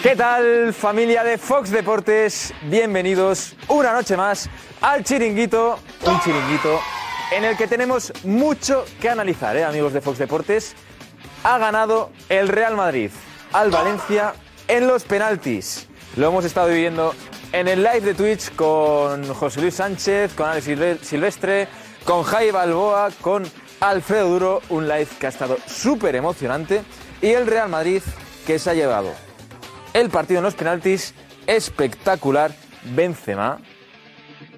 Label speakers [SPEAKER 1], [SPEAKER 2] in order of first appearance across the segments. [SPEAKER 1] ¿Qué tal familia de Fox Deportes? Bienvenidos una noche más al chiringuito, un chiringuito en el que tenemos mucho que analizar, ¿eh, amigos de Fox Deportes. Ha ganado el Real Madrid al Valencia en los penaltis. Lo hemos estado viviendo en el live de Twitch con José Luis Sánchez, con Alex Silve- Silvestre, con Jai Balboa, con Alfredo Duro, un live que ha estado súper emocionante y el Real Madrid que se ha llevado el partido en los penaltis, espectacular. Benzema,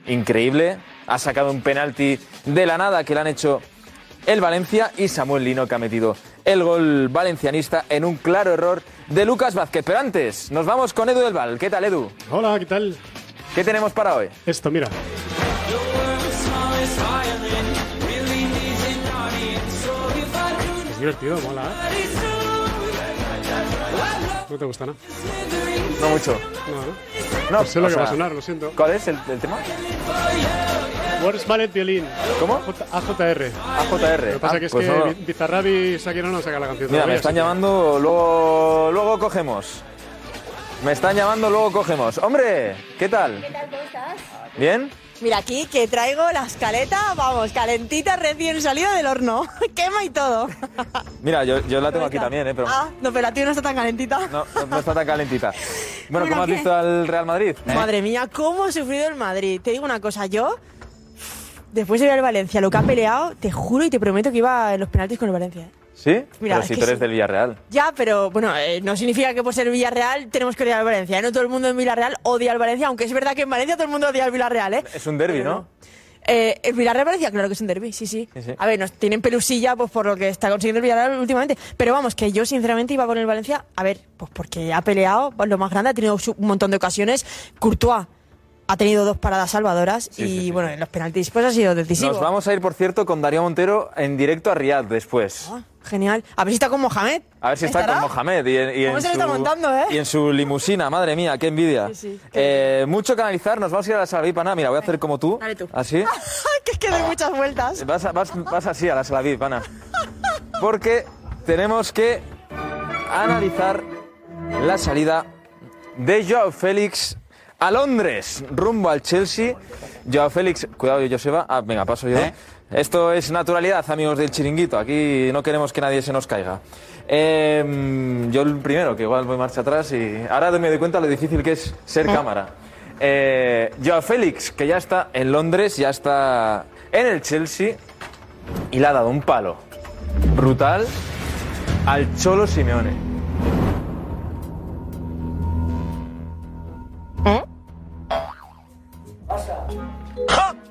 [SPEAKER 1] increíble, ha sacado un penalti de la nada que le han hecho el Valencia y Samuel Lino que ha metido el gol valencianista en un claro error de Lucas Vázquez. Pero antes, nos vamos con Edu del Val. ¿Qué tal, Edu?
[SPEAKER 2] Hola, ¿qué tal?
[SPEAKER 1] ¿Qué tenemos para hoy?
[SPEAKER 2] Esto, mira. Es divertido, mola, ¿eh? No te gusta nada.
[SPEAKER 1] No mucho.
[SPEAKER 2] No, no.
[SPEAKER 1] No,
[SPEAKER 2] Pues sé lo
[SPEAKER 1] o
[SPEAKER 2] que va a
[SPEAKER 1] sea,
[SPEAKER 2] sonar, lo siento.
[SPEAKER 1] ¿Cuál es el, el tema?
[SPEAKER 2] Worst Ballet Violín.
[SPEAKER 1] ¿Cómo?
[SPEAKER 2] J- AJR.
[SPEAKER 1] AJR.
[SPEAKER 2] Lo que pasa
[SPEAKER 1] Ah,
[SPEAKER 2] que es
[SPEAKER 1] pues
[SPEAKER 2] que
[SPEAKER 1] no, no.
[SPEAKER 2] Bi- Bizarrap y Shakira no saca la canción.
[SPEAKER 1] Mira,
[SPEAKER 2] todavía,
[SPEAKER 1] me están
[SPEAKER 2] así que-
[SPEAKER 1] llamando, luego, luego cogemos. Me están llamando, luego cogemos. Hombre, ¿qué tal? ¿Qué tal? ¿Bien?
[SPEAKER 3] Mira aquí que traigo la escaleta, vamos, calentita, recién salida del horno. Quema y todo.
[SPEAKER 1] Mira, yo, yo la tengo aquí también, ¿eh? Pero
[SPEAKER 3] Ah, no, pero la tuya no está tan calentita.
[SPEAKER 1] no, no- no está tan calentita. Bueno,
[SPEAKER 3] Bueno,
[SPEAKER 1] ¿cómo has
[SPEAKER 3] ¿qué?
[SPEAKER 1] visto al Real Madrid?
[SPEAKER 3] Madre mía, cómo ha sufrido el Madrid. Te digo una cosa, yo, después de ver al Valencia, lo que ha peleado, te juro y te prometo que iba en los penaltis con el Valencia. ¿eh?
[SPEAKER 1] ¿Sí?
[SPEAKER 3] Mira,
[SPEAKER 1] Pero
[SPEAKER 3] es
[SPEAKER 1] si
[SPEAKER 3] que
[SPEAKER 1] tú eres
[SPEAKER 3] sí.
[SPEAKER 1] del Villarreal.
[SPEAKER 3] Ya, pero bueno, eh, no significa que por ser Villarreal tenemos que odiar al Valencia. ¿eh? No todo el mundo en Villarreal odia al Valencia, aunque es verdad que en Valencia todo el mundo odia al Villarreal, ¿eh?
[SPEAKER 1] Es un derbi,
[SPEAKER 3] Pero
[SPEAKER 1] ¿no?
[SPEAKER 3] Eh, el Villarreal Valencia, claro que es un derby, sí, sí.
[SPEAKER 1] Sí, sí.
[SPEAKER 3] A ver, nos tienen pelusilla pues, por lo que está consiguiendo el Villarreal últimamente. Pero vamos, que yo sinceramente iba con el Valencia, a ver, pues porque ha peleado pues, lo más grande, ha tenido su- un montón de ocasiones. Courtois ha tenido dos paradas salvadoras
[SPEAKER 1] Sí,
[SPEAKER 3] y
[SPEAKER 1] sí, sí,
[SPEAKER 3] bueno,
[SPEAKER 1] sí.
[SPEAKER 3] en los penaltis pues ha sido decisivo.
[SPEAKER 1] Nos vamos a ir, por cierto, con Darío Montero en directo a Riyadh después.
[SPEAKER 3] Ah, genial. A ver si está con Mohamed.
[SPEAKER 1] A ver si está
[SPEAKER 3] ¿Estará?
[SPEAKER 1] con Mohamed y en, y
[SPEAKER 3] ¿Cómo
[SPEAKER 1] en
[SPEAKER 3] se lo está
[SPEAKER 1] su-
[SPEAKER 3] montando, eh?
[SPEAKER 1] y en su limusina, madre mía, qué envidia.
[SPEAKER 3] Sí, sí.
[SPEAKER 1] Eh, mucho que analizar, nos vamos a ir a la Salavipana. Mira, voy a hacer como tú.
[SPEAKER 3] Dale tú.
[SPEAKER 1] Así.
[SPEAKER 3] que es que doy muchas vueltas.
[SPEAKER 1] Vas, a- vas- vas así a la Salavid, pana. Porque tenemos que analizar la salida de Joao Félix a Londres, rumbo al Chelsea. Joao Félix, cuidado, Joseba. Ah, venga, paso yo. Esto es naturalidad, amigos del chiringuito. Aquí no queremos que nadie se nos caiga. Eh, yo el primero, que igual voy marcha atrás y ahora me doy cuenta lo difícil que es ser cámara. Eh, Joao Félix, que ya está en Londres, ya está en el Chelsea y le ha dado un palo brutal al Cholo Simeone.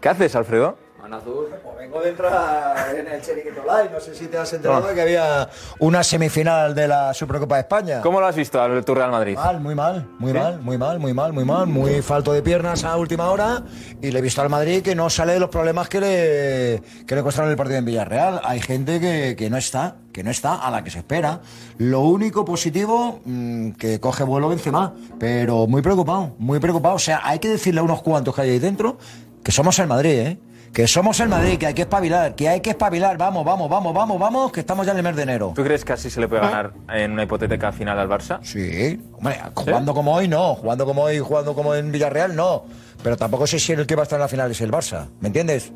[SPEAKER 1] ¿Qué haces, Alfredo?
[SPEAKER 4] Pues Vengo de entrar en el Cheriquito Live, no sé si te has enterado que había una semifinal de la Supercopa de España.
[SPEAKER 1] ¿Cómo lo has visto al tu Real Madrid?
[SPEAKER 4] Mal, muy mal, muy
[SPEAKER 1] ¿Sí?
[SPEAKER 4] mal, muy mal, muy mal, muy mal, muy falto de piernas a última hora y le he visto al Madrid que no sale de los problemas que le, que le costaron el partido en Villarreal. Hay gente que, que no está, que no está a la que se espera. Lo único positivo mm, que coge vuelo Benzema, pero muy preocupado, muy preocupado. O sea, hay que decirle a unos cuantos que hay ahí dentro que somos el Madrid, ¿eh? Que somos el Madrid, que hay que espabilar, que hay que espabilar, vamos, vamos, vamos, vamos, vamos, que estamos ya en el mes de enero.
[SPEAKER 1] ¿Tú crees que así se le puede ganar en una hipotética final al Barça?
[SPEAKER 4] Sí, hombre, jugando como hoy no, jugando como hoy, jugando como en Villarreal no, pero tampoco sé si el que va a estar en la final es el Barça, ¿me entiendes?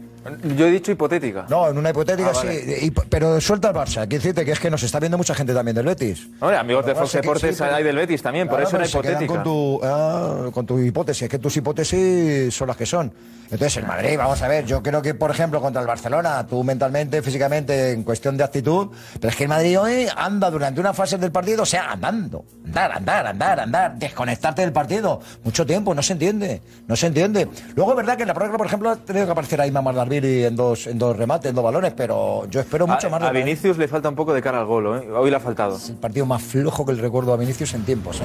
[SPEAKER 1] Yo he dicho hipotética.
[SPEAKER 4] No, en una hipotética
[SPEAKER 1] Ah, vale.
[SPEAKER 4] sí, de- y- pero suelta el Barça, quiero decirte que es que nos está viendo mucha gente también del Betis.
[SPEAKER 1] Hombre, amigos de
[SPEAKER 4] Lo que
[SPEAKER 1] Fox
[SPEAKER 4] pasa es que
[SPEAKER 1] Deportes
[SPEAKER 4] sí, pero-
[SPEAKER 1] hay del Betis también, por eso
[SPEAKER 4] Claro, Ah, pero
[SPEAKER 1] una
[SPEAKER 4] se quedan
[SPEAKER 1] hipotética.
[SPEAKER 4] Con tu, ah, con tu hipótesis, es que tus hipótesis son las que son. Entonces, el Madrid, vamos a ver, yo creo que, por ejemplo, contra el Barcelona, tú mentalmente, físicamente, en cuestión de actitud, pero es que el Madrid hoy anda durante una fase del partido, o sea, andando, andar, andar, andar, andar, desconectarte del partido. Mucho tiempo, no se entiende, no se entiende. Luego, es verdad que en la prórroga, por ejemplo, ha tenido que aparecer ahí Mamar Billy en dos, en dos remates, en dos balones, pero yo espero mucho más.
[SPEAKER 1] Ah, A,
[SPEAKER 4] de
[SPEAKER 1] a
[SPEAKER 4] él.
[SPEAKER 1] Vinicius le falta un poco de cara al gol, ¿eh? Hoy le ha faltado.
[SPEAKER 4] el partido más flojo que el recuerdo a Vinicius en tiempos, ¿eh?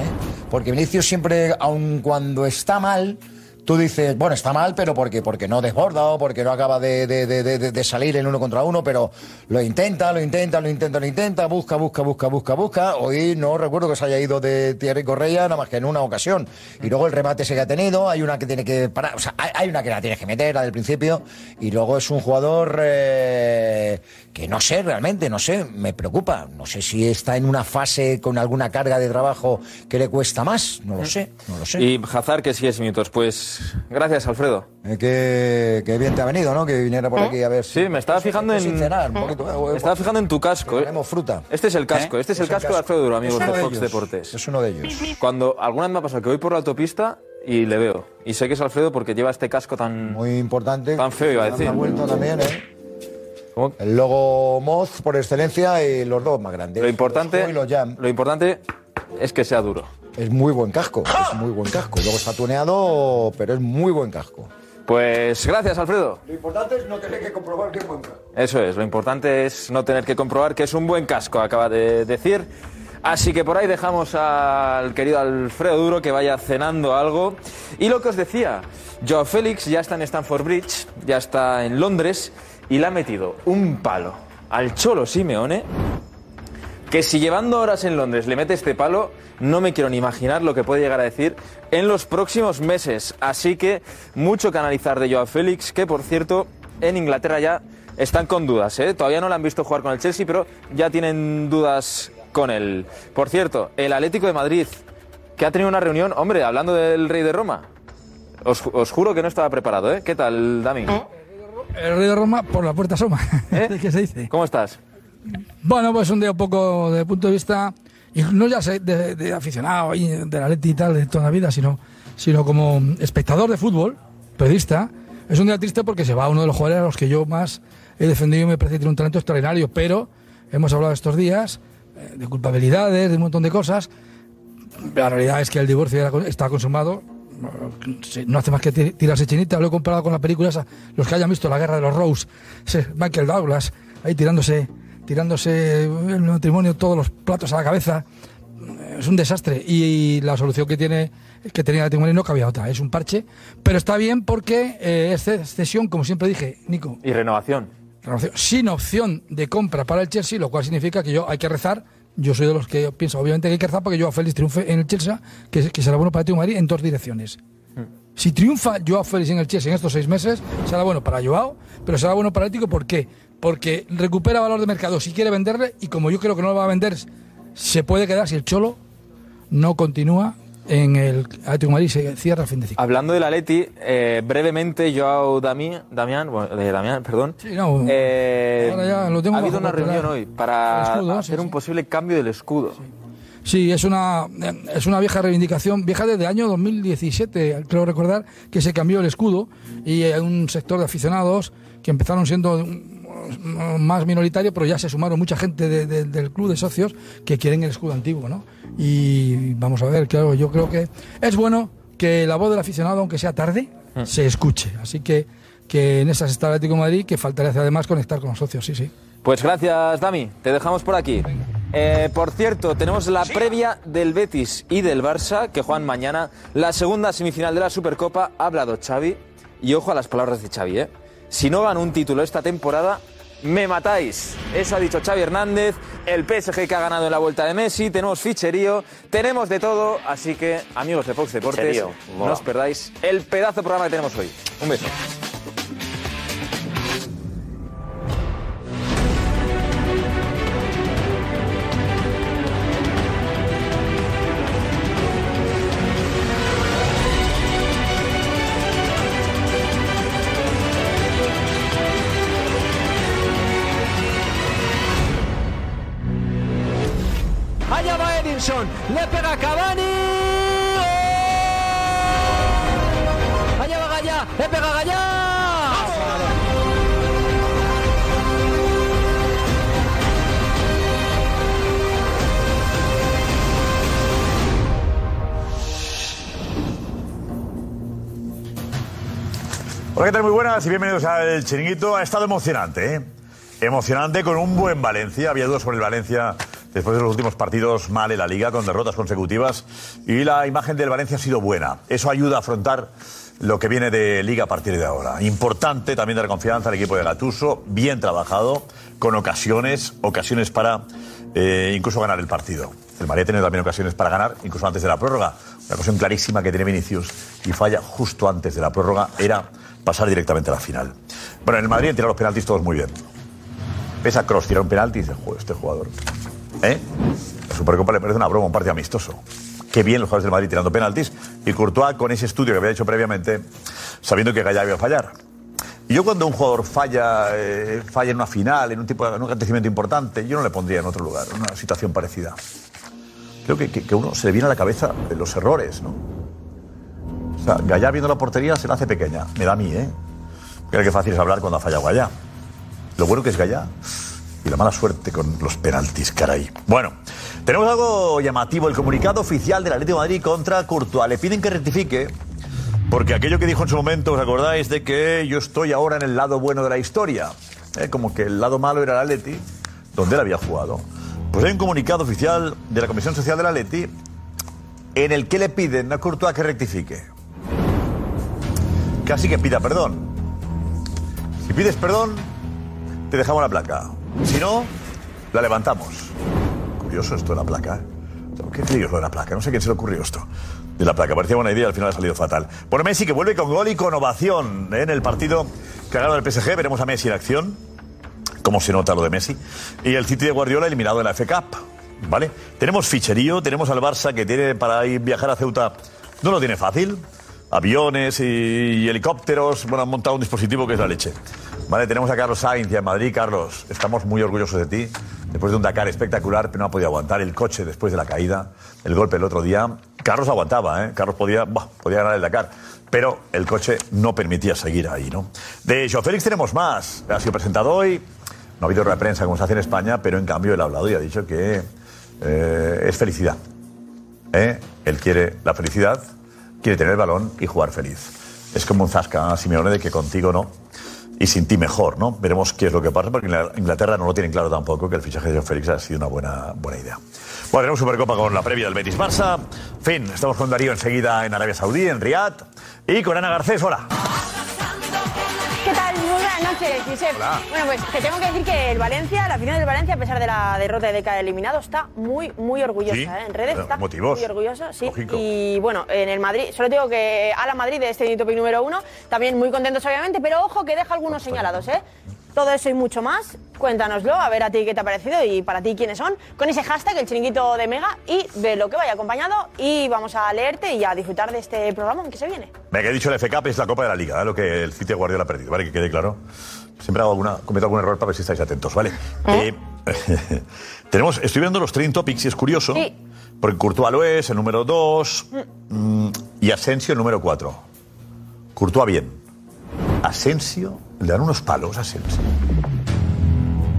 [SPEAKER 4] Porque Vinicius siempre, aun cuando está mal, tú dices, bueno, está mal, pero porque, porque no desborda o porque no acaba de, de- de- de- de salir en uno contra uno, pero lo intenta, lo intenta, lo intenta, lo intenta, busca, busca, busca, busca, busca. Hoy no recuerdo que se haya ido de Thierry Correa nada más que en una ocasión. Y luego el remate se que ha tenido, hay una que tiene que parar, o sea, hay, hay una que la tienes que meter, la del principio, y luego es un jugador eh, que no sé realmente, no sé, me preocupa. No sé si está en una fase con alguna carga de trabajo que le cuesta más, no lo sé, no lo sé.
[SPEAKER 1] Y Hazard, que sigue sin minutos. Pues gracias, Alfredo.
[SPEAKER 4] Eh, que, que bien te ha venido, ¿no? Que viniera por aquí a ver.
[SPEAKER 1] Sí, me estaba
[SPEAKER 4] Eso,
[SPEAKER 1] fijando
[SPEAKER 4] esto
[SPEAKER 1] en-
[SPEAKER 4] sin cenar, un poquito, eh,
[SPEAKER 1] Me
[SPEAKER 4] eh,
[SPEAKER 1] estaba fijando en tu casco. ¿eh?
[SPEAKER 4] Tenemos fruta.
[SPEAKER 1] Este es el casco, este es el
[SPEAKER 4] ¿Eh? Es el
[SPEAKER 1] casco de
[SPEAKER 4] casco.
[SPEAKER 1] Alfredo Duro,
[SPEAKER 4] Es
[SPEAKER 1] amigos de
[SPEAKER 4] uno de
[SPEAKER 1] Fox
[SPEAKER 4] ellos.
[SPEAKER 1] Deportes.
[SPEAKER 4] Es uno de ellos.
[SPEAKER 1] Cuando alguna vez me ha pasado que voy por la autopista y le veo. Y sé que es Alfredo porque lleva este casco tan.
[SPEAKER 4] Muy importante.
[SPEAKER 1] Tan feo iba a
[SPEAKER 4] Dan la
[SPEAKER 1] decir.
[SPEAKER 4] vuelta también, ¿eh?
[SPEAKER 1] ¿Cómo?
[SPEAKER 4] El logo Moz por excelencia y los dos más grandes.
[SPEAKER 1] Lo
[SPEAKER 4] Los
[SPEAKER 1] importante,
[SPEAKER 4] Joe y los Jam.
[SPEAKER 1] lo importante es que sea duro.
[SPEAKER 4] Es muy buen casco, es muy buen casco. Luego está tuneado, pero es muy buen casco.
[SPEAKER 1] Pues gracias, Alfredo.
[SPEAKER 4] Lo importante es no tener que comprobar que es buen casco.
[SPEAKER 1] Eso es, lo importante es no tener que comprobar que es un buen casco, acaba de decir. Así que por ahí dejamos al querido Alfredo Duro que vaya cenando algo. Y lo que os decía, Joao Félix ya está en Stamford Bridge, ya está en Londres y le ha metido un palo al Cholo Simeone. Que si llevando horas en Londres le mete este palo, no me quiero ni imaginar lo que puede llegar a decir en los próximos meses. Así que mucho que analizar de Joao Félix, que por cierto, en Inglaterra ya están con dudas. ¿eh? Todavía no lo han visto jugar con el Chelsea, pero ya tienen dudas con él. Por cierto, el Atlético de Madrid, que ha tenido una reunión, hombre, hablando del Rey de Roma. Os, ju- os juro que no estaba preparado, ¿eh? ¿Qué tal, Dami?
[SPEAKER 5] El rey de Roma por la puerta asoma.
[SPEAKER 1] ¿Eh?
[SPEAKER 5] ¿Qué se dice?
[SPEAKER 1] ¿Cómo estás?
[SPEAKER 5] Bueno, pues un día un poco de punto de vista, y no ya sé, de, de aficionado y de la Leti y tal de toda la vida, sino, sino como espectador de fútbol, periodista. Es un día triste porque se va uno de los jugadores a los que yo más he defendido y me parece que tiene un talento extraordinario, pero hemos hablado estos días eh, de culpabilidades, de un montón de cosas. La realidad es que el divorcio era- está consumado. se- No hace más que tir- tirarse chinita. Lo he comparado con la película esa. Los que hayan visto La Guerra de los Rose, se- Michael Douglas, ahí tirándose, tirándose el matrimonio todos los platos a la cabeza. Es un desastre. Y la solución que tiene que tenía la Timoni no cabía otra. Es un parche. Pero está bien porque eh, es ce- cesión, como siempre dije, Nico,
[SPEAKER 1] Y renovación.
[SPEAKER 5] renovación sin opción de compra para el Chelsea, lo cual significa que yo hay que rezar. Yo soy de los que pienso, obviamente, que hay que rezar porque Joao Félix triunfe en el Chelsea, que, que será bueno para el Atlético de Madrid en dos direcciones. Si triunfa Joao Félix en el Chelsea en estos seis meses, será bueno para Joao, pero será bueno para el Atlético ¿por qué? Porque recupera valor de mercado si quiere venderle y como yo creo que no lo va a vender, se puede quedar si el Cholo no continúa en el Atlético de Madrid y se cierra el fin de ciclo.
[SPEAKER 1] Hablando del Atleti, eh, brevemente Joao Dami- Damián, bueno, de Damián, perdón.
[SPEAKER 5] Sí, no,
[SPEAKER 1] Eh,
[SPEAKER 5] ahora ya lo tengo
[SPEAKER 1] ha habido
[SPEAKER 5] bajo
[SPEAKER 1] una
[SPEAKER 5] control.
[SPEAKER 1] reunión hoy para
[SPEAKER 5] El escudo,
[SPEAKER 1] hacer
[SPEAKER 5] sí,
[SPEAKER 1] un
[SPEAKER 5] sí.
[SPEAKER 1] posible cambio del escudo.
[SPEAKER 5] Sí, es una, es una vieja reivindicación, vieja desde el año 2017, creo recordar, que se cambió el escudo y hay un sector de aficionados que empezaron siendo mm, más minoritario, pero ya se sumaron mucha gente de- de- del club de socios que quieren el escudo antiguo, ¿no? Y vamos a ver, claro, yo creo que es bueno que la voz del aficionado, aunque sea tarde, se escuche. Así que, que en esas está el Atlético de Madrid, que faltaría además conectar con los socios, sí, sí.
[SPEAKER 1] Pues gracias, Dami. Te dejamos por aquí. Eh, por cierto, tenemos la previa del Betis y del Barça, que juegan mañana la segunda semifinal de la Supercopa. Ha hablado Xavi, y ojo a las palabras de Xavi, ¿eh? Si no gano un título esta temporada, me matáis. Eso ha dicho Xavi Hernández, el PSG que ha ganado en la vuelta de Messi, tenemos ficherío, tenemos de todo, así que, amigos de Fox Deportes,
[SPEAKER 6] Ficherío,
[SPEAKER 1] no
[SPEAKER 6] mola.
[SPEAKER 1] os perdáis el pedazo de programa que tenemos hoy. Un beso. Allá va Edinson, le pega Cavani.
[SPEAKER 4] ¡Oh!
[SPEAKER 1] ¡Gol! Allá va Gallá, le pega Gallá.
[SPEAKER 7] Hola, ¿qué tal? Muy buenas y bienvenidos al Chiringuito. Ha estado emocionante, ¿eh? Emocionante con un buen Valencia. Había dudas sobre el Valencia después de los últimos partidos mal en la Liga, con derrotas consecutivas. Y la imagen del Valencia ha sido buena. Eso ayuda a afrontar lo que viene de Liga a partir de ahora. Importante también dar confianza al equipo de Gatuso. Bien trabajado, con ocasiones, ocasiones para eh, incluso ganar el partido. El María ha tenido también ocasiones para ganar, incluso antes de la prórroga. Una ocasión clarísima que tiene Vinicius y falla justo antes de la prórroga era pasar directamente a la final. Bueno, en el Madrid han tirado los penaltis todos muy bien. Pesa Cross, tira un penalti y dice, "Joder, este jugador. ¿Eh? La Supercopa le parece una broma, un partido amistoso. Qué bien los jugadores del Madrid tirando penaltis. Y Courtois, con ese estudio que había hecho previamente, sabiendo que Gallagher iba a fallar. Y yo cuando un jugador falla, eh, falla en una final, en un, tipo, en un acontecimiento importante, yo no le pondría en otro lugar, en una situación parecida. Creo que, que- que uno se le viene a la cabeza eh, los errores, ¿no? O sea, Gallá viendo la portería se la hace pequeña. Me da a mí, ¿eh? Creo que fácil es hablar cuando ha fallado Gallá. Lo bueno que es Gallá y la mala suerte con los penaltis, caray. Bueno, tenemos algo llamativo, el comunicado oficial del Atlético de Madrid contra Courtois. Le piden que rectifique, porque aquello que dijo en su momento, ¿os acordáis de que yo estoy ahora en el lado bueno de la historia? ¿Eh? Como que el lado malo era el Atleti, donde él había jugado. Pues hay un comunicado oficial de la Comisión Social del Atleti en el que le piden a Courtois que rectifique. Casi que pida perdón. Si pides perdón, te dejamos la placa. Si no, la levantamos. Curioso esto de la placa. ¿eh? ¿Qué lío es lo de la placa? No sé a quién se le ocurrió esto. De la placa, parecía buena idea y al final ha salido fatal. Bueno, Messi que vuelve con gol y con ovación ¿eh? en el partido que ha ganado el PSG. Veremos a Messi en acción. Cómo se nota lo de Messi. Y el City de Guardiola eliminado de la F Cup. ¿Vale? Tenemos ficherío, tenemos al Barça que tiene para ir viajar a Ceuta. No lo tiene fácil. Aviones y, y helicópteros. Bueno, han montado un dispositivo que es la leche. Vale, tenemos a Carlos Sainz y a Madrid. Carlos, estamos muy orgullosos de ti. Después de un Dakar espectacular, pero no ha podido aguantar el coche después de la caída, el golpe el otro día. Carlos aguantaba, ¿eh? Carlos podía, buah, podía ganar el Dakar, pero el coche no permitía seguir ahí, ¿no? De Joao Félix tenemos más. Ha sido presentado hoy. No ha habido rueda de prensa como se hace en España, pero en cambio él ha hablado y ha dicho que eh, es felicidad. ¿eh? Él quiere la felicidad, quiere tener el balón y jugar feliz. Es como un zasca, Simeone, de que contigo no y sin ti mejor, ¿no? Veremos qué es lo que pasa, porque Ingl- Inglaterra no lo tiene claro tampoco, que el fichaje de John Félix ha sido una buena, buena idea. Bueno, tenemos Supercopa con la previa del Betis-Barça. Fin, estamos con Darío enseguida en Arabia Saudí, en Riyadh, y con Ana Garcés, hola.
[SPEAKER 3] ¿Qué tal? Muy buenas noches, Josep. Bueno, pues te tengo que decir que el Valencia, la final del Valencia, a pesar de la derrota y de caer eliminado, está muy, muy orgullosa.
[SPEAKER 7] Sí,
[SPEAKER 3] ¿eh? En redes
[SPEAKER 7] pero
[SPEAKER 3] está
[SPEAKER 7] motivos.
[SPEAKER 3] muy orgulloso, sí.
[SPEAKER 7] Lógico.
[SPEAKER 3] Y bueno, en el Madrid, solo te digo que a la Madrid de este topic número uno, también muy contentos obviamente, pero ojo que deja algunos señalados, ¿eh? Todo eso y mucho más, cuéntanoslo, a ver a ti qué te ha parecido y para ti quiénes son, con ese hashtag, el chiringuito de Mega, y de lo que vaya acompañado, y vamos a leerte y a disfrutar de este programa que se viene.
[SPEAKER 7] Me que he dicho el FK es la Copa de la Liga, ¿eh? lo que el City de Guardiola ha perdido, ¿vale? Que quede claro. Siempre hago alguna, cometo algún error para ver si estáis atentos, ¿vale? Eh, tenemos, estoy viendo los trending topics y es curioso,
[SPEAKER 3] Sí.
[SPEAKER 7] porque Courtois lo es, el número 2, y Asensio el número 4. Courtois bien. Asensio, le dan unos palos a Asensio.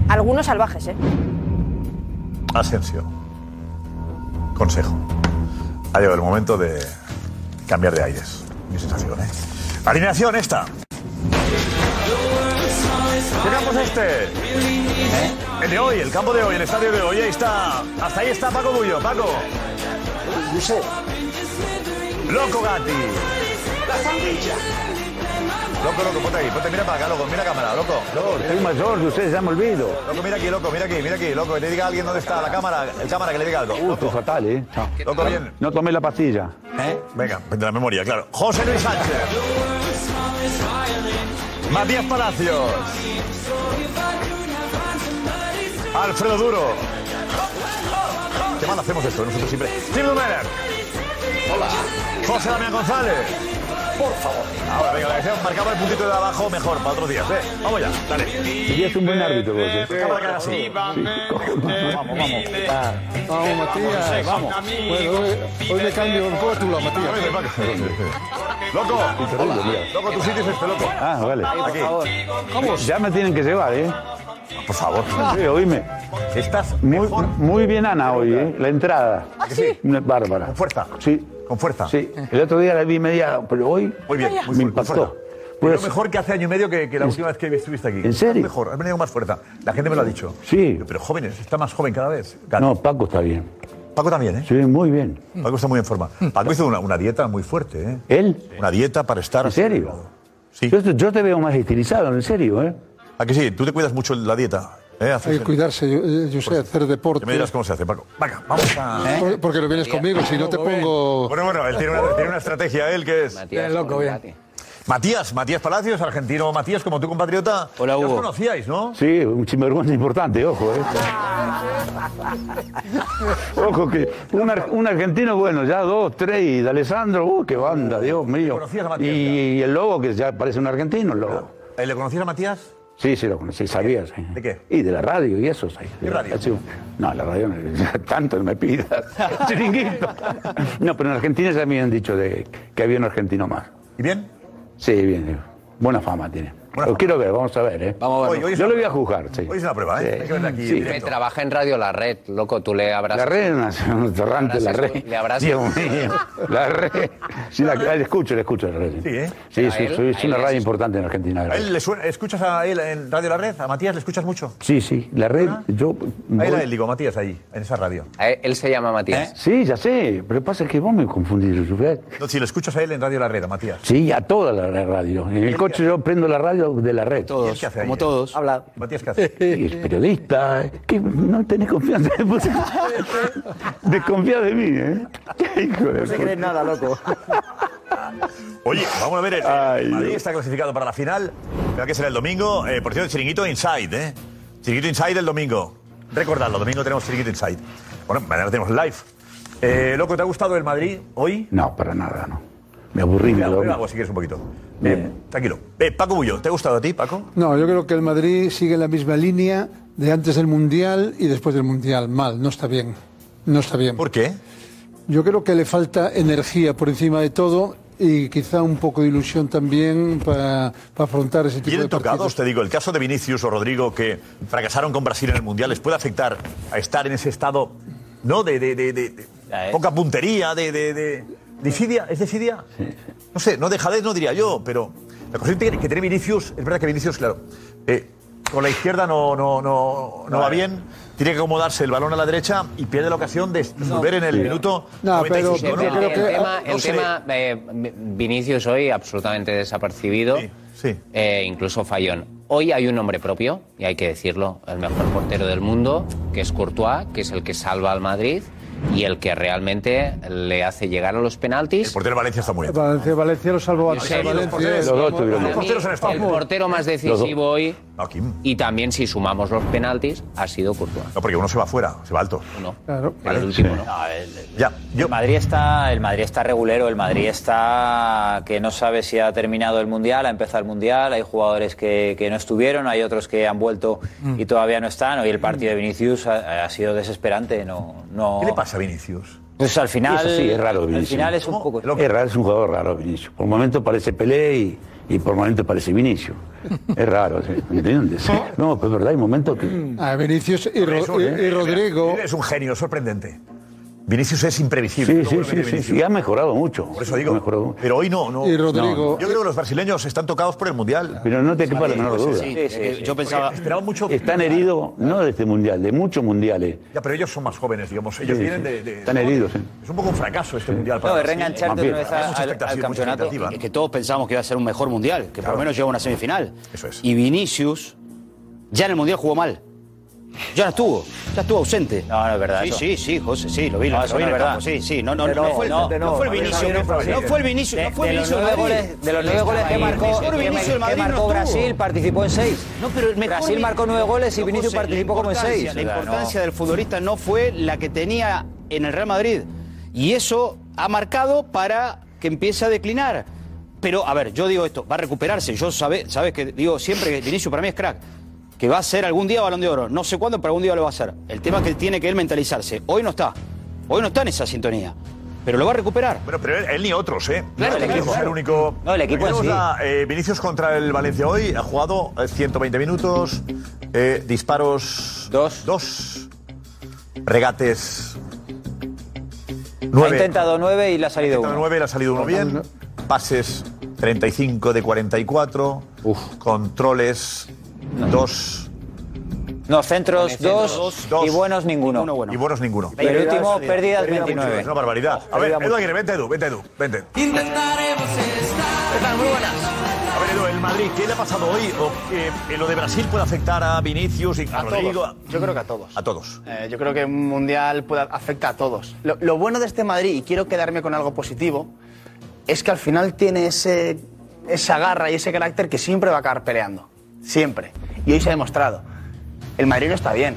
[SPEAKER 3] Algunos salvajes, ¿eh?
[SPEAKER 7] Asensio. Consejo. Ha llegado el momento de cambiar de aires. Mi sensación, ¿eh? Alineación esta. ¿Qué campo es este? El de hoy, el campo de hoy, el estadio de hoy. Ahí está. Hasta ahí está Paco Bullo. Paco. Loco Gatti. Loco, loco, ponte ahí. Ponte, mira para acá, loco. Mira cámara, loco. loco mira.
[SPEAKER 8] Soy mayor, de ustedes ya me olvido.
[SPEAKER 7] Loco, mira aquí, loco, mira aquí, mira aquí, loco, que le diga a alguien dónde está la cámara, el cámara que le diga algo.
[SPEAKER 8] Uh, estoy fatal, ¿eh?
[SPEAKER 7] Loco, bien.
[SPEAKER 8] No tomé la pastilla.
[SPEAKER 7] Venga, de la memoria, claro. José Luis Sánchez. Matías Palacios. Alfredo Duro. Qué mal hacemos esto, nosotros siempre. Tim Dumener. Hola. José Damián González. Por favor. Ahora, venga, la que sea, marcaba el puntito de abajo mejor para otros días, ¿eh? Vamos ya, dale.
[SPEAKER 8] Y es un buen árbitro, vos, ¿eh?
[SPEAKER 7] Cámara que haga así. Vamos, Ah. vamos.
[SPEAKER 9] Vamos, Matías, vamos. Bueno, hoy, hoy le cambio el rótulo a Matías.
[SPEAKER 7] Loco, loco, tu sitio es este, loco.
[SPEAKER 8] Ah, vale.
[SPEAKER 7] Aquí. Ah,
[SPEAKER 8] Ya me tienen que llevar, ¿eh?
[SPEAKER 7] Por favor.
[SPEAKER 8] Sí, oíme.
[SPEAKER 7] Estás
[SPEAKER 8] Muy,
[SPEAKER 7] mejor. ¿Ah,
[SPEAKER 8] muy bien Ana hoy, ¿eh? La entrada.
[SPEAKER 7] sí?
[SPEAKER 8] Una Bárbara.
[SPEAKER 7] Con fuerza.
[SPEAKER 8] Sí,
[SPEAKER 7] Con fuerza.
[SPEAKER 8] sí. El otro día la vi media, pero hoy
[SPEAKER 7] Muy bien. muy
[SPEAKER 8] me
[SPEAKER 7] fuerte, con
[SPEAKER 8] impactó.
[SPEAKER 7] fuerza. Pero mejor que hace año y medio que, que la última vez que estuviste aquí.
[SPEAKER 8] Pues ¿En serio?
[SPEAKER 7] Mejor, has venido con más fuerza. La gente me lo ha dicho.
[SPEAKER 8] Sí.
[SPEAKER 7] Pero jóvenes, está más joven cada vez. Cada-
[SPEAKER 8] No, Paco está bien.
[SPEAKER 7] Paco también, ¿eh?
[SPEAKER 8] Se ve muy bien.
[SPEAKER 7] Paco está muy en forma. Paco hizo una, una dieta muy fuerte, ¿eh?
[SPEAKER 8] ¿Él?
[SPEAKER 7] Una dieta para estar.
[SPEAKER 8] ¿En serio?
[SPEAKER 7] Sí.
[SPEAKER 8] Yo, te- yo te veo más estilizado, en serio, ¿eh?
[SPEAKER 7] ¿A que sí? Tú te cuidas mucho la dieta. ¿eh? Haces
[SPEAKER 9] Hay
[SPEAKER 7] el-
[SPEAKER 9] que cuidarse, yo, eh, yo sé, hacer deporte.
[SPEAKER 7] Ya me dirás cómo se hace, Paco. Venga, vamos a.
[SPEAKER 9] Por- Porque lo vienes conmigo, si no te pongo.
[SPEAKER 7] Bueno, bueno, él tiene una, tiene una estrategia, él que es.
[SPEAKER 5] Bien loco, bien.
[SPEAKER 7] Matías, Matías Palacios, argentino. Matías, como tu compatriota.
[SPEAKER 10] Hola,
[SPEAKER 7] ya os
[SPEAKER 10] Hugo.
[SPEAKER 7] conocíais, ¿no?
[SPEAKER 8] Sí, un sinvergüenza importante, ojo, ¿eh? ojo, que un, ar- un argentino, bueno, ya dos, tres, y de Alessandro, uh, qué banda, Dios mío.
[SPEAKER 7] Eh, ¿Conocías a
[SPEAKER 8] Y,
[SPEAKER 7] Matías
[SPEAKER 8] y el lobo, que ya parece un argentino, el lobo.
[SPEAKER 7] Eh, ¿Le conocías a Matías?
[SPEAKER 8] Sí, sí, lo conocí, sabía. sí.
[SPEAKER 7] ¿De qué?
[SPEAKER 8] Y de la radio y eso. sí.
[SPEAKER 7] ¿Qué radio?
[SPEAKER 8] Ha sido- No, la radio, no- ya tanto no me pidas. Chiringuito. No, pero en Argentina ya me habían dicho de, que había un argentino más.
[SPEAKER 7] ¿Y bien?
[SPEAKER 8] Sí, bien, bien. buena fama tiene.
[SPEAKER 7] Buena
[SPEAKER 8] lo
[SPEAKER 7] fama.
[SPEAKER 8] quiero ver, vamos a ver, ¿eh?
[SPEAKER 10] Vamos a ver.
[SPEAKER 7] Hoy- hoy es
[SPEAKER 8] Yo
[SPEAKER 7] una
[SPEAKER 8] lo voy a
[SPEAKER 7] prueba.
[SPEAKER 8] juzgar, sí.
[SPEAKER 7] Hoy es una prueba, ¿eh?
[SPEAKER 8] Sí.
[SPEAKER 7] Hay que verla aquí.
[SPEAKER 8] Sí.
[SPEAKER 7] en
[SPEAKER 10] Que
[SPEAKER 7] directo.
[SPEAKER 10] trabaja en Radio La Red, loco, tú le habrás...
[SPEAKER 8] La red nacional, torrante, la
[SPEAKER 10] habrás
[SPEAKER 8] red.
[SPEAKER 10] escu- le habrás-
[SPEAKER 8] Dios mío, la red. Sí, la, la escucho, la escucho, la red.
[SPEAKER 7] Sí, ¿eh?
[SPEAKER 8] Sí,
[SPEAKER 10] A
[SPEAKER 8] sí,
[SPEAKER 10] él-
[SPEAKER 8] soy-
[SPEAKER 10] a
[SPEAKER 8] es
[SPEAKER 10] él
[SPEAKER 8] una
[SPEAKER 10] le
[SPEAKER 8] radio
[SPEAKER 10] haces-
[SPEAKER 8] importante en Argentina. la
[SPEAKER 7] ¿A
[SPEAKER 8] red.
[SPEAKER 7] él le suena- ¿Escuchas a él en Radio La Red? ¿A Matías le escuchas mucho?
[SPEAKER 8] Sí, sí, la red, yo...
[SPEAKER 7] Ah. Ahí
[SPEAKER 8] voy-
[SPEAKER 7] la ¿eh? él, digo, Matías, ahí, en esa radio.
[SPEAKER 10] A
[SPEAKER 8] Eh,
[SPEAKER 10] Él, él se llama Matías.
[SPEAKER 8] Sí, ya sé, pero pasa que vos me confundís, Rubén.
[SPEAKER 7] No, si lo escuchas a él en Radio La Red, a Matías.
[SPEAKER 8] Sí, a toda la la radio. En el coche yo prendo la radio de la red.
[SPEAKER 7] ¿Y él qué hace ahí?
[SPEAKER 10] Habla.
[SPEAKER 7] Matías, ¿qué hace?
[SPEAKER 8] Y Es periodista, ¿eh? que no tenés confianza. vos. Desconfía de mí, ¿eh? Hijo de puta.
[SPEAKER 10] nada, loco.
[SPEAKER 7] Oye, vamos a ver. el-
[SPEAKER 8] Ay,
[SPEAKER 7] Madrid
[SPEAKER 8] Dios.
[SPEAKER 7] está clasificado para la final. Creo que será el domingo. Eh, por cierto, Chiringuito Inside, ¿eh? Chiringuito Inside el domingo. Recordadlo, domingo tenemos Chiringuito Inside. Bueno, mañana tenemos live. Eh, loco, ¿te ha gustado el Madrid hoy?
[SPEAKER 8] No, para nada, no. Me aburrí, me
[SPEAKER 7] Lo
[SPEAKER 8] aburrí.
[SPEAKER 7] hago si quieres un poquito. Eh, tranquilo. Eh, Paco Bullo, ¿te ha gustado a ti, Paco?
[SPEAKER 9] No, yo creo que el Madrid sigue la misma línea de antes del Mundial y después del Mundial. Mal, no está bien. No está bien.
[SPEAKER 7] ¿Por qué?
[SPEAKER 9] Yo creo que le falta energía por encima de todo y quizá un poco de ilusión también para, para afrontar ese tipo
[SPEAKER 7] ¿Tienen
[SPEAKER 9] de
[SPEAKER 7] tocados?
[SPEAKER 9] partidos.
[SPEAKER 7] Te digo, el caso de Vinicius o Rodrigo que fracasaron con Brasil en el Mundial, ¿les puede afectar a estar en ese estado, no? De, de- de- de- de
[SPEAKER 10] Ya, ¿eh?
[SPEAKER 7] poca puntería, de... de, de- disidia? ¿Es desidia? No sé, no dejadez, no diría yo, pero la cuestión que, que tiene Vinicius, es verdad que Vinicius, claro, eh, con la izquierda no, no, no, no va bien, tiene que acomodarse el balón a la derecha y pierde la ocasión de volver en el minuto
[SPEAKER 9] No, pero-
[SPEAKER 7] 95,
[SPEAKER 10] El
[SPEAKER 9] Yo
[SPEAKER 10] tema,
[SPEAKER 9] creo
[SPEAKER 10] el
[SPEAKER 9] que-
[SPEAKER 10] tema-
[SPEAKER 7] no
[SPEAKER 10] el
[SPEAKER 7] sé.
[SPEAKER 10] tema, eh, Vinicius hoy absolutamente desapercibido,
[SPEAKER 7] Sí, sí.
[SPEAKER 10] Eh, incluso Fallón. Hoy hay un hombre propio, y hay que decirlo, el mejor portero del mundo, que es Courtois, que es el que salva al Madrid y el que realmente le hace llegar a los
[SPEAKER 7] El
[SPEAKER 10] penaltis.
[SPEAKER 7] portero de Valencia está muy bien.
[SPEAKER 9] Valencia, Valencia lo salvó a
[SPEAKER 10] Sí, los
[SPEAKER 9] Valencia.
[SPEAKER 7] porteros-
[SPEAKER 9] es-
[SPEAKER 8] Los dos tuvieron.
[SPEAKER 7] Los porteros han estado
[SPEAKER 10] el
[SPEAKER 7] muy-
[SPEAKER 10] portero más decisivo hoy,
[SPEAKER 7] No, Kim.
[SPEAKER 10] y también si sumamos los penaltis, ha sido Courtois.
[SPEAKER 7] No, porque uno se va afuera, se va alto.
[SPEAKER 10] Uno.
[SPEAKER 9] Claro.
[SPEAKER 10] Pero el último no.
[SPEAKER 7] Ya, yo.
[SPEAKER 11] Madrid está, el Madrid está regulero, el Madrid está que no sabe si ha terminado el Mundial, ha empezado el Mundial, hay jugadores que, que no estuvieron, hay otros que han vuelto
[SPEAKER 12] Mm.
[SPEAKER 11] y todavía no están. Hoy el partido de Vinicius ha, ha sido desesperante, no, no.
[SPEAKER 7] ¿Qué le pasa a Vinicius?
[SPEAKER 11] Pues al final,
[SPEAKER 8] Eso sí, es raro,
[SPEAKER 11] al
[SPEAKER 8] Vinicius.
[SPEAKER 11] final es un
[SPEAKER 7] ¿Cómo?
[SPEAKER 11] poco.
[SPEAKER 7] Lo-
[SPEAKER 8] Es raro, es un jugador raro, Vinicius. Por momentos parece Pelé y, y por momentos parece Vinicius. Es raro, ¿sí? ¿entiendes? No, pero es verdad, hay momentos que...
[SPEAKER 9] A Vinicius y, Ro-
[SPEAKER 7] Es un- eh,
[SPEAKER 9] y- y Rodrigo.
[SPEAKER 7] Es un genio sorprendente. Vinicius es imprevisible.
[SPEAKER 8] Sí,
[SPEAKER 7] Luego
[SPEAKER 8] sí,
[SPEAKER 7] lo
[SPEAKER 8] sí,
[SPEAKER 7] mete
[SPEAKER 8] sí,
[SPEAKER 7] Vinicius.
[SPEAKER 8] sí, ha mejorado mucho.
[SPEAKER 7] Por eso
[SPEAKER 8] Ha
[SPEAKER 7] digo.
[SPEAKER 8] mejorado.
[SPEAKER 7] Pero hoy no, no.
[SPEAKER 9] Y Rodrigo.
[SPEAKER 7] Yo creo que los brasileños están tocados por el mundial.
[SPEAKER 8] Pero no te quepa la
[SPEAKER 7] Madrid,
[SPEAKER 8] menor
[SPEAKER 7] pues,
[SPEAKER 8] duda.
[SPEAKER 11] Sí, sí, sí.
[SPEAKER 7] Yo pensaba. Esperaba mucho.
[SPEAKER 8] Están heridos, no de este mundial, de muchos mundiales.
[SPEAKER 7] Ya, pero ellos son más jóvenes, digamos. Ellos
[SPEAKER 8] Sí,
[SPEAKER 7] vienen
[SPEAKER 8] sí.
[SPEAKER 7] de, de-
[SPEAKER 8] Están heridos, ¿eh? sí.
[SPEAKER 7] Es un poco un fracaso este mundial.
[SPEAKER 11] No, es
[SPEAKER 7] Brasil.
[SPEAKER 11] reengancharte
[SPEAKER 8] Más
[SPEAKER 11] otra vez
[SPEAKER 7] bien,
[SPEAKER 11] al-
[SPEAKER 7] mucha
[SPEAKER 11] al,
[SPEAKER 7] expectativa, mucha
[SPEAKER 11] campeonato.
[SPEAKER 7] expectativa.
[SPEAKER 12] Es que todos pensamos que iba a ser un mejor mundial, que por
[SPEAKER 7] Claro.
[SPEAKER 12] lo menos llega a una semifinal.
[SPEAKER 7] Eso es.
[SPEAKER 12] Y Vinicius ya en el mundial jugó mal. Ya no estuvo, ya estuvo ausente.
[SPEAKER 11] No, no es verdad.
[SPEAKER 12] Sí,
[SPEAKER 11] eso.
[SPEAKER 12] sí, sí, José, sí, lo vi,
[SPEAKER 11] No,
[SPEAKER 12] lo
[SPEAKER 11] eso
[SPEAKER 12] vi en
[SPEAKER 11] no es
[SPEAKER 12] el
[SPEAKER 11] verdad.
[SPEAKER 12] campo, sí, sí, no, no,
[SPEAKER 11] De
[SPEAKER 12] no,
[SPEAKER 11] nuevo,
[SPEAKER 12] fue el,
[SPEAKER 11] no, de nuevo.
[SPEAKER 12] fue el Vinicius,
[SPEAKER 11] Eso no es
[SPEAKER 12] no fue el Vinicius, no
[SPEAKER 11] De,
[SPEAKER 12] fue el
[SPEAKER 11] de los
[SPEAKER 12] Vinicius del
[SPEAKER 11] nueve
[SPEAKER 12] Madrid.
[SPEAKER 11] goles, de los nueve goles que
[SPEAKER 12] ahí,
[SPEAKER 11] marcó,
[SPEAKER 12] el mejor Vinicius del
[SPEAKER 11] que
[SPEAKER 12] Madrid no
[SPEAKER 11] marcó
[SPEAKER 12] estuvo.
[SPEAKER 11] Brasil, participó en seis.
[SPEAKER 12] No, pero el mejor
[SPEAKER 11] Brasil
[SPEAKER 12] Vin-
[SPEAKER 11] marcó nueve goles y
[SPEAKER 12] No,
[SPEAKER 11] Vinicius
[SPEAKER 12] José, la
[SPEAKER 11] participó como en
[SPEAKER 12] importancia-
[SPEAKER 11] seis. O sea,
[SPEAKER 12] La
[SPEAKER 11] no.
[SPEAKER 12] importancia del futbolista no fue la que tenía en el Real Madrid. Y eso ha marcado para que empiece a declinar. Pero, a ver, yo digo esto, va a recuperarse. Yo sabe- sabes que digo siempre que Vinicius para mí es crack. Que va a ser algún día balón de oro. No sé cuándo, pero algún día lo va a ser. El tema es que tiene que él mentalizarse. Hoy no está. Hoy no está en esa sintonía. Pero lo va a recuperar.
[SPEAKER 7] Bueno, pero él, él ni otros, ¿eh?
[SPEAKER 11] Claro,
[SPEAKER 7] no,
[SPEAKER 11] el equipo.
[SPEAKER 7] es el único.
[SPEAKER 11] No, el equipo en
[SPEAKER 7] Tenemos
[SPEAKER 11] sí.
[SPEAKER 7] la, eh, Vinicius contra el Valencia hoy ha jugado eh, 120 minutos, eh, disparos.
[SPEAKER 11] Dos.
[SPEAKER 7] Dos. Regates.
[SPEAKER 11] Ha
[SPEAKER 7] Nueve.
[SPEAKER 11] intentado nueve y le ha salido
[SPEAKER 7] Intentado
[SPEAKER 11] uno.
[SPEAKER 7] nueve, le ha salido uno bien. Pases 35 de 44. Controles 2.
[SPEAKER 11] No, centros 2 y buenos ninguno.
[SPEAKER 7] Y buenos ninguno.
[SPEAKER 11] El último, pérdidas 29.
[SPEAKER 7] Es una barbaridad. A ver, Edu
[SPEAKER 11] Pérdida Oh, mucho.
[SPEAKER 7] Aguirre, vente Edu, vente Edu, vente. A ver, Edu, el Madrid, ¿qué le ha pasado hoy? O, eh, ¿Lo de Brasil puede afectar a Vinicius y a,
[SPEAKER 13] A
[SPEAKER 7] Rodrigo?
[SPEAKER 13] todos. Yo creo que a todos.
[SPEAKER 7] A todos.
[SPEAKER 13] Eh, yo creo que un mundial puede- afecta a todos. Lo, lo bueno de este Madrid, y quiero quedarme con algo positivo, es que al final tiene ese, esa garra y ese carácter que siempre va a acabar peleando. Siempre. Y hoy se ha demostrado. El Madrid no está bien.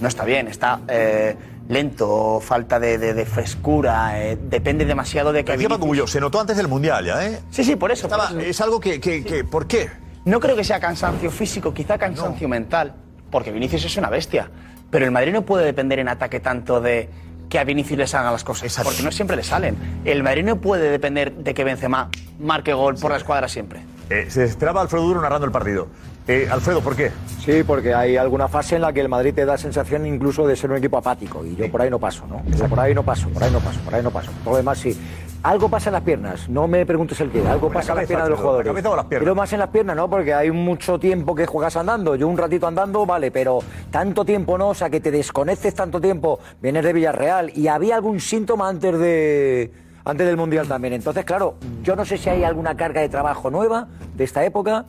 [SPEAKER 13] No está bien. Está eh, lento, falta de, de- de frescura, eh, depende demasiado de que.
[SPEAKER 7] Decía Paco Bullo, se notó antes del Mundial ya, ¿eh?
[SPEAKER 13] Sí, sí, por eso.
[SPEAKER 7] Estaba- Es algo que, que- que- ¿Por qué?
[SPEAKER 13] No creo que sea cansancio físico, quizá cansancio mental, porque Vinicius es una bestia. Pero el Madrid no puede depender en ataque tanto de que a Vinicius le salgan las cosas, porque no siempre le salen. El Madrid no puede depender de que Benzema marque gol por la escuadra siempre.
[SPEAKER 7] Eh, se esperaba a Alfredo Duro narrando el partido. Eh, Alfredo, ¿por qué?
[SPEAKER 4] Sí, porque hay alguna fase en la que el Madrid te da sensación incluso de ser un equipo apático y yo por ahí no paso, ¿no? Yo por ahí no paso, por ahí no paso, por ahí no paso. Todo lo demás sí. Algo pasa en las piernas, no me preguntes el qué, algo
[SPEAKER 7] la
[SPEAKER 4] pasa en las
[SPEAKER 7] cabeza,
[SPEAKER 4] piernas de los
[SPEAKER 7] Alfredo, la
[SPEAKER 4] jugadores.
[SPEAKER 7] cabeza o las piernas.
[SPEAKER 4] Pero más en las piernas, ¿no? Porque hay mucho tiempo que juegas andando, yo un ratito andando, vale, pero tanto tiempo no, o sea, que te desconectes tanto tiempo, vienes de Villarreal y había algún síntoma antes de antes del Mundial también. Entonces, claro, yo no sé si hay alguna carga de trabajo nueva de esta época.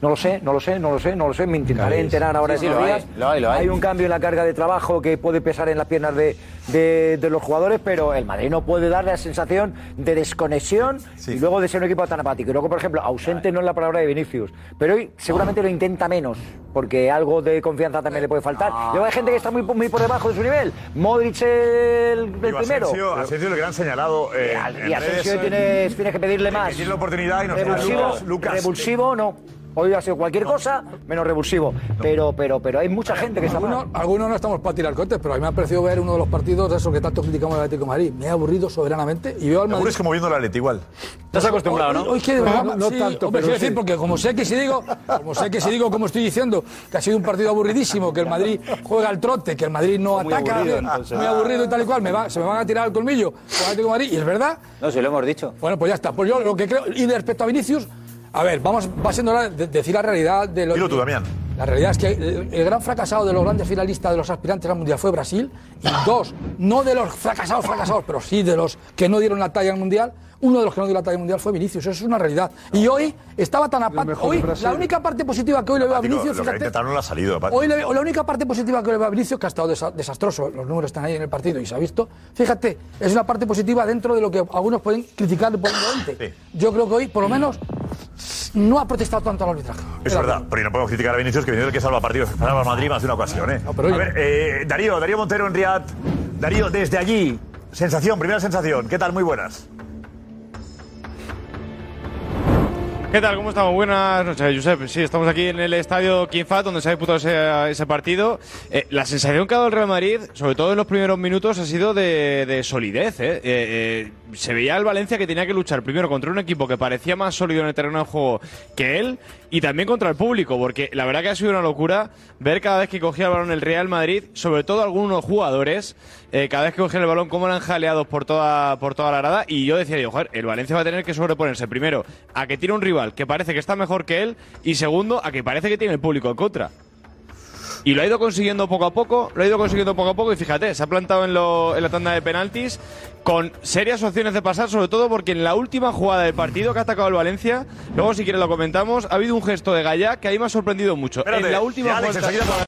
[SPEAKER 4] No lo sé, no lo sé, no lo sé, no lo sé. Me intentaré
[SPEAKER 11] Claro,
[SPEAKER 4] enterar ahora
[SPEAKER 11] sí,
[SPEAKER 4] en
[SPEAKER 11] sí,
[SPEAKER 4] estos
[SPEAKER 11] lo
[SPEAKER 4] días.
[SPEAKER 11] hay, lo hay, lo hay.
[SPEAKER 4] un cambio en la carga de trabajo que puede pesar en las piernas de, de- de los jugadores, pero el Madrid no puede dar la sensación de desconexión y luego de ser un equipo tan apático. Y luego, por ejemplo, ausente no es la palabra de Vinicius, pero hoy seguramente lo intenta menos, porque algo de confianza también le puede faltar.
[SPEAKER 11] Ah.
[SPEAKER 4] Luego hay gente que está muy, muy por debajo de su nivel. Modric el, el
[SPEAKER 7] Digo,
[SPEAKER 4] primero.
[SPEAKER 7] Asensio, Asensio es el gran señalado. eh, en
[SPEAKER 4] Y Asensio
[SPEAKER 7] redes.
[SPEAKER 4] tienes, tienes que pedirle más.
[SPEAKER 7] tiene la oportunidad y nos
[SPEAKER 4] revulsivo,
[SPEAKER 7] Lucas, Lucas.
[SPEAKER 4] revulsivo, no. Hoy ha sido cualquier cosa menos revulsivo. Pero, pero, pero hay mucha gente que está mal.
[SPEAKER 5] Algunos, algunos no estamos para tirar cohetes, pero a mí me ha parecido ver uno de los partidos de esos que tanto criticamos al Atlético de Madrid. Me he aburrido soberanamente y veo al Madrid.
[SPEAKER 7] Seguro es como viendo la Leti igual.
[SPEAKER 5] Estás acostumbrado,
[SPEAKER 7] ¿no?
[SPEAKER 5] Hoy, hoy que de
[SPEAKER 7] No,
[SPEAKER 5] verdad,
[SPEAKER 7] no- no
[SPEAKER 5] sí,
[SPEAKER 7] tanto,
[SPEAKER 5] hombre,
[SPEAKER 7] pero
[SPEAKER 5] quiero
[SPEAKER 7] sí.
[SPEAKER 5] decir, porque como sé que si digo, como sé que si digo como estoy diciendo, que ha sido un partido aburridísimo, que el Madrid juega al trote, que el Madrid no
[SPEAKER 11] Muy
[SPEAKER 5] ataca,
[SPEAKER 11] aburrido,
[SPEAKER 5] eh,
[SPEAKER 11] entonces. ah.
[SPEAKER 5] muy aburrido y tal y cual, me va- se me van a tirar al colmillo con el Atlético de Madrid, y es verdad,
[SPEAKER 11] No, si lo hemos dicho.
[SPEAKER 5] Bueno, pues ya está. Pues yo lo que creo. Y de respecto a Vinicius, a ver, vamos, va siendo hora de decir la realidad de lo.
[SPEAKER 7] Dilo tú, Damián.
[SPEAKER 5] La realidad es que eh, el, el gran fracasado de los grandes finalistas de los aspirantes al mundial fue Brasil. Y dos, no de los fracasados, fracasados, pero sí de los que no dieron la talla al mundial. Uno de los que no dio la talla al mundial fue Vinicius. Eso es una realidad. Y hoy estaba tan apático.
[SPEAKER 7] mejor de
[SPEAKER 5] Hoy,
[SPEAKER 7] Brasil.
[SPEAKER 5] la única parte positiva que hoy le veo a
[SPEAKER 7] Digo,
[SPEAKER 5] Vinicius,
[SPEAKER 7] lo que ha
[SPEAKER 5] fíjate,
[SPEAKER 7] intentado no le ha salido. Paco.
[SPEAKER 5] Hoy le- la única parte positiva que le veo a Vinicius, que ha estado desa- desastroso, los números están ahí en el partido y se ha visto. Fíjate, es una parte positiva dentro de lo que algunos pueden criticar por delante. Yo creo que hoy, por lo menos, no ha protestado tanto al arbitraje.
[SPEAKER 7] Es verdad, pero no podemos criticar a Vinicius, que Vinicius es el que salva partidos, salva al Madrid más de una ocasión, ¿eh? a ver, eh, Darío, Darío Montero en Riad. Darío, desde allí, sensación, primera sensación. ¿Qué tal? Muy buenas.
[SPEAKER 14] ¿Qué tal? ¿Cómo estamos? Buenas noches, Josep. Sí, estamos aquí en el estadio Quinfat, donde se ha disputado ese, ese partido. Eh, la sensación que ha dado el Real Madrid, sobre todo en los primeros minutos, ha sido de, de solidez. ¿eh? Eh, eh, se veía el Valencia que tenía que luchar primero contra un equipo que parecía más sólido en el terreno de juego que él y también contra el público, porque la verdad que ha sido una locura ver cada vez que cogía el balón el Real Madrid, sobre todo algunos jugadores, eh, cada vez que cogían el balón, cómo eran jaleados por toda, por toda la grada. Y yo decía, digo, joder, el Valencia va a tener que sobreponerse primero a que tiene un rival que parece que está mejor que él y segundo a que parece que tiene el público en contra. Y lo ha ido consiguiendo poco a poco, lo ha ido consiguiendo poco a poco y fíjate, se ha plantado en, lo- en la tanda de penaltis con serias opciones de pasar, sobre todo porque en la última jugada del partido que ha atacado el Valencia, luego si quieres lo comentamos, ha habido un gesto de Gallá que ahí me ha sorprendido mucho.
[SPEAKER 7] Espérate,
[SPEAKER 14] en la última
[SPEAKER 7] ya, Alex,
[SPEAKER 14] vuelta-
[SPEAKER 7] enseguida-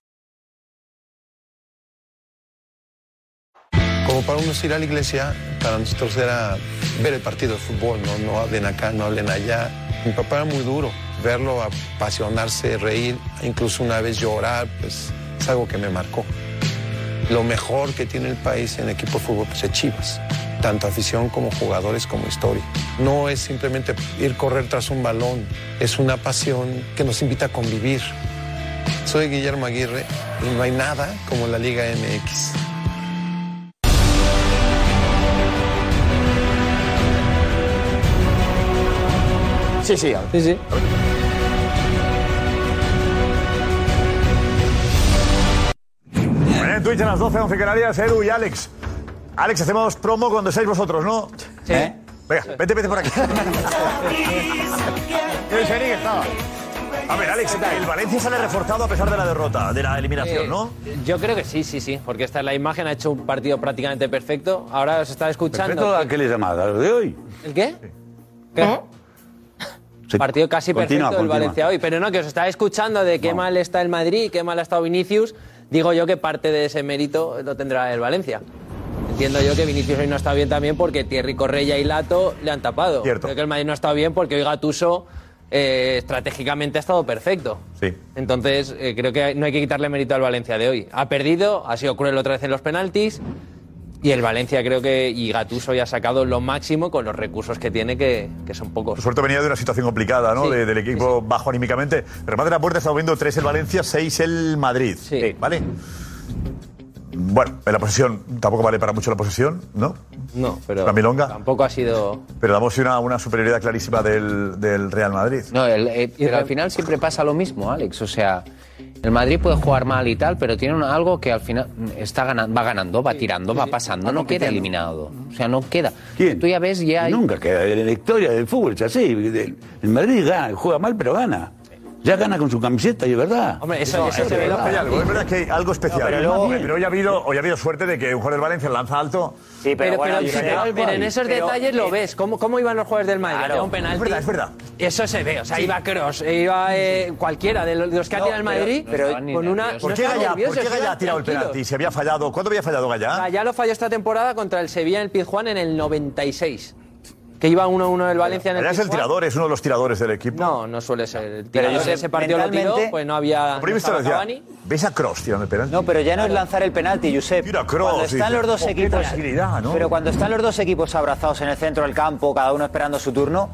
[SPEAKER 15] Como para unos ir a la iglesia, para nosotros era ver el partido de fútbol, no, no hablen acá, no hablen allá. Mi papá era muy duro, verlo apasionarse, reír, incluso una vez llorar, pues es algo que me marcó. Lo mejor que tiene el país en equipo de fútbol pues, es Chivas, tanto afición como jugadores como historia. No es simplemente ir correr tras un balón, es una pasión que nos invita a convivir. Soy Guillermo Aguirre y no hay nada como la Liga MX.
[SPEAKER 16] Sí, sí, sí, sí.
[SPEAKER 7] Mañana en Twitch a las 12, 11 Canarias, Edu y Alex. Alex, hacemos promo cuando seáis vosotros, ¿no? ¿Eh?
[SPEAKER 16] Sí.
[SPEAKER 7] Venga, vete, vete por aquí. Ese ni que estaba. A ver, Alex, el Valencia sale reforzado a pesar de la derrota, de la eliminación,
[SPEAKER 17] Eh,
[SPEAKER 7] ¿no?
[SPEAKER 17] Yo creo que sí, sí, sí, porque esta es la imagen, ha hecho un partido prácticamente perfecto. Ahora os está escuchando.
[SPEAKER 8] ¿Perfecto a qué le llamás? ¿A lo de hoy?
[SPEAKER 17] ¿El qué? ¿Qué? Partido casi
[SPEAKER 8] Continúa,
[SPEAKER 17] perfecto del
[SPEAKER 8] continúa.
[SPEAKER 17] Valencia hoy, pero no, que os está escuchando de qué mal está el Madrid, qué mal ha estado Vinicius. Digo yo que parte de ese mérito lo tendrá el Valencia. Entiendo yo que Vinicius hoy no está bien también porque Thierry Correia y Lato le han tapado. Creo que el Madrid no está bien porque hoy Gatuso estratégicamente ha estado perfecto.
[SPEAKER 7] Sí.
[SPEAKER 17] Entonces, eh, creo que no hay que quitarle mérito al Valencia de hoy. Ha perdido, ha sido cruel otra vez en los penaltis. Y el Valencia creo que, y Gatuso ya ha sacado lo máximo con los recursos que tiene, que, que son pocos.
[SPEAKER 7] Por suerte venía de una situación complicada, ¿no? De- del equipo bajo anímicamente. Remate de la puerta, estamos viendo 3 el Valencia, 6 el Madrid. Sí. ¿Vale? Bueno, en la posesión tampoco vale para mucho la posesión, ¿no?
[SPEAKER 17] No, pero.
[SPEAKER 7] La milonga.
[SPEAKER 17] Tampoco ha sido.
[SPEAKER 7] Pero damos una, una superioridad clarísima del, del Real Madrid.
[SPEAKER 10] No, el- eh, pero al final siempre pasa lo mismo, Alex. O sea, el Madrid puede jugar mal y tal, pero tiene un- algo que al final mm, está ganando, va ganando, va tirando, va pasando, no queda eliminado. O sea, no queda. Tú ya ves, ya hay-
[SPEAKER 8] Nunca queda. En la historia del fútbol es así. El el Madrid gana, juega mal, pero gana. Ya gana con su camiseta, y es verdad.
[SPEAKER 7] es verdad. Hay algo, es verdad que hay algo especial.
[SPEAKER 8] No, pero
[SPEAKER 7] pero,
[SPEAKER 8] luego-
[SPEAKER 7] hoy, ha habido, hoy ha habido suerte de que un jugador del Valencia lanza alto.
[SPEAKER 11] Sí,
[SPEAKER 17] Pero, pero- pero- pero en esos detalles lo ves. ¿Cómo, cómo iban los jugadores del Madrid?
[SPEAKER 11] Claro.
[SPEAKER 17] Era un penalti.
[SPEAKER 11] Es verdad, es verdad.
[SPEAKER 17] Eso se ve. O sea,
[SPEAKER 11] Sí.
[SPEAKER 17] iba Cross, iba eh, cualquiera de los, de los que ha
[SPEAKER 11] No,
[SPEAKER 17] tirado el
[SPEAKER 11] pero-
[SPEAKER 17] Madrid
[SPEAKER 11] pero-
[SPEAKER 17] con una.
[SPEAKER 7] ¿Por
[SPEAKER 17] no
[SPEAKER 7] qué
[SPEAKER 17] estaban
[SPEAKER 7] Gallá por
[SPEAKER 17] nerviosos,
[SPEAKER 7] qué Gallá ha
[SPEAKER 17] iban
[SPEAKER 7] tirado el
[SPEAKER 17] tranquilos.
[SPEAKER 7] penalti? ¿Se había fallado? ¿Cuándo había fallado Gallá?
[SPEAKER 17] Gallá lo falló esta temporada contra el Sevilla en el Pizjuán en el 96. Que iba 1-1 del Valencia en el
[SPEAKER 7] Gallá es el
[SPEAKER 17] Pizjuán.
[SPEAKER 7] tirador, es uno de los tiradores del equipo.
[SPEAKER 17] No, no suele ser el
[SPEAKER 7] Pero
[SPEAKER 17] tirador.
[SPEAKER 7] yo sé,
[SPEAKER 17] ese partido lo tiró,
[SPEAKER 11] mentalmente-
[SPEAKER 17] pues no había.
[SPEAKER 7] Por ahí me
[SPEAKER 17] no estaba
[SPEAKER 7] estaba decía,
[SPEAKER 17] Cavani.
[SPEAKER 7] ¿Ves a Cross tirando el penalti?
[SPEAKER 11] No, pero ya no es lanzar el penalti, Josep.
[SPEAKER 7] Mira, Kroos,
[SPEAKER 11] cuando están
[SPEAKER 7] dice,
[SPEAKER 11] los dos
[SPEAKER 7] "Oh, qué
[SPEAKER 11] equipos,
[SPEAKER 7] tranquilidad, ¿no?"
[SPEAKER 11] pero cuando están los dos equipos abrazados en el centro del campo, cada uno esperando su turno,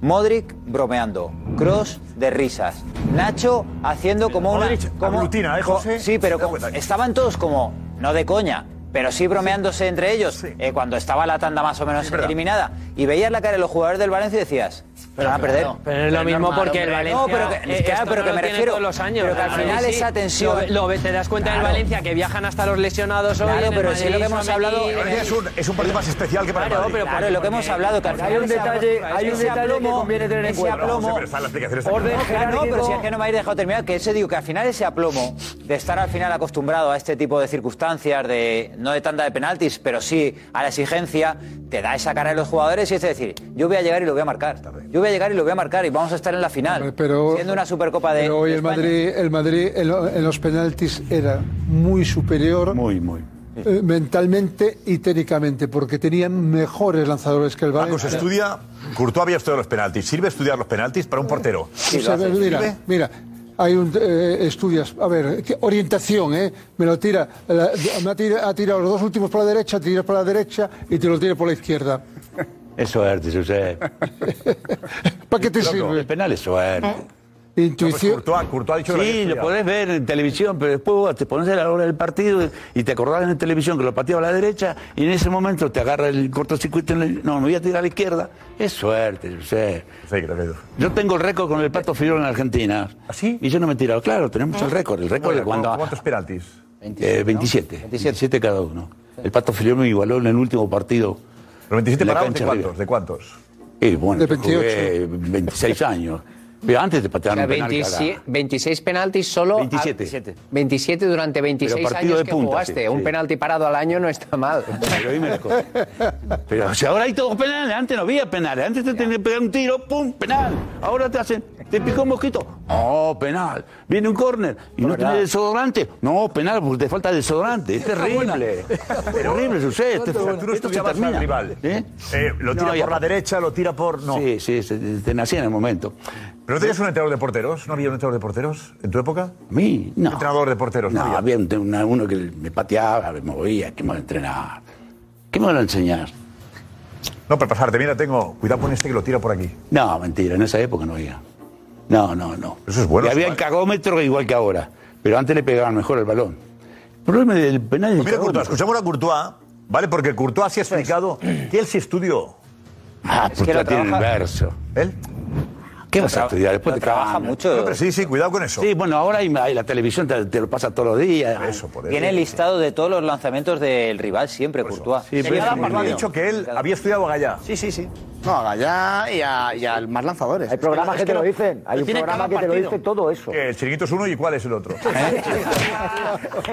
[SPEAKER 11] Modric bromeando, Cross de risas, Nacho haciendo como una
[SPEAKER 7] Modric
[SPEAKER 11] como
[SPEAKER 7] aglutina, ¿eh,
[SPEAKER 11] co-
[SPEAKER 7] José?
[SPEAKER 11] Sí, pero como- estaban todos como no de coña. Pero sí bromeándose entre ellos eh, cuando estaba la tanda más o menos eliminada. Y veías la cara de los jugadores del Valencia y decías, pero van a perder.
[SPEAKER 17] no, pero es lo mismo porque el Valencia.
[SPEAKER 11] No, pero que,
[SPEAKER 17] eh,
[SPEAKER 11] claro,
[SPEAKER 17] esto
[SPEAKER 11] pero
[SPEAKER 17] no
[SPEAKER 11] que
[SPEAKER 17] lo
[SPEAKER 11] me
[SPEAKER 17] tiene
[SPEAKER 11] refiero.
[SPEAKER 17] todos los años.
[SPEAKER 11] pero que al
[SPEAKER 17] Madrid
[SPEAKER 11] final
[SPEAKER 17] sí.
[SPEAKER 11] esa tensión.
[SPEAKER 17] Lo, lo- te das cuenta del Valencia que viajan hasta los lesionados hoy.
[SPEAKER 11] Claro,
[SPEAKER 17] en el
[SPEAKER 11] pero si es lo que
[SPEAKER 17] Madrid,
[SPEAKER 11] hemos
[SPEAKER 17] Suamení, eh,
[SPEAKER 11] hablado-
[SPEAKER 17] en el-
[SPEAKER 7] Es un, es un partido más especial que para
[SPEAKER 17] Claro,
[SPEAKER 7] el Madrid.
[SPEAKER 17] pero Claro, porque- lo que hemos hablado, que al
[SPEAKER 4] Hay un detalle, hay un
[SPEAKER 11] ese
[SPEAKER 4] detalle que
[SPEAKER 11] aplomo-
[SPEAKER 4] conviene tener en
[SPEAKER 11] ese
[SPEAKER 4] cuenta.
[SPEAKER 11] aplomo-
[SPEAKER 7] Pero están las explicaciones.
[SPEAKER 11] no, claro, no, pero si es que no me habéis dejado terminar, que ese digo que al final ese aplomo de estar al final acostumbrado a este tipo de circunstancias, de no de tanda de penaltis, pero sí a la exigencia, te da esa cara de los jugadores y es decir, yo voy a llegar y lo voy a marcar. Yo voy a llegar y lo voy a marcar y vamos a estar en la final.
[SPEAKER 9] pero-
[SPEAKER 11] siendo una supercopa de.
[SPEAKER 9] Pero hoy
[SPEAKER 11] de
[SPEAKER 9] el
[SPEAKER 11] España.
[SPEAKER 9] Madrid, el Madrid en, lo- en los penaltis era muy superior. Muy,
[SPEAKER 8] muy.
[SPEAKER 9] mentalmente y técnicamente, porque tenían mejores lanzadores que el Valencia.
[SPEAKER 7] Paco, se Ah, pues estudia. Courtois había estudiado los penaltis. ¿Sirve estudiar los penaltis para un portero?
[SPEAKER 9] O sea, mira,
[SPEAKER 7] ¿Sirve?
[SPEAKER 9] mira, hay un eh, estudias, a ver, ¿qué orientación, ¿eh? Me lo tira, la- me ha tira- ha tirado los dos últimos por la derecha, tira por la derecha y te lo tira por la izquierda.
[SPEAKER 8] Es suerte, Josep.
[SPEAKER 9] ¿Para qué te ¿Eh?
[SPEAKER 8] sirve? El penal es suerte.
[SPEAKER 9] Intuición.
[SPEAKER 7] pues Courtois, Courtois ha dicho que lo había
[SPEAKER 8] Sí, lo
[SPEAKER 7] estudiado.
[SPEAKER 8] podés ver en televisión, pero después vos te pones a la hora del partido y te acordás en televisión que lo pateaba a la derecha y en ese momento te agarra el cortocircuito. En el- no, me voy a tirar a la izquierda. Es suerte, José. Yo tengo el récord con el Pato Figueroa en Argentina.
[SPEAKER 7] ¿Ah,
[SPEAKER 8] ¿Así? Y yo no me he tirado. Claro, tenemos el récord. El récord de cuando.
[SPEAKER 7] ¿Cuántos penaltis?
[SPEAKER 8] eh, 27, 27. cada uno. El Pato Filión me igualó en el último partido.
[SPEAKER 7] ¿Los 27
[SPEAKER 8] en la
[SPEAKER 7] parados de
[SPEAKER 8] cancha
[SPEAKER 7] cuántos?
[SPEAKER 8] River.
[SPEAKER 7] ¿De cuántos?
[SPEAKER 8] Y bueno,
[SPEAKER 7] De
[SPEAKER 8] yo jugué 26 años. Pero antes te
[SPEAKER 10] O sea,
[SPEAKER 8] patearon un penal
[SPEAKER 10] 27
[SPEAKER 8] cada-
[SPEAKER 10] 26 penaltis solo. a-
[SPEAKER 8] 27.
[SPEAKER 10] 27 durante 26
[SPEAKER 8] partido
[SPEAKER 10] años
[SPEAKER 8] de
[SPEAKER 10] que
[SPEAKER 8] punta,
[SPEAKER 10] jugaste.
[SPEAKER 8] sí,
[SPEAKER 10] un
[SPEAKER 8] sí.
[SPEAKER 10] penalti parado al año no está mal.
[SPEAKER 8] Pero ahí me la co- Pero o sea, ahora hay todos penales, antes no había penales, antes te tenían que pegar un tiro, pum, penal. Ahora te hacen, te picó un mosquito, oh, penal. Viene un córner y no tenés desodorante, no, penal, porque te falta desodorante, es terrible. terrible sucede, esto,
[SPEAKER 7] O sea, tú no
[SPEAKER 8] este esto se
[SPEAKER 7] estudiabas al
[SPEAKER 8] termina.
[SPEAKER 7] rival.
[SPEAKER 8] ¿Eh?
[SPEAKER 7] Eh, lo tira
[SPEAKER 8] No, ya-
[SPEAKER 7] por la derecha, lo tira por. No.
[SPEAKER 8] Sí, sí, se- te nacía en el momento.
[SPEAKER 7] ¿Pero no tenías un entrenador de porteros? ¿No había un entrenador de porteros en tu época?
[SPEAKER 8] ¿A mí? No.
[SPEAKER 7] entrenador de porteros?
[SPEAKER 8] No, había un- una- uno que me pateaba, me movía, que me iba a entrenar. ¿Qué me van a enseñar?
[SPEAKER 7] No, para pasarte, mira, tengo. Cuidado con este que lo tira por aquí.
[SPEAKER 8] No, mentira, en esa época no había. No, no, no. Eso es bueno. Y había el cagómetro igual que ahora, pero antes le pegaban mejor el balón. El problema del penal es el
[SPEAKER 7] Mira, Courtois,
[SPEAKER 8] cagómetro.
[SPEAKER 7] escuchamos a Courtois, ¿vale? Porque Courtois sí
[SPEAKER 8] Pues.
[SPEAKER 7] ha explicado que él sí estudió.
[SPEAKER 8] Ah,
[SPEAKER 7] que
[SPEAKER 8] Courtois
[SPEAKER 7] lo
[SPEAKER 8] tiene el
[SPEAKER 7] trabaja-
[SPEAKER 8] verso.
[SPEAKER 7] ¿Él?
[SPEAKER 8] ¿Qué vas a
[SPEAKER 7] Lo tra-
[SPEAKER 8] estudiar? Después
[SPEAKER 7] lo
[SPEAKER 8] te
[SPEAKER 7] trabaja
[SPEAKER 8] cambian.
[SPEAKER 7] mucho. No, pero sí, sí, cuidado con eso.
[SPEAKER 8] Sí, bueno, ahora hay, hay la televisión te, te lo pasa todos los días.
[SPEAKER 7] eso, por
[SPEAKER 11] Ah, Tiene el listado de todos los lanzamientos del rival siempre, Courtois.
[SPEAKER 8] Sí, pero
[SPEAKER 11] Cada
[SPEAKER 8] es muy
[SPEAKER 11] partido.
[SPEAKER 8] bien.
[SPEAKER 7] que él había estudiado a Gallá.
[SPEAKER 13] Sí, sí, sí. No, a Gallá y, a, y a más lanzadores. Hay
[SPEAKER 4] programas que te lo dicen. Hay un programa que te lo dice todo eso.
[SPEAKER 7] Que El chiringuito es uno y cuál es el otro.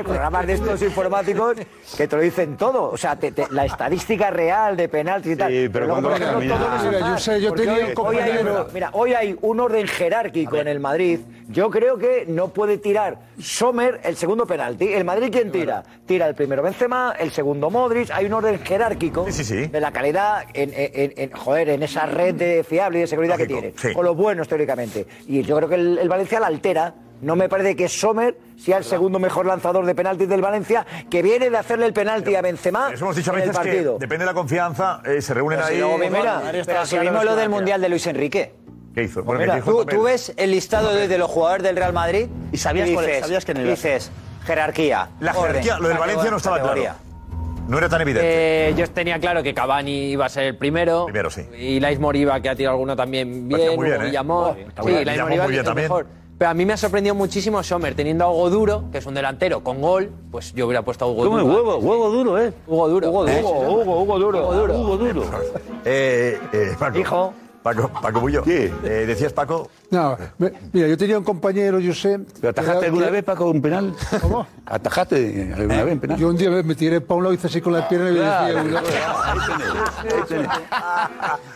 [SPEAKER 4] programas de estos informáticos que te lo dicen todo. O sea, te- te- la estadística real de penaltis y tal.
[SPEAKER 9] pero
[SPEAKER 4] luego,
[SPEAKER 9] cuando
[SPEAKER 4] por ejemplo,
[SPEAKER 9] camina-
[SPEAKER 4] todo eso
[SPEAKER 9] Mira,
[SPEAKER 4] mal,
[SPEAKER 9] yo sé, yo
[SPEAKER 4] porque
[SPEAKER 9] tenía
[SPEAKER 4] hoy-
[SPEAKER 9] un
[SPEAKER 4] hoy hay-
[SPEAKER 9] compañero-
[SPEAKER 4] Mira, hoy hay un orden jerárquico en el Madrid. Yo creo que no puede tirar Sommer el segundo penalti. ¿El Madrid quién tira? Tira el primero Benzema, el segundo Modric. Hay un orden jerárquico de la calidad en, en- en- joder, en esa red de fiable y de seguridad que tiene. Con los buenos, teóricamente. Y yo creo que el, el Valencia la altera. No me parece que Sommer sea el segundo mejor lanzador de penaltis del Valencia, que viene de hacerle el penalti a Benzema
[SPEAKER 7] Eso hemos dicho a
[SPEAKER 4] en el
[SPEAKER 7] veces que
[SPEAKER 4] partido.
[SPEAKER 7] depende de la confianza, eh, se reúnen
[SPEAKER 4] Pero si
[SPEAKER 7] ahí.
[SPEAKER 4] luego
[SPEAKER 7] Mira,
[SPEAKER 4] vemos-
[SPEAKER 7] Madrid está
[SPEAKER 11] Pero si
[SPEAKER 7] claro
[SPEAKER 11] vimos
[SPEAKER 7] que
[SPEAKER 11] lo
[SPEAKER 7] es
[SPEAKER 11] del
[SPEAKER 7] una
[SPEAKER 11] Mundial de Luis Enrique.
[SPEAKER 7] ¿Qué hizo? Bueno,
[SPEAKER 11] Mira,
[SPEAKER 7] ¿qué dijo
[SPEAKER 11] tú,
[SPEAKER 7] también?
[SPEAKER 11] tú ves el listado de, de los jugadores del Real Madrid y
[SPEAKER 13] sabías cuál- sabías quién era.
[SPEAKER 11] Dices, jerarquía.
[SPEAKER 7] La
[SPEAKER 11] orden,
[SPEAKER 7] jerarquía, lo del
[SPEAKER 11] categoría,
[SPEAKER 7] Valencia no estaba
[SPEAKER 11] categoría.
[SPEAKER 7] claro. No era tan evidente.
[SPEAKER 17] Eh, yo tenía claro que Cavani iba a ser el primero. Primero, sí. Y Lais Moriba, que ha tirado alguno también
[SPEAKER 7] Lo hacía
[SPEAKER 17] bien.
[SPEAKER 7] muy bien,
[SPEAKER 17] Hugo
[SPEAKER 7] ¿eh?
[SPEAKER 17] Villamor.
[SPEAKER 7] está muy
[SPEAKER 17] sí, Lais
[SPEAKER 7] bien. Villamor
[SPEAKER 17] Moriba
[SPEAKER 7] muy bien
[SPEAKER 17] es
[SPEAKER 7] también.
[SPEAKER 17] mejor. Pero a mí me ha sorprendido muchísimo Sommer. Teniendo a Hugo Duro, que es un delantero, con gol, pues yo hubiera puesto a Hugo
[SPEAKER 8] ¿Cómo es
[SPEAKER 17] Duro.
[SPEAKER 8] huevo? Huevo duro, ¿eh?
[SPEAKER 17] Hugo Duro.
[SPEAKER 8] Hugo
[SPEAKER 17] Eh,
[SPEAKER 8] Duro. Hugo, Hugo duro. Hugo duro. Hugo duro.
[SPEAKER 7] Eh, eh, Paco. Hijo. Paco, Paco Bullo. Eh, decías, Paco,
[SPEAKER 9] No, me- mira, yo tenía un compañero, yo sé.
[SPEAKER 8] ¿Pero atajaste
[SPEAKER 9] que-
[SPEAKER 8] alguna
[SPEAKER 9] que-
[SPEAKER 8] vez, Paco, un penal? ¿Cómo? ¿Atajaste alguna vez un penal? Ah,
[SPEAKER 9] Yo un día me tiré para un lado, hice así con la pierna y me
[SPEAKER 8] Claro.
[SPEAKER 9] decía.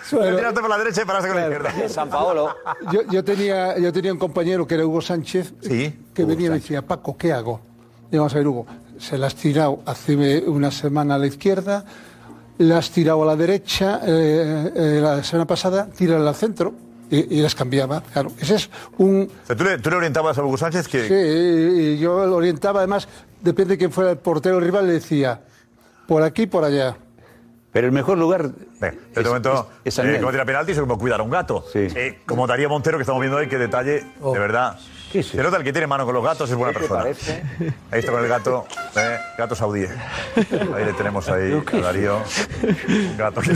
[SPEAKER 7] Te tiraste por la derecha y paraste con la izquierda.
[SPEAKER 11] San Paolo.
[SPEAKER 9] Yo, yo tenía, yo tenía un compañero que era Hugo Sánchez que venía y me decía, Paco, ¿qué hago? Y vamos a ver, Hugo, se la has tirado hace una semana a la izquierda, la has tirado a la derecha, eh, eh, la semana pasada, tírala al centro y, y las cambiaba. Claro, ese es un...
[SPEAKER 7] O sea, ¿tú, le, tú le orientabas a Hugo Sánchez que...
[SPEAKER 9] Sí, y- y yo lo orientaba, además, depende de quién fuera el portero rival, le decía, por aquí, por allá.
[SPEAKER 8] Pero el mejor lugar.
[SPEAKER 7] Venga, de momento,
[SPEAKER 8] es
[SPEAKER 7] eh,
[SPEAKER 8] Almeida.
[SPEAKER 7] como tira penaltis o como cuidar a un gato. Eh, como Darío Montero, que estamos viendo hoy, qué detalle, de verdad. Se nota el que tiene mano con los gatos, es buena
[SPEAKER 8] ¿Qué te
[SPEAKER 7] persona.
[SPEAKER 8] parece?
[SPEAKER 7] Ahí está con el gato, eh, gato saudí. Ahí le tenemos ahí a Darío. Un gato que...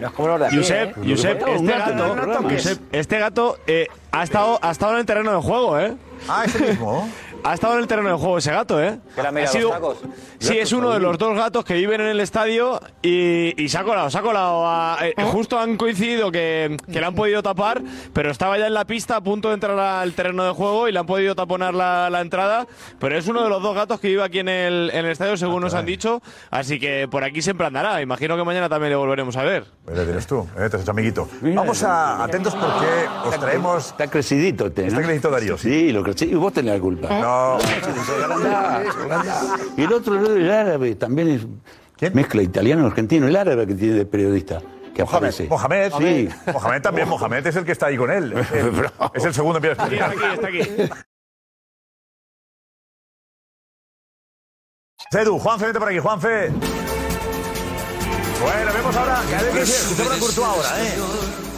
[SPEAKER 4] No es como los de aquí,
[SPEAKER 14] Josep,
[SPEAKER 4] ¿eh?
[SPEAKER 14] Josep,
[SPEAKER 4] Un
[SPEAKER 14] este
[SPEAKER 4] gato,
[SPEAKER 14] gato,
[SPEAKER 4] un gato que es-
[SPEAKER 14] Josep, este gato eh, ha, estado, ha estado en el terreno de juego, ¿eh?
[SPEAKER 7] Ah, ese mismo.
[SPEAKER 14] Ha estado en el terreno de juego ese gato, ¿eh?
[SPEAKER 11] Que la
[SPEAKER 14] Ha
[SPEAKER 11] mira
[SPEAKER 14] sido-
[SPEAKER 11] los tacos.
[SPEAKER 14] Sí, es uno de los dos gatos que viven en el estadio y, y se ha colado, se ha colado. a- eh, justo han coincidido que, que le han podido tapar, pero estaba ya en la pista a punto de entrar al terreno de juego y le han podido taponar la, la entrada. Pero es uno de los dos gatos que vive aquí en el, en el estadio, según nos
[SPEAKER 7] eh.
[SPEAKER 14] han dicho. Así que por aquí siempre andará. Imagino que mañana también le volveremos a ver.
[SPEAKER 7] Ahí le tienes tú, eh, te has hecho amiguito. Vamos a... Atentos porque os traemos...
[SPEAKER 8] Está crecidito, te, ¿no?
[SPEAKER 7] Está crecidito Darío,
[SPEAKER 8] Sí, lo crecí. Y vos tenés la culpa.
[SPEAKER 7] No.
[SPEAKER 8] Y el otro, el árabe, también es. Mezcla italiano, argentino, el árabe que tiene de periodista. Que aparece.
[SPEAKER 7] Mohamed,
[SPEAKER 8] sí.
[SPEAKER 7] Mohamed también, Mohamed es el que está ahí con él. Eh, Es el segundo en Piedras
[SPEAKER 14] Está
[SPEAKER 7] Pequeñas.
[SPEAKER 14] aquí, está aquí.
[SPEAKER 7] Sedu, Juanfe, vete por aquí, Juanfe. Bueno, vemos ahora. A ver, ¿qué es? Escuchamos a Courtois ahora, ¿eh?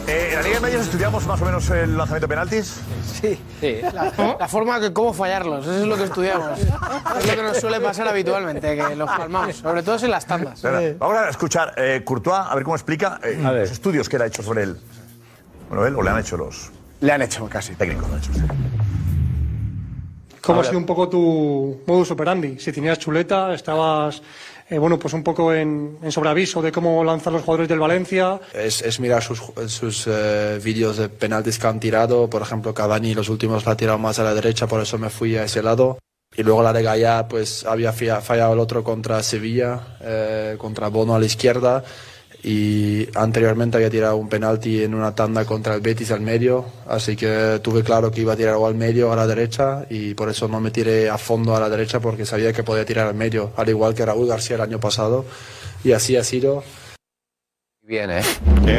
[SPEAKER 7] Eh, En la Liga de Medios estudiamos más o menos el lanzamiento de penaltis.
[SPEAKER 16] Sí. La, la forma que cómo fallarlos, eso es lo que estudiamos. Es lo que nos suele pasar habitualmente, que los palmamos, sobre todo en las tandas.
[SPEAKER 7] Espera, Vamos a escuchar eh, Courtois, a ver cómo explica eh, los estudios que él ha hecho sobre él. Bueno, él o le han hecho los.
[SPEAKER 13] Le han hecho casi.
[SPEAKER 7] Técnicos, le han hecho.
[SPEAKER 18] ¿Cómo
[SPEAKER 7] Ahora-
[SPEAKER 18] ha sido un poco tu modus operandi? Si tenías chuleta, estabas, eh, bueno, pues un poco en, en sobreaviso de cómo lanzan los jugadores del Valencia.
[SPEAKER 19] Es, es mirar sus, sus eh, vídeos de penaltis que han tirado. Por ejemplo, Cavani los últimos la ha tirado más a la derecha, por eso me fui a ese lado. Y luego la de Gallá, pues había fia- fallado el otro contra Sevilla, eh, contra Bono a la izquierda. Y anteriormente había tirado un penalti en una tanda contra el Betis al medio. Así que tuve claro que iba a tirar o al medio o a la derecha. Y por eso no me tiré a fondo a la derecha porque sabía que podía tirar al medio. Al igual que Raúl García el año pasado. Y así ha sido.
[SPEAKER 10] Bien, ¿eh?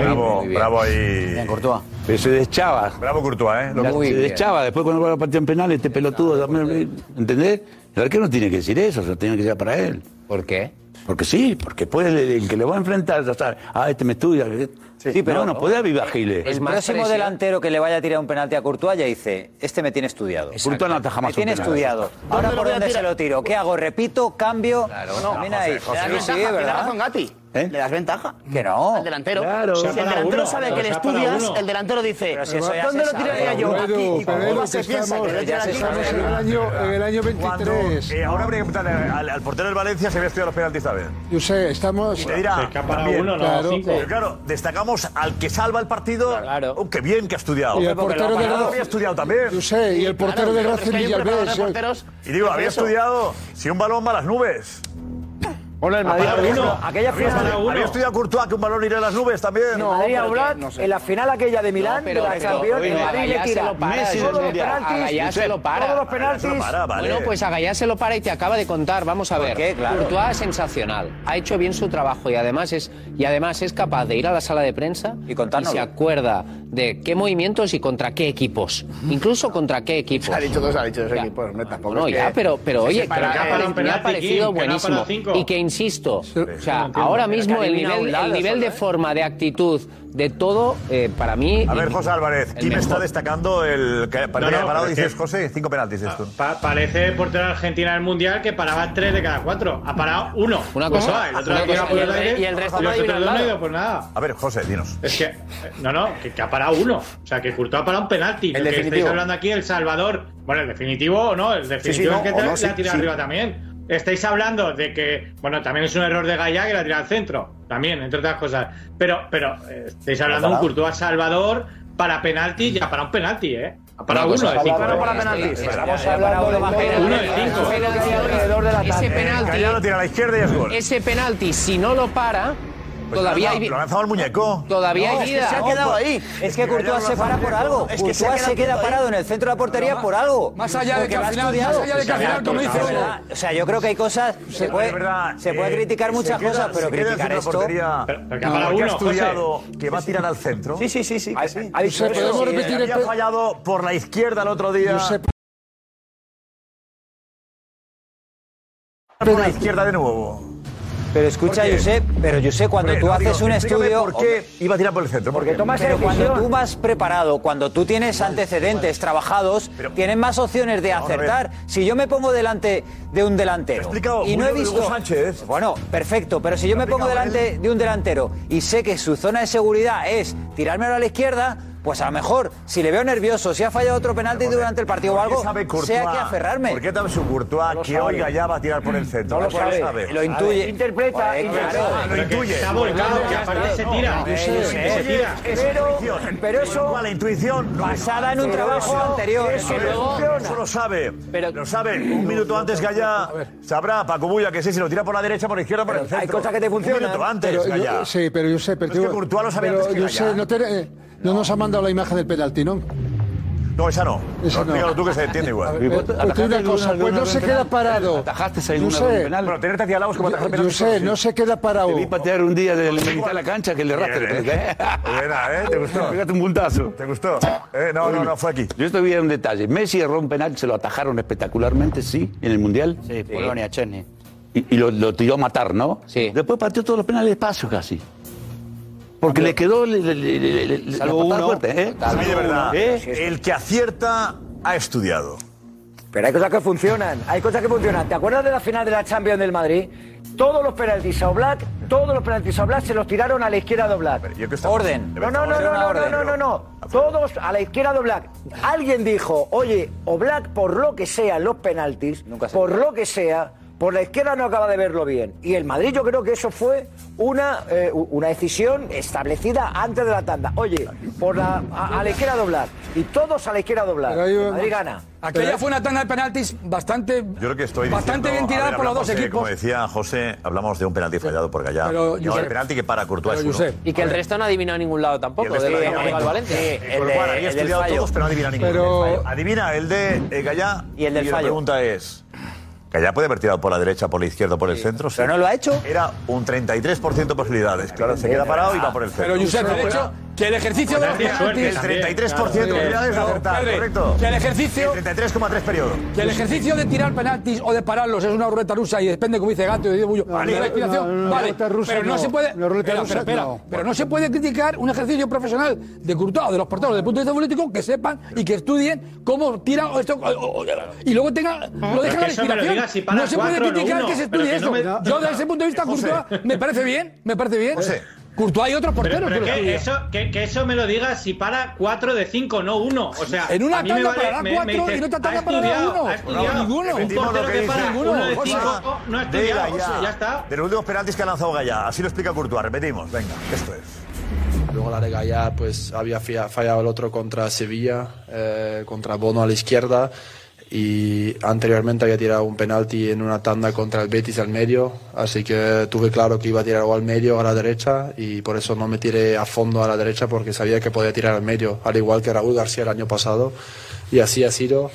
[SPEAKER 7] Bravo, bravo ahí. Bien,
[SPEAKER 10] Courtois.
[SPEAKER 8] Pero se deschaba.
[SPEAKER 7] Bravo Courtois, ¿eh?
[SPEAKER 8] La-
[SPEAKER 7] Muy
[SPEAKER 8] se
[SPEAKER 7] bien.
[SPEAKER 8] deschaba. Después cuando va a la partida en penal, este pelotudo también. ¿Entendés? El arquero no tiene que decir eso, se lo tiene que decir para él.
[SPEAKER 10] ¿Por qué?
[SPEAKER 8] Porque sí, porque puede el, el que le va a enfrentar, ya sabe, ah, este me estudia. Sí, pero no, no podés avivar giles.
[SPEAKER 11] El próximo delantero que le vaya a tirar un penalti a Courtois ya dice, este me tiene estudiado.
[SPEAKER 8] Courtois no ataja más
[SPEAKER 11] Me tiene
[SPEAKER 8] un penal.
[SPEAKER 11] estudiado. Ahora por dónde se lo tiro. ¿Qué hago? ¿Repito? ¿Cambio?
[SPEAKER 10] no,
[SPEAKER 11] Mira
[SPEAKER 10] José,
[SPEAKER 11] ahí.
[SPEAKER 10] José.
[SPEAKER 11] Claro,
[SPEAKER 10] Tiene
[SPEAKER 11] sí,
[SPEAKER 10] ventaja, tiene
[SPEAKER 11] ¿verdad?
[SPEAKER 10] razón,
[SPEAKER 13] Gatti.
[SPEAKER 8] ¿Eh?
[SPEAKER 13] Le das ventaja.
[SPEAKER 11] Que no.
[SPEAKER 13] Al delantero.
[SPEAKER 11] Claro.
[SPEAKER 13] Si
[SPEAKER 11] Se ha
[SPEAKER 13] el
[SPEAKER 11] parado
[SPEAKER 13] delantero
[SPEAKER 11] uno,
[SPEAKER 13] sabe
[SPEAKER 11] pero
[SPEAKER 13] que le
[SPEAKER 11] se ha parado
[SPEAKER 13] estudias,
[SPEAKER 11] uno.
[SPEAKER 13] el delantero dice:
[SPEAKER 11] Pero si eso ya
[SPEAKER 13] ¿Dónde
[SPEAKER 11] se
[SPEAKER 13] lo tiraría
[SPEAKER 11] sabe,
[SPEAKER 13] yo?
[SPEAKER 11] Edu,
[SPEAKER 13] Aquí. ¿Y
[SPEAKER 11] pero
[SPEAKER 13] cómo
[SPEAKER 11] Edu,
[SPEAKER 13] se
[SPEAKER 11] que
[SPEAKER 13] piensa
[SPEAKER 11] estamos-
[SPEAKER 13] que lo tiran
[SPEAKER 11] ya se
[SPEAKER 13] aquí?
[SPEAKER 11] sabe.
[SPEAKER 13] Pues en el año-
[SPEAKER 9] En el año eh, 23.
[SPEAKER 7] Eh, ahora habría que preguntarle al, al portero del Valencia si había estudiado los penaltis también.
[SPEAKER 9] Yo sé, estamos.
[SPEAKER 7] Y te dirá, también.
[SPEAKER 9] Claro.
[SPEAKER 7] Pero claro, destacamos al que salva el partido. Oh, qué bien que ha estudiado.
[SPEAKER 9] Y el
[SPEAKER 7] Porque
[SPEAKER 9] portero
[SPEAKER 7] lo
[SPEAKER 9] del
[SPEAKER 7] apagado
[SPEAKER 9] Racing-
[SPEAKER 7] había estudiado también.
[SPEAKER 9] Yo sé, y el portero del
[SPEAKER 7] claro,
[SPEAKER 9] Racing eh.
[SPEAKER 7] es que hay un
[SPEAKER 9] Villalbés.
[SPEAKER 7] preparador de
[SPEAKER 9] porteros
[SPEAKER 7] Y digo,
[SPEAKER 9] que
[SPEAKER 7] había
[SPEAKER 9] eso.
[SPEAKER 7] estudiado si un balón va a las nubes. Hola,
[SPEAKER 4] el Madrid
[SPEAKER 7] había,
[SPEAKER 4] uno.
[SPEAKER 7] estudiado-
[SPEAKER 4] Aquella
[SPEAKER 7] había,
[SPEAKER 4] final-
[SPEAKER 7] estudiado- había estudiado Courtois que un balón iría a las nubes también.
[SPEAKER 4] No, Madrid a Oblak, en la final aquella de Milán,
[SPEAKER 7] pero-
[SPEAKER 4] de la
[SPEAKER 7] pero,
[SPEAKER 4] campeón,
[SPEAKER 7] oye,
[SPEAKER 4] el
[SPEAKER 7] a
[SPEAKER 4] Madrid
[SPEAKER 7] Gallá
[SPEAKER 4] le
[SPEAKER 7] se
[SPEAKER 4] tira
[SPEAKER 7] lo para,
[SPEAKER 4] Messi
[SPEAKER 7] es
[SPEAKER 4] todos los
[SPEAKER 7] mundial.
[SPEAKER 4] penaltis,
[SPEAKER 7] A Gallá
[SPEAKER 10] se lo para.
[SPEAKER 4] todos los
[SPEAKER 10] A Gallá
[SPEAKER 4] penaltis.
[SPEAKER 10] se lo para, vale. Bueno, pues a Gallá se lo para y te acaba de contar. Vamos a
[SPEAKER 11] ¿Por
[SPEAKER 10] ver.
[SPEAKER 11] qué? Claro.
[SPEAKER 10] Courtois es sensacional. Ha hecho bien su trabajo y además es y además es capaz de ir a la sala de prensa y,
[SPEAKER 11] contárnoslo.
[SPEAKER 10] se acuerda de qué movimientos y contra qué equipos. Incluso contra qué equipos.
[SPEAKER 13] Ha dicho dos, ha dicho dos equipos, hombre, tampoco.
[SPEAKER 10] No,
[SPEAKER 13] es
[SPEAKER 10] ya,
[SPEAKER 13] que-
[SPEAKER 10] pero, pero
[SPEAKER 13] que
[SPEAKER 10] oye,
[SPEAKER 13] se
[SPEAKER 10] creo
[SPEAKER 13] para-
[SPEAKER 10] que
[SPEAKER 13] que
[SPEAKER 10] ha pare-
[SPEAKER 13] para un
[SPEAKER 10] me ha
[SPEAKER 13] penalti,
[SPEAKER 10] parecido
[SPEAKER 13] Kim, que no ha parado
[SPEAKER 10] buenísimo.
[SPEAKER 13] cinco.
[SPEAKER 10] Y que insisto, o
[SPEAKER 13] no
[SPEAKER 10] sea,
[SPEAKER 13] entiendo.
[SPEAKER 10] ahora
[SPEAKER 13] Pero que
[SPEAKER 10] mismo el
[SPEAKER 13] elimina a un
[SPEAKER 10] nivel,
[SPEAKER 13] lado
[SPEAKER 10] el
[SPEAKER 13] solo,
[SPEAKER 10] nivel de forma, de actitud, de todo, eh, para mí.
[SPEAKER 7] A ver, José Álvarez,
[SPEAKER 10] el
[SPEAKER 7] ¿quién está
[SPEAKER 10] mejor.
[SPEAKER 7] destacando el que
[SPEAKER 10] No, no,
[SPEAKER 7] parado?
[SPEAKER 10] pero
[SPEAKER 7] Dices,
[SPEAKER 10] es que-
[SPEAKER 7] José, cinco penaltis esto.
[SPEAKER 20] Pa- parece el portero de Argentina del Mundial que paraba tres de cada cuatro. Ha parado uno.
[SPEAKER 7] Una
[SPEAKER 20] Pues
[SPEAKER 7] cosa,
[SPEAKER 20] va, el otro
[SPEAKER 7] una
[SPEAKER 20] día que
[SPEAKER 7] cosa,
[SPEAKER 20] iba por
[SPEAKER 7] y
[SPEAKER 20] el
[SPEAKER 7] el re-
[SPEAKER 20] aire,
[SPEAKER 7] y el resto
[SPEAKER 20] y
[SPEAKER 7] no
[SPEAKER 20] los otros
[SPEAKER 7] adivinan
[SPEAKER 20] dos no
[SPEAKER 7] nada.
[SPEAKER 20] iba por nada.
[SPEAKER 7] A ver, José, dinos.
[SPEAKER 20] Es que, eh, no, no, que, que ha parado uno. O sea, que Courtois ha parado un penalti.
[SPEAKER 7] El
[SPEAKER 20] Lo que estáis
[SPEAKER 7] definitivo.
[SPEAKER 20] hablando aquí, El Salvador. Bueno, el definitivo o no, el definitivo
[SPEAKER 13] no,
[SPEAKER 20] es que
[SPEAKER 13] o
[SPEAKER 20] te-
[SPEAKER 13] no,
[SPEAKER 20] la
[SPEAKER 13] sí,
[SPEAKER 20] ha tirado
[SPEAKER 13] sí.
[SPEAKER 20] arriba también. Estáis hablando de que, bueno, también es un error de Gallá que la tira al centro, también, entre otras cosas. Pero, pero eh, estáis hablando de un Courtois Salvador para penalti, ya para un penalti, ¿eh? Para
[SPEAKER 13] Una
[SPEAKER 20] uno,
[SPEAKER 13] cosa,
[SPEAKER 20] de cinco.
[SPEAKER 13] Salvador para penaltis. Estamos hablando de
[SPEAKER 20] uno de cinco.
[SPEAKER 10] Ese
[SPEAKER 7] Gallá lo
[SPEAKER 10] penalti,
[SPEAKER 7] Eh, tira a la izquierda y es gol.
[SPEAKER 10] ese penalti, si no lo para, todavía hay. vi-
[SPEAKER 7] Lo ha lanzado al muñeco.
[SPEAKER 10] Todavía
[SPEAKER 7] No,
[SPEAKER 10] hay
[SPEAKER 7] es que
[SPEAKER 10] vida.
[SPEAKER 7] se ha quedado ahí.
[SPEAKER 11] Es que Courtois se para por algo.
[SPEAKER 10] Es que se ha
[SPEAKER 11] Courtois
[SPEAKER 10] quedado
[SPEAKER 11] se queda
[SPEAKER 10] ahí.
[SPEAKER 11] parado en el centro de la portería por algo.
[SPEAKER 5] Más allá de
[SPEAKER 11] Porque
[SPEAKER 5] que al
[SPEAKER 11] lo ha
[SPEAKER 5] final-
[SPEAKER 11] estudiado.
[SPEAKER 5] más allá de que al final, como dice-
[SPEAKER 11] De verdad, O sea, yo creo que hay cosas. Se puede, se puede
[SPEAKER 7] eh,
[SPEAKER 11] criticar muchas cosas, pero criticar esto.
[SPEAKER 7] Pero
[SPEAKER 11] que ha parado
[SPEAKER 7] ha
[SPEAKER 11] uno,
[SPEAKER 7] estudiado
[SPEAKER 11] José.
[SPEAKER 7] que va a tirar al centro. Sí,
[SPEAKER 11] sí, sí, Ah, sí.
[SPEAKER 7] Ha,
[SPEAKER 11] sí.
[SPEAKER 7] ha
[SPEAKER 11] José,
[SPEAKER 7] dicho eso.
[SPEAKER 11] ¿podemos
[SPEAKER 7] Sí,
[SPEAKER 11] repetir
[SPEAKER 7] había
[SPEAKER 11] el pe-
[SPEAKER 7] fallado por la izquierda el otro día.
[SPEAKER 9] Josep.
[SPEAKER 7] Por la izquierda de nuevo.
[SPEAKER 11] Pero escucha,
[SPEAKER 7] ¿Por qué?
[SPEAKER 11] Josep, pero Josep, cuando
[SPEAKER 7] Hombre,
[SPEAKER 11] tú
[SPEAKER 7] no,
[SPEAKER 11] haces
[SPEAKER 7] digo,
[SPEAKER 11] un
[SPEAKER 7] explícame
[SPEAKER 11] estudio.
[SPEAKER 7] ¿Por qué iba a tirar por el centro? Porque
[SPEAKER 11] Pero cuando tú vas preparado, cuando tú tienes antecedentes trabajados, tienes más opciones de
[SPEAKER 7] Vamos a ver.
[SPEAKER 11] acertar. Si yo me pongo delante de un delantero
[SPEAKER 7] explicado
[SPEAKER 11] y
[SPEAKER 7] muy
[SPEAKER 11] no he
[SPEAKER 7] bien Hugo
[SPEAKER 11] visto
[SPEAKER 7] Sánchez. ¿eh?
[SPEAKER 11] Bueno, perfecto, pero si yo
[SPEAKER 7] Lo ha
[SPEAKER 11] me pongo
[SPEAKER 7] explicado
[SPEAKER 11] delante de un delantero y sé que su zona de seguridad es tirármelo a la izquierda, pues a lo mejor si le veo nervioso, si ha fallado otro penalti durante el partido o
[SPEAKER 7] ¿Por qué
[SPEAKER 11] algo,
[SPEAKER 7] sabe Courtois?
[SPEAKER 11] sea que aferrarme.
[SPEAKER 7] ¿Por qué sabe su Courtois
[SPEAKER 11] lo
[SPEAKER 7] que
[SPEAKER 11] sabe.
[SPEAKER 7] hoy Gallá va a tirar por el centro?
[SPEAKER 11] No lo
[SPEAKER 7] ¿Por qué
[SPEAKER 11] sabe. Lo intuye. Interpreta,
[SPEAKER 7] Joder,
[SPEAKER 11] interpreta.
[SPEAKER 7] claro.
[SPEAKER 11] Pero
[SPEAKER 7] Lo
[SPEAKER 11] que
[SPEAKER 7] intuye.
[SPEAKER 11] está volcado, que aparte se tira.
[SPEAKER 7] No, no,
[SPEAKER 11] Eh,
[SPEAKER 7] sí,
[SPEAKER 11] yo
[SPEAKER 7] sí,
[SPEAKER 11] sé.
[SPEAKER 7] se tira.
[SPEAKER 11] Pero-
[SPEAKER 7] Es intuición.
[SPEAKER 11] pero eso-
[SPEAKER 7] Igual la intuición. no es-
[SPEAKER 11] Basada en un
[SPEAKER 7] Pero
[SPEAKER 11] trabajo
[SPEAKER 7] eso-
[SPEAKER 11] anterior,
[SPEAKER 7] Eso,
[SPEAKER 11] que
[SPEAKER 7] no
[SPEAKER 11] luego-
[SPEAKER 7] funciona. Eso lo sabe. lo sabe. Un minuto antes Gallá sabrá Paco Bulla que sí, si lo tira por la derecha, por la izquierda, por el centro.
[SPEAKER 9] cosas que te
[SPEAKER 7] Un
[SPEAKER 9] funcionan.
[SPEAKER 7] minuto antes,
[SPEAKER 9] Pero yo-
[SPEAKER 7] Gallá.
[SPEAKER 9] sí, pero yo sé, pero,
[SPEAKER 7] Es que
[SPEAKER 9] digo-
[SPEAKER 7] Courtois lo sabía
[SPEAKER 9] pero
[SPEAKER 7] antes que
[SPEAKER 9] yo sé,
[SPEAKER 7] Gallá.
[SPEAKER 9] no, te- eh, no nos han mandado la imagen del penalti, ¿no?
[SPEAKER 7] No, esa no.
[SPEAKER 9] Esa
[SPEAKER 7] no,
[SPEAKER 9] no.
[SPEAKER 7] Explícalo tú que se entiende igual.
[SPEAKER 9] Eh, porque una cosa, pues no se queda parado. Yo sé,
[SPEAKER 7] Bueno, tenerte hacia Laos como atajar
[SPEAKER 9] yo
[SPEAKER 7] penaltis.
[SPEAKER 9] sé, no se queda parado.
[SPEAKER 8] Te vi patear un día de la mitad de la cancha que le
[SPEAKER 7] Bien,
[SPEAKER 8] rastre.
[SPEAKER 7] ¿eh? Buena, ¿eh? ¿Te gustó?
[SPEAKER 8] Pégate un puntazo. ¿Te
[SPEAKER 7] gustó? Eh, no, no, no, fue aquí.
[SPEAKER 8] Yo esto vi un detalle. Messi erró un penal, se lo atajaron espectacularmente, sí, en el Mundial.
[SPEAKER 12] Sí, Polonia, Chesney.
[SPEAKER 8] Y, y lo, lo tiró a matar, ¿no? Sí. Después pateó todos los penales de paso casi. Porque le quedó le- le- le- le- le- la
[SPEAKER 7] Salvo
[SPEAKER 8] patada
[SPEAKER 7] uno.
[SPEAKER 8] fuerte, ¿eh?
[SPEAKER 7] A mí de verdad.
[SPEAKER 8] ¿Eh?
[SPEAKER 7] El que acierta ha estudiado.
[SPEAKER 4] Pero hay cosas que funcionan, hay cosas que funcionan. ¿Te acuerdas de la final de la Champions del Madrid? Todos los penaltis a Oblak, todos los penaltis a Oblak se los tiraron a la izquierda de Oblak.
[SPEAKER 11] Orden.
[SPEAKER 4] No, no, no, no, no, no, no, no, no. Todos a la izquierda de Oblak. Alguien dijo, oye, Oblak, por lo que sea, los penaltis, por lo que sea, por la izquierda no acaba de verlo bien. Y el Madrid yo creo que eso fue una, eh, u- una decisión establecida antes de la tanda. Oye, por la, a, a la izquierda de Oblak. Y todos a la izquierda de Oblak. El Madrid gana.
[SPEAKER 5] Aquella fue una tanda de penaltis bastante.
[SPEAKER 7] Yo creo que estoy
[SPEAKER 5] Bastante
[SPEAKER 7] diciendo-
[SPEAKER 5] bien tirada
[SPEAKER 7] a ver,
[SPEAKER 5] por los
[SPEAKER 7] hablamos
[SPEAKER 5] dos
[SPEAKER 7] de-
[SPEAKER 5] equipos.
[SPEAKER 7] Como decía José, hablamos de un penalti fallado por Gallá.
[SPEAKER 17] Pero,
[SPEAKER 7] no, el
[SPEAKER 17] Josep.
[SPEAKER 7] penalti que para Courtois es uno.
[SPEAKER 17] Y que el resto no ha adivinado a ningún lado
[SPEAKER 7] Y el
[SPEAKER 17] tampoco.
[SPEAKER 7] de
[SPEAKER 17] De lo que
[SPEAKER 7] Estadio
[SPEAKER 17] ha jugado el
[SPEAKER 7] Benito.
[SPEAKER 17] Valencia.
[SPEAKER 7] Sí, Con lo cual, había estudiado todos, pero no adivina ninguno. El fallo. Adivina el de eh, Gallá.
[SPEAKER 11] Y el del
[SPEAKER 7] La
[SPEAKER 11] fallo.
[SPEAKER 7] pregunta es... Gallá puede haber tirado por la derecha, por la izquierda, por el centro. Pero
[SPEAKER 11] no lo ha hecho.
[SPEAKER 7] Era un 33% de posibilidades. Claro, se queda parado y va por el centro.
[SPEAKER 5] Pero, Josep, el hecho,
[SPEAKER 21] Que el
[SPEAKER 20] Pues
[SPEAKER 21] ejercicio de los
[SPEAKER 7] Suerte,
[SPEAKER 21] penaltis.
[SPEAKER 7] el 33% de
[SPEAKER 21] Claro.
[SPEAKER 7] probabilidades de acertar,
[SPEAKER 21] Pedri,
[SPEAKER 7] correcto.
[SPEAKER 21] Que el ejercicio.
[SPEAKER 7] El 33,3 periodo.
[SPEAKER 21] Que el ejercicio de tirar penaltis o de pararlos es una ruleta rusa y depende, como dice Gato, y de Bullo,
[SPEAKER 9] No,
[SPEAKER 21] de la
[SPEAKER 9] no,
[SPEAKER 21] inspiración.
[SPEAKER 9] no, no,
[SPEAKER 21] vale,
[SPEAKER 9] ruleta rusa
[SPEAKER 21] pero no,
[SPEAKER 9] no.
[SPEAKER 21] se puede.
[SPEAKER 9] No, ruleta
[SPEAKER 21] espera,
[SPEAKER 9] rusa
[SPEAKER 21] espera,
[SPEAKER 9] no.
[SPEAKER 21] pero no se puede criticar un ejercicio profesional de Courtois o de los porteros desde el punto de vista político que sepan y que estudien cómo tiran o esto. o- o- o- y luego tengan.
[SPEAKER 20] Pero
[SPEAKER 21] Lo dejan
[SPEAKER 20] que
[SPEAKER 21] a la
[SPEAKER 20] eso me lo
[SPEAKER 21] inspiración.
[SPEAKER 20] digas si para
[SPEAKER 21] no se puede
[SPEAKER 20] cuatro, no
[SPEAKER 21] criticar
[SPEAKER 20] uno,
[SPEAKER 21] que se
[SPEAKER 20] pero
[SPEAKER 21] estudie
[SPEAKER 20] que
[SPEAKER 21] eso.
[SPEAKER 20] no me-
[SPEAKER 21] Yo, desde ese punto de vista,
[SPEAKER 20] José.
[SPEAKER 21] Courtois me parece bien, me parece bien. Courtois y otros porteros
[SPEAKER 20] Pero, pero
[SPEAKER 21] que lo
[SPEAKER 20] que,
[SPEAKER 21] estudian.
[SPEAKER 20] eso, que, que eso me lo digas si para 4 de 5, no 1. O sea,
[SPEAKER 21] En una
[SPEAKER 20] a mí me
[SPEAKER 21] tanda
[SPEAKER 20] vale,
[SPEAKER 21] parará
[SPEAKER 20] me- me
[SPEAKER 21] cuatro y
[SPEAKER 20] dices,
[SPEAKER 21] en otra tanda
[SPEAKER 20] ha
[SPEAKER 21] parará
[SPEAKER 20] estudiado,
[SPEAKER 21] uno.
[SPEAKER 20] Ha estudiado.
[SPEAKER 21] Ninguno.
[SPEAKER 20] Un
[SPEAKER 7] Repetimos
[SPEAKER 20] portero
[SPEAKER 7] lo
[SPEAKER 20] que,
[SPEAKER 7] que
[SPEAKER 20] para
[SPEAKER 7] dice.
[SPEAKER 20] 1 de 5 no ha
[SPEAKER 7] De
[SPEAKER 20] estudiado.
[SPEAKER 7] Gallá.
[SPEAKER 20] Ya está.
[SPEAKER 7] De los últimos penaltis que ha lanzado Gallá. Así lo explica Courtois. Repetimos. Venga, esto es.
[SPEAKER 19] Luego la de Gallá, pues había fia- fallado el otro contra Sevilla, eh, contra Bono a la izquierda. Y anteriormente había tirado un penalti en una tanda contra el Betis al medio, así que tuve claro que iba a tirar o al medio o a la derecha y por eso no me tiré a fondo a la derecha porque sabía que podía tirar al medio, al igual que Raúl García el año pasado. Y así ha sido.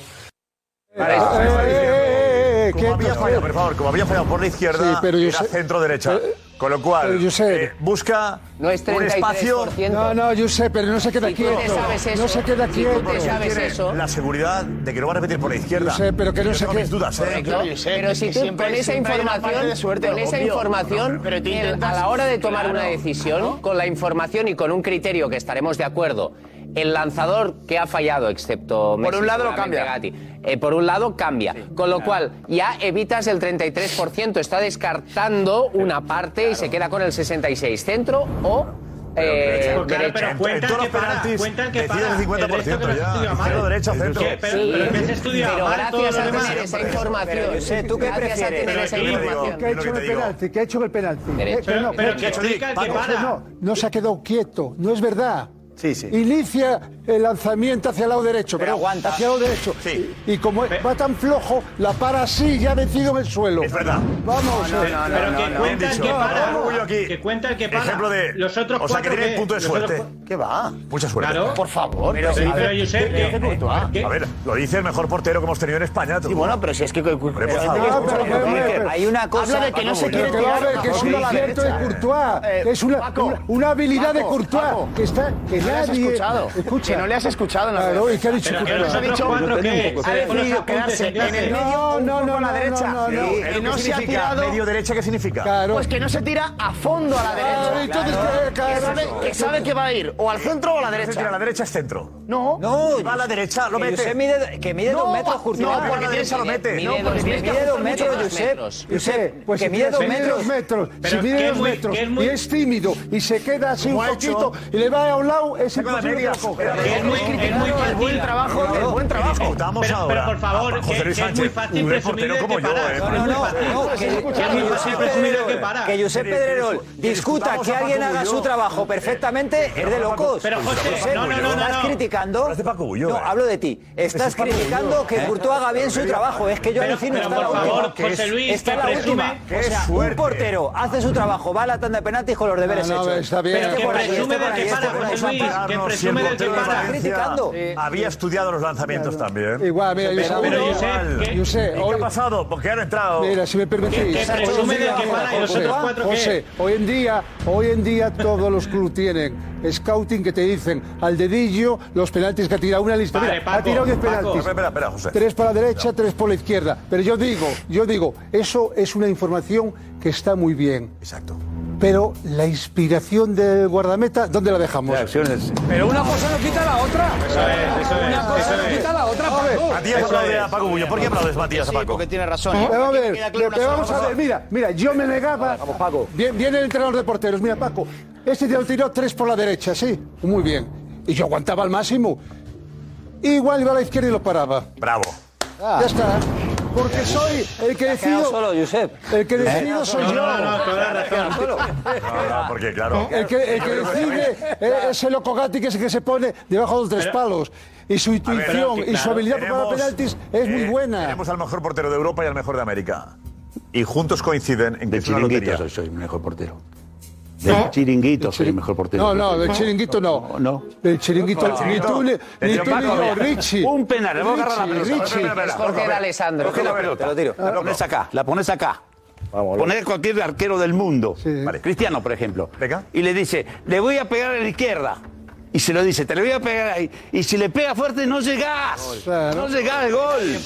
[SPEAKER 9] Eh,
[SPEAKER 7] Como había fallado, por favor, como había fallado por la izquierda,
[SPEAKER 9] Sí, pero yo
[SPEAKER 7] era
[SPEAKER 9] sé-
[SPEAKER 7] centro-derecha. Con lo cual, eh, busca un espacio.
[SPEAKER 9] No, no, yo sé, pero no se queda
[SPEAKER 7] Y tú
[SPEAKER 9] quieto.
[SPEAKER 7] te sabes
[SPEAKER 9] No se queda
[SPEAKER 7] Sí,
[SPEAKER 9] quieto.
[SPEAKER 7] porque tiene La seguridad de que lo va a repetir por la izquierda.
[SPEAKER 9] Yo sé, pero que no
[SPEAKER 7] Yo
[SPEAKER 9] sé
[SPEAKER 7] tengo
[SPEAKER 9] qué-
[SPEAKER 7] mis dudas, ¿eh?
[SPEAKER 9] Correcto,
[SPEAKER 10] Claro, pero si tú con esa información, con esa información el- a la hora de tomar una decisión, con la información y con un criterio que estaremos de acuerdo, el lanzador que ha fallado, excepto Messi,
[SPEAKER 13] un lado lo
[SPEAKER 10] seguramente
[SPEAKER 13] cambia.
[SPEAKER 10] Gatti, eh, por un lado cambia, con lo cual ya evitas el 33%, está descartando una parte y se queda con el 66 centro o eh,
[SPEAKER 7] Pero, claro,
[SPEAKER 10] derecha.
[SPEAKER 7] pero cuentan En todos los que para, penaltis cuentan que decide para. el 50% El resto que no ya. se estudia mal. Centro, derecha,
[SPEAKER 10] Sí,
[SPEAKER 7] centro.
[SPEAKER 10] Pero,
[SPEAKER 7] Sí,
[SPEAKER 10] pero
[SPEAKER 7] pero estudia mal todo
[SPEAKER 10] gracias
[SPEAKER 7] lo
[SPEAKER 10] a
[SPEAKER 7] demás.
[SPEAKER 10] tener esa
[SPEAKER 7] Pero,
[SPEAKER 10] información.
[SPEAKER 7] pero, José, ¿tú qué
[SPEAKER 10] gracias a
[SPEAKER 7] prefieres?
[SPEAKER 10] tener esa
[SPEAKER 7] Pero, pero,
[SPEAKER 10] información.
[SPEAKER 9] ¿Qué ha hecho en el penalti? ¿Qué ha hecho en el penalti?
[SPEAKER 10] Derecho.
[SPEAKER 9] Eh, que no,
[SPEAKER 10] Pero
[SPEAKER 9] que-
[SPEAKER 10] que explica el que
[SPEAKER 9] Paco,
[SPEAKER 10] para.
[SPEAKER 9] No, no se ha quedado quieto, no es verdad.
[SPEAKER 13] Sí, sí.
[SPEAKER 9] Inicia el lanzamiento hacia el lado derecho,
[SPEAKER 13] Pero
[SPEAKER 9] pero,
[SPEAKER 13] aguanta.
[SPEAKER 9] hacia el lado derecho.
[SPEAKER 13] Sí.
[SPEAKER 9] Y, y como va tan flojo, la para así, ya vencido en el suelo. Es
[SPEAKER 7] verdad.
[SPEAKER 9] Vamos.
[SPEAKER 20] No,
[SPEAKER 9] eh.
[SPEAKER 20] no, no, Pero no, que no. cuenta el que para.
[SPEAKER 7] Que
[SPEAKER 20] cuenta el que para.
[SPEAKER 7] Ejemplo de.
[SPEAKER 20] Los otros
[SPEAKER 7] o sea, que
[SPEAKER 20] cuatro
[SPEAKER 7] tiene
[SPEAKER 20] que-
[SPEAKER 7] punto de
[SPEAKER 20] los
[SPEAKER 7] suerte.
[SPEAKER 20] otros
[SPEAKER 7] ¿Qué va? Mucha suerte.
[SPEAKER 20] Claro.
[SPEAKER 7] Por favor.
[SPEAKER 20] Pero, pero, pero, Josep,
[SPEAKER 7] ¿qué-
[SPEAKER 20] eh,
[SPEAKER 7] qué-
[SPEAKER 20] eh,
[SPEAKER 7] A ver, lo dice el mejor portero que hemos tenido en España. tú.
[SPEAKER 13] Y bueno, pero si es que.
[SPEAKER 7] Hombre, por
[SPEAKER 13] pero-
[SPEAKER 7] favor.
[SPEAKER 13] Ah, pero- pero- pero-
[SPEAKER 7] Hay una cosa-
[SPEAKER 13] Habla de que no se
[SPEAKER 7] Paco,
[SPEAKER 13] quiere
[SPEAKER 7] pero
[SPEAKER 9] Pero a
[SPEAKER 13] tirar.
[SPEAKER 9] ver, que es un acierto de Courtois, que es una, una- una habilidad de
[SPEAKER 13] Eh, Paco,
[SPEAKER 9] Courtois, que está que
[SPEAKER 13] no le has
[SPEAKER 9] nadie
[SPEAKER 13] escuchado.
[SPEAKER 9] escucha.
[SPEAKER 13] Que no le has escuchado en la
[SPEAKER 9] Claro,
[SPEAKER 13] rueda
[SPEAKER 9] ¿y qué ha
[SPEAKER 13] de
[SPEAKER 9] dicho
[SPEAKER 13] prensa.
[SPEAKER 9] Courtois?
[SPEAKER 13] Pero que nos ha dicho
[SPEAKER 9] Yo tenía un poco
[SPEAKER 13] ha
[SPEAKER 9] de- pues
[SPEAKER 13] decidido
[SPEAKER 9] Con los apuntes
[SPEAKER 13] quedarse
[SPEAKER 9] en
[SPEAKER 13] en el
[SPEAKER 9] clase.
[SPEAKER 13] medio
[SPEAKER 9] No,
[SPEAKER 13] un
[SPEAKER 9] no,
[SPEAKER 13] poco
[SPEAKER 9] no,
[SPEAKER 13] a la
[SPEAKER 9] no,
[SPEAKER 13] derecha
[SPEAKER 9] no, no,
[SPEAKER 13] y
[SPEAKER 9] no.
[SPEAKER 13] que no se ha
[SPEAKER 9] Significa,
[SPEAKER 13] tirado
[SPEAKER 9] medio
[SPEAKER 7] derecha qué significa
[SPEAKER 9] Claro.
[SPEAKER 13] pues que no se tira a fondo a la derecha
[SPEAKER 9] Claro, entonces, claro,
[SPEAKER 13] que, sabe,
[SPEAKER 9] claro.
[SPEAKER 13] que sabe que va a ir o al centro o a la
[SPEAKER 7] Se tira a
[SPEAKER 13] derecha
[SPEAKER 7] la derecha es centro.
[SPEAKER 13] no
[SPEAKER 7] No, va a la derecha, lo
[SPEAKER 13] que
[SPEAKER 7] mete.
[SPEAKER 13] Josep mide- que mide dos metros, Courtois.
[SPEAKER 7] No, porque
[SPEAKER 13] Mide-
[SPEAKER 7] tiene esa lo mete.
[SPEAKER 13] mide
[SPEAKER 7] No,
[SPEAKER 13] dos-
[SPEAKER 7] porque
[SPEAKER 13] mide
[SPEAKER 7] tiene
[SPEAKER 13] dos
[SPEAKER 7] que-
[SPEAKER 13] metros, Josep.
[SPEAKER 9] Josep, pues
[SPEAKER 13] que
[SPEAKER 9] si
[SPEAKER 13] mide dos
[SPEAKER 9] mide
[SPEAKER 13] metros.
[SPEAKER 9] dos metros, si
[SPEAKER 13] Pero que
[SPEAKER 9] mide
[SPEAKER 13] es
[SPEAKER 9] dos
[SPEAKER 13] muy-
[SPEAKER 9] metros
[SPEAKER 13] que es
[SPEAKER 9] y
[SPEAKER 13] muy-
[SPEAKER 9] es tímido y se queda así
[SPEAKER 13] Como
[SPEAKER 9] un
[SPEAKER 13] ha hecho.
[SPEAKER 9] poquito y le va a un lado, es
[SPEAKER 13] Saca la
[SPEAKER 9] imposible que
[SPEAKER 13] media.
[SPEAKER 9] la coja.
[SPEAKER 13] Pero es muy- es muy
[SPEAKER 9] el buen
[SPEAKER 13] fácil.
[SPEAKER 9] trabajo,
[SPEAKER 13] Claro.
[SPEAKER 9] el buen trabajo.
[SPEAKER 7] Estamos
[SPEAKER 20] Pero-
[SPEAKER 7] ahora.
[SPEAKER 20] pero, por favor,
[SPEAKER 7] a José
[SPEAKER 20] que-
[SPEAKER 7] Luis
[SPEAKER 20] que es muy
[SPEAKER 7] Sánchez,
[SPEAKER 20] fácil
[SPEAKER 7] un
[SPEAKER 20] presumir
[SPEAKER 7] portero
[SPEAKER 20] de
[SPEAKER 7] como
[SPEAKER 20] que
[SPEAKER 7] yo,
[SPEAKER 20] para.
[SPEAKER 7] ¿eh?
[SPEAKER 20] No,
[SPEAKER 7] Muy
[SPEAKER 20] no,
[SPEAKER 7] fácil.
[SPEAKER 20] no, que- que es muy fácil presumir de que para.
[SPEAKER 22] Que Josep Pedrerol discuta que alguien haga su
[SPEAKER 20] Eh,
[SPEAKER 22] trabajo perfectamente es de locos.
[SPEAKER 20] Pero, José,
[SPEAKER 22] Josep,
[SPEAKER 20] no, no, no,
[SPEAKER 22] estás
[SPEAKER 20] no, no.
[SPEAKER 22] criticando.
[SPEAKER 20] eh.
[SPEAKER 22] no, hablo de ti. Estás criticando que Courtois haga bien su trabajo. Es que yo
[SPEAKER 20] Pero-
[SPEAKER 22] alucino
[SPEAKER 20] pero,
[SPEAKER 22] está la
[SPEAKER 20] por
[SPEAKER 22] última.
[SPEAKER 20] favor, José Luis,
[SPEAKER 22] está
[SPEAKER 20] que
[SPEAKER 22] la
[SPEAKER 20] presume-
[SPEAKER 22] última.
[SPEAKER 20] qué
[SPEAKER 22] O sea, un
[SPEAKER 20] suerte.
[SPEAKER 22] portero hace su trabajo, va a la tanda de penaltis con los deberes
[SPEAKER 9] No, no,
[SPEAKER 22] hechos.
[SPEAKER 9] está bien.
[SPEAKER 22] Este
[SPEAKER 9] Pero que
[SPEAKER 22] por aquí,
[SPEAKER 9] presume
[SPEAKER 22] este
[SPEAKER 9] de
[SPEAKER 22] por aquí,
[SPEAKER 9] que
[SPEAKER 22] este
[SPEAKER 9] para,
[SPEAKER 22] por allí.
[SPEAKER 9] José Luis, que
[SPEAKER 7] Carlos,
[SPEAKER 22] presume
[SPEAKER 7] si
[SPEAKER 22] del
[SPEAKER 7] el
[SPEAKER 22] que
[SPEAKER 7] portero
[SPEAKER 22] para.
[SPEAKER 7] de Valencia
[SPEAKER 22] Criticando.
[SPEAKER 20] eh,
[SPEAKER 7] Había estudiado los lanzamientos también.
[SPEAKER 9] Igual, mira, yo sé- pero yo sé
[SPEAKER 7] Igual.
[SPEAKER 9] que- yo sé,
[SPEAKER 7] ¿Y qué
[SPEAKER 9] hoy-
[SPEAKER 7] ha pasado? Porque han entrado.
[SPEAKER 9] Mira, si me permitís. José, José, hoy en día, hoy en día todos los clubes tienen scouting que te dicen al dedillo los penaltis que ha tirado una lista.
[SPEAKER 7] Vale,
[SPEAKER 9] Mira,
[SPEAKER 7] Paco,
[SPEAKER 9] ha tirado 10
[SPEAKER 7] Paco.
[SPEAKER 9] penaltis.
[SPEAKER 7] Espera, espera, espera, José.
[SPEAKER 9] Tres por la derecha, tres por la izquierda. Pero yo digo, yo digo, eso es una información que está muy bien. Exacto. Pero la inspiración del guardameta, ¿dónde la dejamos?
[SPEAKER 5] Pero una cosa no quita la otra. Una cosa no quita la otra. Paco.
[SPEAKER 7] Matías
[SPEAKER 5] Eso
[SPEAKER 7] aplaude
[SPEAKER 5] es.
[SPEAKER 7] a Paco Bullo. ¿Por qué aplaudes, Matías, a
[SPEAKER 5] Sí,
[SPEAKER 7] Paco?
[SPEAKER 5] porque
[SPEAKER 12] tiene razón.
[SPEAKER 9] Vamos a ver, lo ¿eh? que vamos a
[SPEAKER 7] cosa.
[SPEAKER 9] ver, mira, mira, yo me negaba. Vamos, Paco. Viene, el entrenador de porteros, mira, Paco, este te lo tiró tres por la derecha, sí, muy bien. Y yo aguantaba al máximo. Igual iba a la izquierda y lo paraba.
[SPEAKER 7] Bravo.
[SPEAKER 9] Ah. Ya está. Porque soy el que decido. El
[SPEAKER 8] ¿Eh?
[SPEAKER 9] que decido soy yo.
[SPEAKER 7] No, no, porque claro.
[SPEAKER 9] El Ah. que, el que decide eh, es el loco Gatti que es el que se pone debajo de los tres palos. Y su
[SPEAKER 7] A ver,
[SPEAKER 9] intuición
[SPEAKER 7] que
[SPEAKER 9] y su
[SPEAKER 7] claro,
[SPEAKER 9] habilidad para parar
[SPEAKER 7] tenemos,
[SPEAKER 9] penaltis es muy
[SPEAKER 7] eh,
[SPEAKER 9] buena.
[SPEAKER 7] Tenemos al mejor portero de Europa y al mejor de América. Y juntos coinciden en que es una lotería.
[SPEAKER 8] Soy, soy el mejor portero. Del chiringuito soy el mejor portero.
[SPEAKER 9] No, no, del chiringuito no.
[SPEAKER 8] No.
[SPEAKER 9] Del chiringuito,
[SPEAKER 8] No,
[SPEAKER 9] ni
[SPEAKER 8] no.
[SPEAKER 9] tú, ni,
[SPEAKER 8] El
[SPEAKER 9] ni tú ni
[SPEAKER 8] Paco,
[SPEAKER 9] yo,
[SPEAKER 8] mira.
[SPEAKER 9] Richie.
[SPEAKER 8] Un penal, le voy a agarrar la pelota.
[SPEAKER 9] Richie, Richie. Ah,
[SPEAKER 8] Espera, espera, espera,
[SPEAKER 10] Jorge
[SPEAKER 8] Paco,
[SPEAKER 10] D'Alessandro.
[SPEAKER 8] Coge la pelota,
[SPEAKER 10] Te lo tiro.
[SPEAKER 8] La pones acá, la pones acá. Poner cualquier arquero del mundo. Vale. Cristiano, por ejemplo. Y le dice, le voy a pegar a la izquierda. y se lo dice, te lo voy a pegar ahí. Y si le pega fuerte, no llegás. No llegás al gol.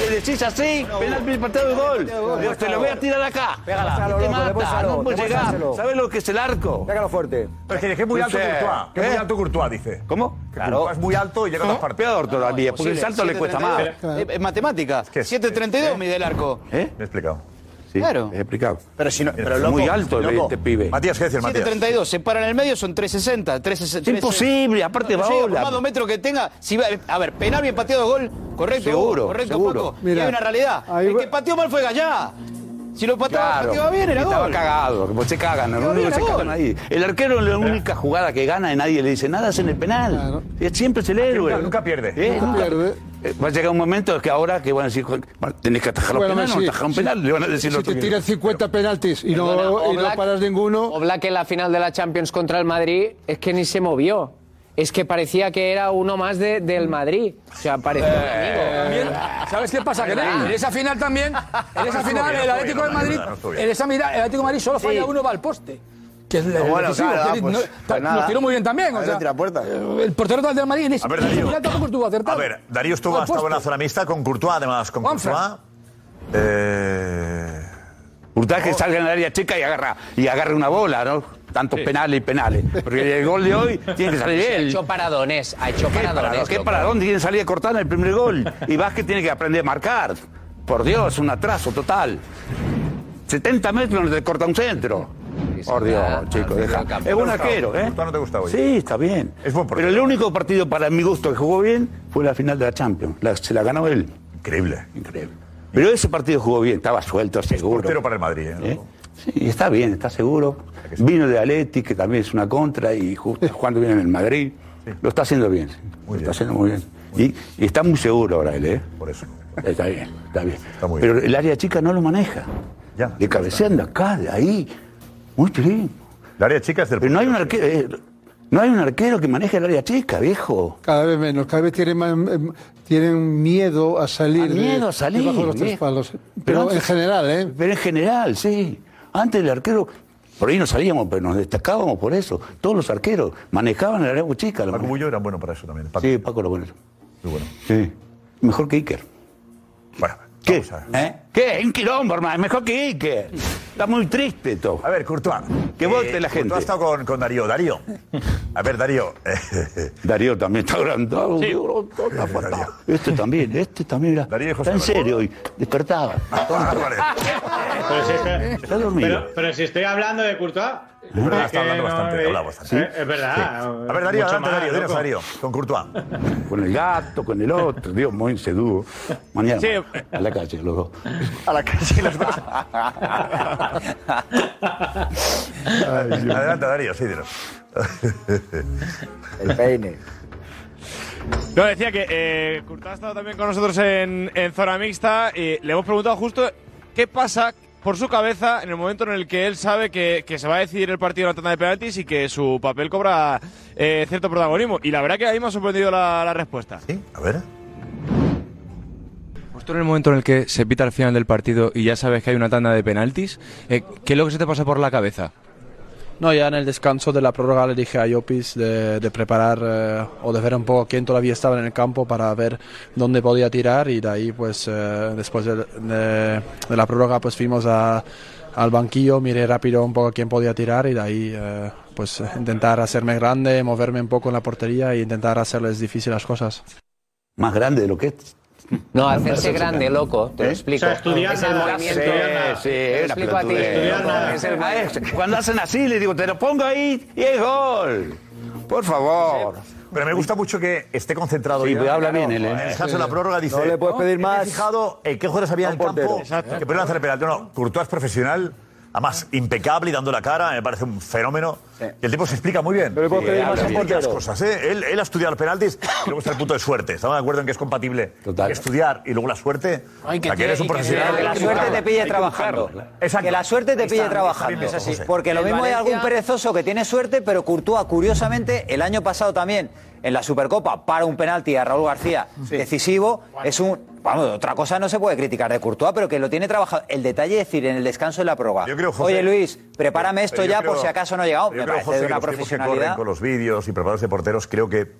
[SPEAKER 8] Le decís así, penal pateado el gol. Digo, Te lo voy a tirar acá.
[SPEAKER 4] Pégala.
[SPEAKER 8] Y te
[SPEAKER 4] Loco,
[SPEAKER 8] mata,
[SPEAKER 4] depósalo,
[SPEAKER 8] no puedes llegar.
[SPEAKER 4] depósalo.
[SPEAKER 8] ¿Sabes lo que es el arco?
[SPEAKER 4] Pégalo fuerte.
[SPEAKER 7] Es que es muy alto Courtois, que es muy alto Courtois, dice.
[SPEAKER 8] ¿Cómo?
[SPEAKER 7] Courtois es muy alto y llega a las partidas.
[SPEAKER 8] Peor todavía, porque el salto le cuesta más.
[SPEAKER 12] Es matemática. 7.32 mide el arco.
[SPEAKER 8] ¿Eh?
[SPEAKER 7] Me he explicado.
[SPEAKER 8] Sí,
[SPEAKER 12] Claro.
[SPEAKER 8] he explicado.
[SPEAKER 12] Pero si no- pero
[SPEAKER 8] Es
[SPEAKER 12] loco,
[SPEAKER 8] muy alto el-
[SPEAKER 12] loco.
[SPEAKER 8] este pibe.
[SPEAKER 7] Matías, ¿qué decir,
[SPEAKER 12] 7.32, se para en el medio, son 3.60. 3.60.
[SPEAKER 8] imposible, aparte
[SPEAKER 12] No, no
[SPEAKER 8] va
[SPEAKER 12] llega,
[SPEAKER 8] Ola.
[SPEAKER 12] por más dos metros que tenga. Si va- eh, a ver, penal bien pateado gol. Correcto,
[SPEAKER 8] Seguro,
[SPEAKER 12] Hugo, correcto,
[SPEAKER 8] seguro.
[SPEAKER 12] Paco. Y
[SPEAKER 8] Mira.
[SPEAKER 12] hay una realidad. El que pateó mal fue Gallá. Si lo pateaba,
[SPEAKER 8] Claro.
[SPEAKER 12] pateaba bien, era
[SPEAKER 8] Y estaba
[SPEAKER 12] gol.
[SPEAKER 8] cagado, como se cagan, los
[SPEAKER 12] Estaba
[SPEAKER 8] únicos
[SPEAKER 12] bien,
[SPEAKER 8] que se
[SPEAKER 12] era
[SPEAKER 8] cagan
[SPEAKER 12] gol.
[SPEAKER 8] ahí. El arquero la única jugada que gana y nadie le dice nada es en el penal. Es- Siempre es el héroe.
[SPEAKER 7] Nunca- nunca pierde.
[SPEAKER 8] ¿Eh?
[SPEAKER 7] Nunca
[SPEAKER 9] pierde.
[SPEAKER 8] Eh, Va a llegar un momento que ahora que van a decir, "Joder, tenés que atajar un
[SPEAKER 9] Bueno,
[SPEAKER 8] penal, no
[SPEAKER 9] Messi,
[SPEAKER 8] atajar un
[SPEAKER 9] si-
[SPEAKER 8] penal, le van a decir
[SPEAKER 9] si
[SPEAKER 8] los
[SPEAKER 9] te tiran 50 penaltis y no,
[SPEAKER 10] Perdona,
[SPEAKER 9] y no
[SPEAKER 10] Oblak-
[SPEAKER 9] paras ninguno.
[SPEAKER 10] Oblak en la final de la Champions contra el Madrid es que ni se movió. Es que parecía que era uno más de- del Madrid. O sea, parecía un
[SPEAKER 8] Eh.
[SPEAKER 10] amigo.
[SPEAKER 20] Eh,
[SPEAKER 5] También, ¿Sabes qué pasa? Que en,
[SPEAKER 10] Verdad.
[SPEAKER 5] en esa final también, en esa
[SPEAKER 10] estuvo
[SPEAKER 5] final,
[SPEAKER 10] bien,
[SPEAKER 5] el
[SPEAKER 10] no estuvo
[SPEAKER 5] Atlético de
[SPEAKER 10] bien, no,
[SPEAKER 5] Madrid,
[SPEAKER 10] no, no estuvo bien.
[SPEAKER 5] en esa mirada, el Atlético de Madrid solo falla
[SPEAKER 10] Sí.
[SPEAKER 5] uno va al poste. Que es el,
[SPEAKER 10] No,
[SPEAKER 5] el
[SPEAKER 10] bueno,
[SPEAKER 5] decisivo,
[SPEAKER 10] claro,
[SPEAKER 5] que
[SPEAKER 10] ah,
[SPEAKER 5] di-
[SPEAKER 10] pues,
[SPEAKER 5] no-
[SPEAKER 10] pues
[SPEAKER 5] ta-
[SPEAKER 10] nada.
[SPEAKER 5] lo tiró muy bien también.
[SPEAKER 10] A
[SPEAKER 5] O
[SPEAKER 10] ver,
[SPEAKER 5] sea,
[SPEAKER 10] tira
[SPEAKER 13] puerta.
[SPEAKER 5] el portero del Atlético de Madrid en esa
[SPEAKER 7] ver, Darío.
[SPEAKER 5] final tampoco estuvo acertado.
[SPEAKER 7] A ver, Darío estuvo
[SPEAKER 5] Al
[SPEAKER 7] hasta
[SPEAKER 5] poste.
[SPEAKER 7] en la zona mixta con Courtois, además, con
[SPEAKER 5] Juanfran.
[SPEAKER 7] Courtois. Eh...
[SPEAKER 8] Hurtado que salga en el área chica y agarra, y agarra una bola, ¿no? Tantos penales y penales. Porque el gol de hoy tiene que salir
[SPEAKER 10] Se Ha
[SPEAKER 8] él.
[SPEAKER 10] hecho paradones, ha hecho
[SPEAKER 8] ¿Qué
[SPEAKER 10] paradones.
[SPEAKER 8] paradón? ¿Qué
[SPEAKER 10] loco.
[SPEAKER 8] paradón? Tiene que salir a cortar en el primer gol. Y Vázquez tiene que aprender a marcar. Por Dios, un atraso total. 70 metros no te corta un centro. Por Dios, chicos, deja. Es un arquero, ¿eh?
[SPEAKER 7] Courtois no te gusta hoy.
[SPEAKER 8] Sí, está bien. Pero el único partido para mi gusto que jugó bien fue la final de la Champions. La- se la ganó él.
[SPEAKER 7] Increíble.
[SPEAKER 8] Increíble. Pero ese partido jugó bien, estaba suelto, seguro.
[SPEAKER 7] portero para el Madrid, ¿eh?
[SPEAKER 8] ¿Eh? Sí, está bien, está seguro. Vino de Aleti, que también es una contra, y ju- está jugando bien en el Madrid. Lo está haciendo bien. Lo está haciendo muy bien. Y, y está muy seguro ahora él, ¿eh?
[SPEAKER 7] Por eso.
[SPEAKER 8] Está bien, está bien. Pero el área chica no lo maneja. de cabecea anda acá, de ahí. Muy bien.
[SPEAKER 7] El área chica es del
[SPEAKER 8] Pero no hay un arquero. eh, no hay un arquero que maneje el área chica, viejo.
[SPEAKER 9] Cada vez menos, cada vez tienen, más, em, tienen miedo a salir.
[SPEAKER 8] A miedo a salir,
[SPEAKER 9] Debajo de los tres
[SPEAKER 8] viejo.
[SPEAKER 9] palos. Pero en
[SPEAKER 8] antes-
[SPEAKER 9] general, ¿eh?
[SPEAKER 8] Pero en general, sí. Antes el arquero, por ahí no salíamos, pero nos destacábamos por eso. Todos los arqueros manejaban el área chica. Paco
[SPEAKER 7] Bullo era bueno para eso también.
[SPEAKER 8] Sí, Paco era bueno.
[SPEAKER 7] Muy bueno.
[SPEAKER 8] Sí. Mejor que Iker.
[SPEAKER 7] Bueno,
[SPEAKER 8] ¿qué? ¿Eh? ¿Qué? Un quilombo, hermano. Mejor que Iker. Está muy triste todo.
[SPEAKER 7] A ver, Courtois. Eh,
[SPEAKER 8] Que vote la gente.
[SPEAKER 7] Courtois ha estado con, con Darío. Darío. A ver, Darío.
[SPEAKER 8] Darío también está agrandado. Dios, la fatal. Este también, este también. Era... Está en serio hoy. Despertaba.
[SPEAKER 20] Pero si, estoy,
[SPEAKER 8] Está dormido.
[SPEAKER 20] pero- pero si estoy hablando de Courtois.
[SPEAKER 7] Es verdad,
[SPEAKER 20] es
[SPEAKER 7] está
[SPEAKER 20] que
[SPEAKER 7] hablando
[SPEAKER 20] no
[SPEAKER 7] bastante,
[SPEAKER 20] es-
[SPEAKER 7] habla bastante.
[SPEAKER 20] ¿eh? Es verdad.
[SPEAKER 7] A ver, Darío,
[SPEAKER 20] mucho
[SPEAKER 7] adelante,
[SPEAKER 20] más,
[SPEAKER 7] Darío. Dinos,
[SPEAKER 20] loco.
[SPEAKER 7] Darío. Con Courtois.
[SPEAKER 8] Con el gato, con el otro. Dios, muy ese dúo. Mañana. A la calle, los dos.
[SPEAKER 13] A la calle los dos.
[SPEAKER 7] Adelante, Darío, sí, dinos.
[SPEAKER 14] El peine. No, decía que eh, Courtois ha estado también con nosotros en, en Zona Mixta y le hemos preguntado justo qué pasa por su cabeza en el momento en el que él sabe que, que se va a decidir el partido en la tanda de penaltis y que su papel cobra eh, cierto protagonismo. Y la verdad que a mí me ha sorprendido la, la respuesta.
[SPEAKER 7] Sí, a ver.
[SPEAKER 23] Justo Pues en el momento en el que se pita al final del partido y ya sabes que hay una tanda de penaltis, eh, ¿qué es lo que se te pasa por la cabeza?
[SPEAKER 19] No, ya en el descanso de la prórroga le dije a Llopis de, de preparar eh, o de ver un poco quién todavía estaba en el campo para ver dónde podía tirar y de ahí pues eh, después de, de- de la prórroga pues fuimos a- al banquillo, miré rápido un poco quién podía tirar y de ahí eh, pues eh, intentar hacerme grande, moverme un poco en la portería e intentar hacerles difícil las cosas.
[SPEAKER 8] Más grande de lo que es.
[SPEAKER 10] No, hacerse grande, loco, te lo explico. es el movimiento.
[SPEAKER 8] ¿Eh? Sí, sí,
[SPEAKER 10] te
[SPEAKER 8] una
[SPEAKER 10] lo explico a ti.
[SPEAKER 8] pelotudez.
[SPEAKER 10] loco, es el
[SPEAKER 8] Ah, es- Cuando hacen así, le digo, te lo pongo ahí y es gol. Por favor.
[SPEAKER 7] Pero me gusta mucho que esté concentrado.
[SPEAKER 8] Sí,
[SPEAKER 7] ya.
[SPEAKER 8] pero habla bien él, ¿eh?
[SPEAKER 7] En el caso de la prórroga dice.
[SPEAKER 8] No le puedes pedir
[SPEAKER 7] "Me he
[SPEAKER 8] más
[SPEAKER 7] fijado en qué jugadores había
[SPEAKER 8] a
[SPEAKER 7] en
[SPEAKER 8] un
[SPEAKER 7] el campo
[SPEAKER 8] portero". Exacto.
[SPEAKER 7] que podían hacer el penalti. No, Courtois es profesional. Además, impecable y dando la cara, me parece un fenómeno. Y el tipo se explica muy bien.
[SPEAKER 8] le puedo pedir más a un
[SPEAKER 7] explica
[SPEAKER 8] portero.
[SPEAKER 7] las cosas, ¿eh? él, él ha estudiado los penaltis y luego está el punto de suerte. Estamos de acuerdo en que es compatible estudiar y luego la suerte.
[SPEAKER 22] Ay, que
[SPEAKER 7] O sea, que
[SPEAKER 22] tiene-
[SPEAKER 7] eres un
[SPEAKER 22] y que
[SPEAKER 7] profesional.
[SPEAKER 22] tiene- que la suerte te pille
[SPEAKER 7] Hay que
[SPEAKER 22] trabajando.
[SPEAKER 7] buscarlo. Exacto.
[SPEAKER 22] Que la suerte te
[SPEAKER 7] Ahí
[SPEAKER 22] pille
[SPEAKER 7] está,
[SPEAKER 22] trabajando.
[SPEAKER 7] está bien visto, José.
[SPEAKER 22] Porque lo
[SPEAKER 7] El
[SPEAKER 22] mismo hay
[SPEAKER 7] Valencia-
[SPEAKER 22] algún perezoso que tiene suerte, pero Courtois, curiosamente, el año pasado también
[SPEAKER 11] en la Supercopa para un penalti a Raúl García decisivo, es un. Vamos, otra cosa no se puede criticar de Courtois, pero que lo tiene trabajado. El detalle es decir, en el descanso de la prórroga.
[SPEAKER 7] José-
[SPEAKER 11] Oye, Luis, prepárame esto
[SPEAKER 7] Pero yo
[SPEAKER 11] ya por
[SPEAKER 7] creo-
[SPEAKER 11] si acaso no ha llegado.
[SPEAKER 7] pero
[SPEAKER 11] Me
[SPEAKER 7] Yo creo,
[SPEAKER 11] parece
[SPEAKER 7] José,
[SPEAKER 11] de
[SPEAKER 7] que
[SPEAKER 11] una
[SPEAKER 7] los tipos que corren
[SPEAKER 11] profesionalidad.
[SPEAKER 7] con los vídeos y preparadores de porteros, creo que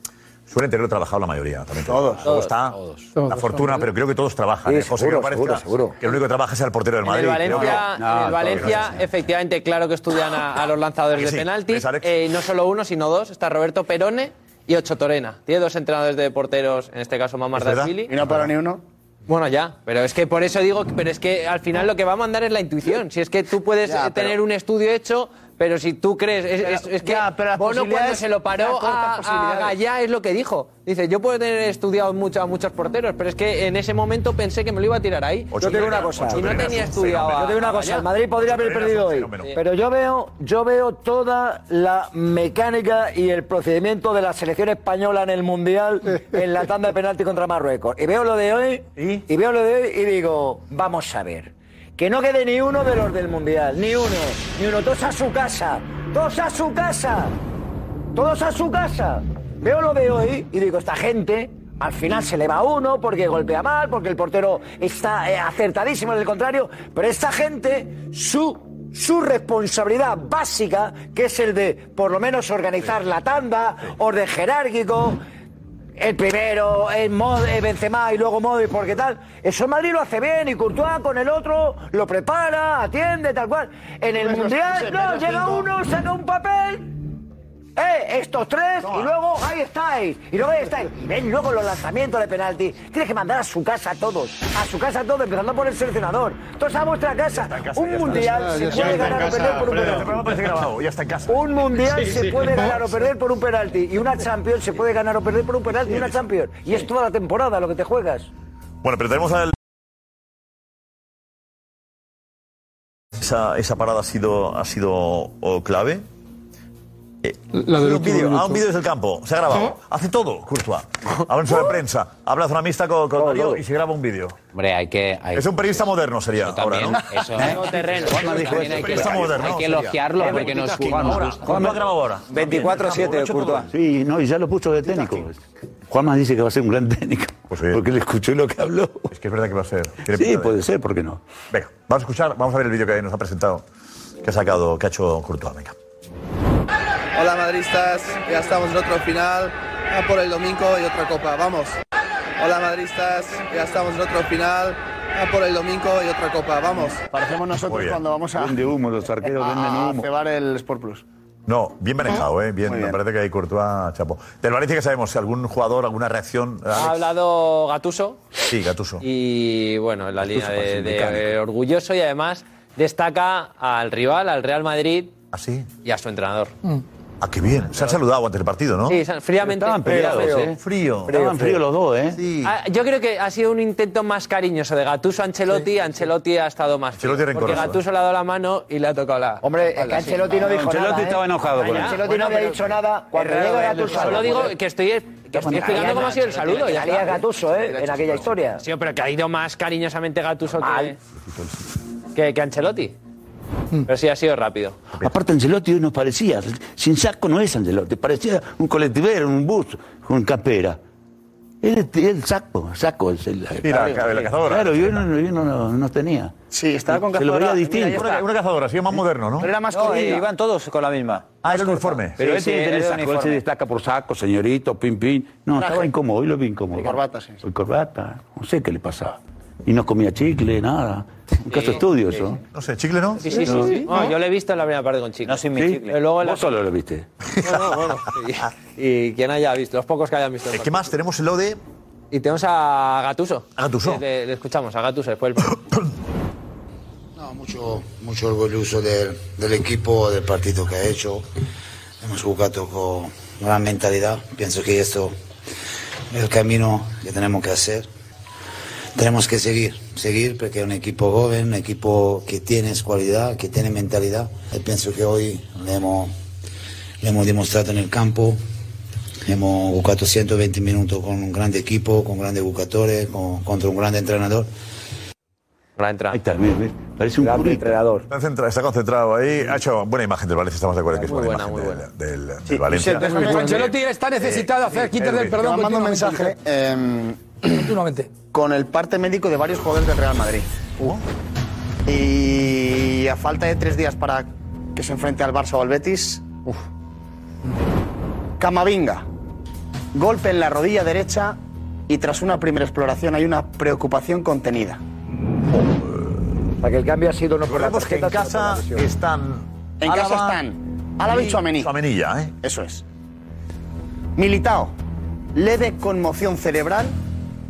[SPEAKER 7] suelen tenerlo trabajado la mayoría. También todos. Luego está la
[SPEAKER 4] Todos,
[SPEAKER 7] fortuna,
[SPEAKER 4] todos.
[SPEAKER 7] pero creo que todos trabajan.
[SPEAKER 4] Sí,
[SPEAKER 7] ¿eh? José,
[SPEAKER 4] seguro,
[SPEAKER 7] que no parezca
[SPEAKER 4] seguro, seguro.
[SPEAKER 7] Que el único que trabaja es el portero del
[SPEAKER 17] En
[SPEAKER 7] Madrid.
[SPEAKER 17] el
[SPEAKER 7] creo que no. Ah,
[SPEAKER 17] Valencia, en el
[SPEAKER 7] No, claro que no es
[SPEAKER 17] Valencia
[SPEAKER 7] así.
[SPEAKER 17] efectivamente, claro que estudian a, a los lanzadores de penaltis. Eh, y no solo uno, sino dos. Está Roberto Perone y Ocho Torena. Tiene dos entrenadores de porteros, en este caso Mamar
[SPEAKER 13] ¿Es verdad?
[SPEAKER 17] Darsili.
[SPEAKER 13] ¿Y no para ni uno?
[SPEAKER 17] Bueno, ya, pero es que por eso digo, pero es que al final lo que va a mandar es la intuición. Si es que tú puedes
[SPEAKER 13] Ya,
[SPEAKER 17] eh, tener un estudio hecho, pero si tú crees, es, es- es que Bono cuando
[SPEAKER 13] posibilidades-
[SPEAKER 17] se lo paró
[SPEAKER 13] las cortas
[SPEAKER 17] a, a
[SPEAKER 13] posibilidades.
[SPEAKER 17] Gallá es lo que dijo. Dice, yo puedo tener estudiado mucho a muchos porteros, pero es que en ese momento pensé que me lo iba a tirar ahí.
[SPEAKER 4] Yo tengo una cosa.
[SPEAKER 17] Y no tenía estudiado. a-
[SPEAKER 4] Yo tengo una
[SPEAKER 17] a
[SPEAKER 4] cosa.
[SPEAKER 17] Gallá.
[SPEAKER 4] El Madrid podría haber perdido hoy. Pero yo veo, yo veo toda la mecánica y el procedimiento de la selección española en el mundial en la tanda de penalti contra Marruecos. Y veo lo de hoy y, veo lo de hoy y digo, vamos a ver. Que no quede ni uno de los del mundial, ni uno, ni uno. Todos a su casa, todos a su casa, todos a su casa. Veo lo de hoy y digo, esta gente al final se le va uno porque golpea mal, porque el portero está eh, acertadísimo en el contrario, pero esta gente, su, su responsabilidad básica, que es el de por lo menos organizar la tanda, orden jerárquico, el primero, el Mod- eh, Benzema y luego Modric porque tal. Eso en Madrid lo hace bien y Courtois con el otro lo prepara, atiende, tal cual. En el
[SPEAKER 13] Menos
[SPEAKER 4] Mundial,
[SPEAKER 13] quince,
[SPEAKER 4] no,
[SPEAKER 13] menos
[SPEAKER 4] llega
[SPEAKER 13] cinco.
[SPEAKER 4] uno, saca un papel. Eh, estos tres, y luego ahí estáis, y luego ahí estáis. Y ven luego los lanzamientos de penalti. Tienes que mandar a su casa a todos, a su casa a todos, empezando por el seleccionador. Todos a vuestra casa. un mundial
[SPEAKER 7] está, ya
[SPEAKER 4] se puede
[SPEAKER 7] está.
[SPEAKER 4] ganar
[SPEAKER 7] Ya
[SPEAKER 4] o
[SPEAKER 7] está en
[SPEAKER 4] perder
[SPEAKER 7] casa,
[SPEAKER 4] por un
[SPEAKER 7] Alfredo.
[SPEAKER 4] penalti.
[SPEAKER 7] Este programa parece grabado, ya está en casa.
[SPEAKER 4] Un mundial
[SPEAKER 7] Sí,
[SPEAKER 4] se
[SPEAKER 7] sí.
[SPEAKER 4] puede ganar o perder por un penalti, y una Champions se puede ganar o perder por un penalti, y una Champions. Y es toda la temporada lo que te juegas.
[SPEAKER 7] Bueno, pero tenemos al. Esa, esa parada ha sido, ha sido oh, clave. Eh,
[SPEAKER 9] La del
[SPEAKER 7] un
[SPEAKER 9] último
[SPEAKER 7] vídeo, ah, un
[SPEAKER 9] minuto.
[SPEAKER 7] vídeo desde el campo, se ha grabado. Hace todo, Courtois. Habla en su prensa, habla a amistad con, con Darío y se graba un vídeo.
[SPEAKER 10] Hombre, hay que. hay-
[SPEAKER 7] Es un periodista moderno, sería ahora, ¿no?
[SPEAKER 10] eso es nuevo terreno.
[SPEAKER 7] Juanma dijo
[SPEAKER 10] También
[SPEAKER 7] eso,
[SPEAKER 10] hay que-
[SPEAKER 7] periodista
[SPEAKER 10] hay
[SPEAKER 7] moderno,
[SPEAKER 10] que
[SPEAKER 7] sería.
[SPEAKER 10] elogiarlo
[SPEAKER 7] Eh,
[SPEAKER 10] porque nos-
[SPEAKER 7] Courtois,
[SPEAKER 10] nos
[SPEAKER 7] ahora.
[SPEAKER 10] gusta.
[SPEAKER 7] Juanma ha grabado ahora.
[SPEAKER 11] 24-7 de Courtois.
[SPEAKER 8] Sí, no, y ya lo puso de técnico. Juanma dice que va a ser un gran técnico. Porque le escuché lo que habló.
[SPEAKER 7] Es que es verdad que va a ser.
[SPEAKER 8] Sí, puede ser, ¿por qué no?
[SPEAKER 7] Venga, vamos a escuchar, vamos a ver el vídeo que nos ha presentado, que ha sacado, que ha hecho Courtois. Venga.
[SPEAKER 1] Hola madristas, ya estamos en otro final, a por el domingo y otra copa, vamos. Hola madristas, ya estamos en otro final, a por el domingo y otra copa, vamos.
[SPEAKER 13] Parecemos nosotros Pues cuando vamos a,
[SPEAKER 8] Vende humo, los arqueros venden
[SPEAKER 13] a
[SPEAKER 8] humo.
[SPEAKER 13] cebar el Sport Plus.
[SPEAKER 7] No, bien manejado, ¿eh? Bien, me parece que ahí Courtois, chapo. Del Valencia que sabemos, algún jugador, alguna reacción.
[SPEAKER 17] Ha
[SPEAKER 7] Alex?
[SPEAKER 17] hablado Gatuso.
[SPEAKER 7] Sí, Gatuso.
[SPEAKER 17] Y bueno, en la línea
[SPEAKER 7] parece
[SPEAKER 17] de,
[SPEAKER 7] un
[SPEAKER 17] de
[SPEAKER 7] mecánico.
[SPEAKER 17] orgulloso y además destaca al rival, al Real Madrid y a su entrenador.
[SPEAKER 4] Mm.
[SPEAKER 7] Ah, qué bien. Se han saludado antes del partido, ¿no?
[SPEAKER 17] Sí, se- fríamente.
[SPEAKER 7] Estaban peleados,
[SPEAKER 17] Frío.
[SPEAKER 7] ¿eh? Frío.
[SPEAKER 8] Estaban fríos los dos, ¿eh?
[SPEAKER 17] Ah, Yo creo que ha sido un intento más cariñoso de Gatuso a Ancelotti. Ancelotti ha estado más. frío,
[SPEAKER 8] Ancelotti
[SPEAKER 17] porque
[SPEAKER 8] rencoroso, ¿eh?
[SPEAKER 17] Gatuso le ha dado la mano y le ha tocado la.
[SPEAKER 4] Hombre, es que Ancelotti no dijo nada. ¿eh? Ancelotti no había dicho nada. Cuando
[SPEAKER 17] Errado
[SPEAKER 4] llega
[SPEAKER 17] de
[SPEAKER 4] Gattuso...
[SPEAKER 17] Anderson. Solo digo que estoy, que estoy explicando cómo ha sido el saludo. ya
[SPEAKER 4] Salía
[SPEAKER 17] está.
[SPEAKER 4] Gatuso, ¿eh? En aquella historia.
[SPEAKER 17] Sí, pero que ha ido más cariñosamente Gatuso que, que, que Ancelotti. Pero sí ha sido rápido.
[SPEAKER 8] Aparte, Ancelotti hoy nos parecía, sin saco no es Ancelotti, parecía un colectivero, un bus, con capera. Él es el saco, saco es el.
[SPEAKER 7] la- la cazadora.
[SPEAKER 8] Claro, yo no, yo no, no- no tenía.
[SPEAKER 13] Sí, estaba
[SPEAKER 8] Se lo veía distinto.
[SPEAKER 7] Una, una cazadora, sí, más moderno, ¿no?
[SPEAKER 11] No, eh, iban todos con la misma.
[SPEAKER 7] Ah, era el uniforme.
[SPEAKER 8] Pero él tiene que tener
[SPEAKER 11] era
[SPEAKER 8] saco, él se
[SPEAKER 11] uniforme.
[SPEAKER 8] destaca por saco, señorito, pim, pim. No,
[SPEAKER 11] Traje.
[SPEAKER 8] estaba incómodo, hoy lo vi incómodo.
[SPEAKER 11] Y corbata, sí.
[SPEAKER 8] Y corbata, no sé qué le pasaba. Y no comía chicle, nada. Un caso estudio eso.
[SPEAKER 7] No sé, chicle no.
[SPEAKER 17] Sí, sí, sí. sí. No, Yo lo he visto en la primera parte con Chico. No sin mi
[SPEAKER 8] ¿Sí?
[SPEAKER 17] Luego la...
[SPEAKER 8] Vos solo lo viste.
[SPEAKER 17] No, no, bueno. Y, y quien haya visto, los pocos que hayan visto.
[SPEAKER 7] ¿Qué más? Tenemos el de
[SPEAKER 17] Y tenemos a Gatuso.
[SPEAKER 7] A Gattuso.
[SPEAKER 17] Le, le escuchamos, a Gatuso después. el-
[SPEAKER 24] Mucho, mucho orgulloso del, del equipo, del partido que ha hecho. Hemos jugado con gran mentalidad. Pienso que esto es el camino que tenemos que hacer. Tenemos que seguir, seguir porque es un equipo joven, un equipo que tiene cualidad, que tiene mentalidad. Y pienso que hoy le hemos, le hemos demostrado en el campo. Hemos jugado 120 minutos con un gran equipo, con grandes jugadores, con- contra un gran entrenador.
[SPEAKER 8] Ahí está, mira, mira. Parece un curito.
[SPEAKER 7] entrenador. Está, centra- está concentrado ahí. Ha hecho buena imagen del Valencia. Estamos de acuerdo que es buena, imagen del, del- del Valencia.
[SPEAKER 21] Ancelotti está
[SPEAKER 13] Eh,
[SPEAKER 21] necesitado de hacer quites del perdón.
[SPEAKER 13] Te mando un mensaje
[SPEAKER 21] continuamente.
[SPEAKER 13] eh, con el parte médico de varios jugadores del Real Madrid.
[SPEAKER 21] Oh.
[SPEAKER 13] Y a falta de tres días para que se enfrente al Barça o al Betis, uf. Camavinga, golpe en la rodilla derecha y tras una primera exploración hay una preocupación contenida.
[SPEAKER 4] Para que el cambio ha sido no
[SPEAKER 13] por la
[SPEAKER 4] que en tarjeta, sino casa por la lesión.
[SPEAKER 7] están.
[SPEAKER 13] En
[SPEAKER 4] Álava
[SPEAKER 13] casa están Álava y Tchouaméni.
[SPEAKER 7] ¿eh?
[SPEAKER 13] Eso es. Militao, leve conmoción cerebral,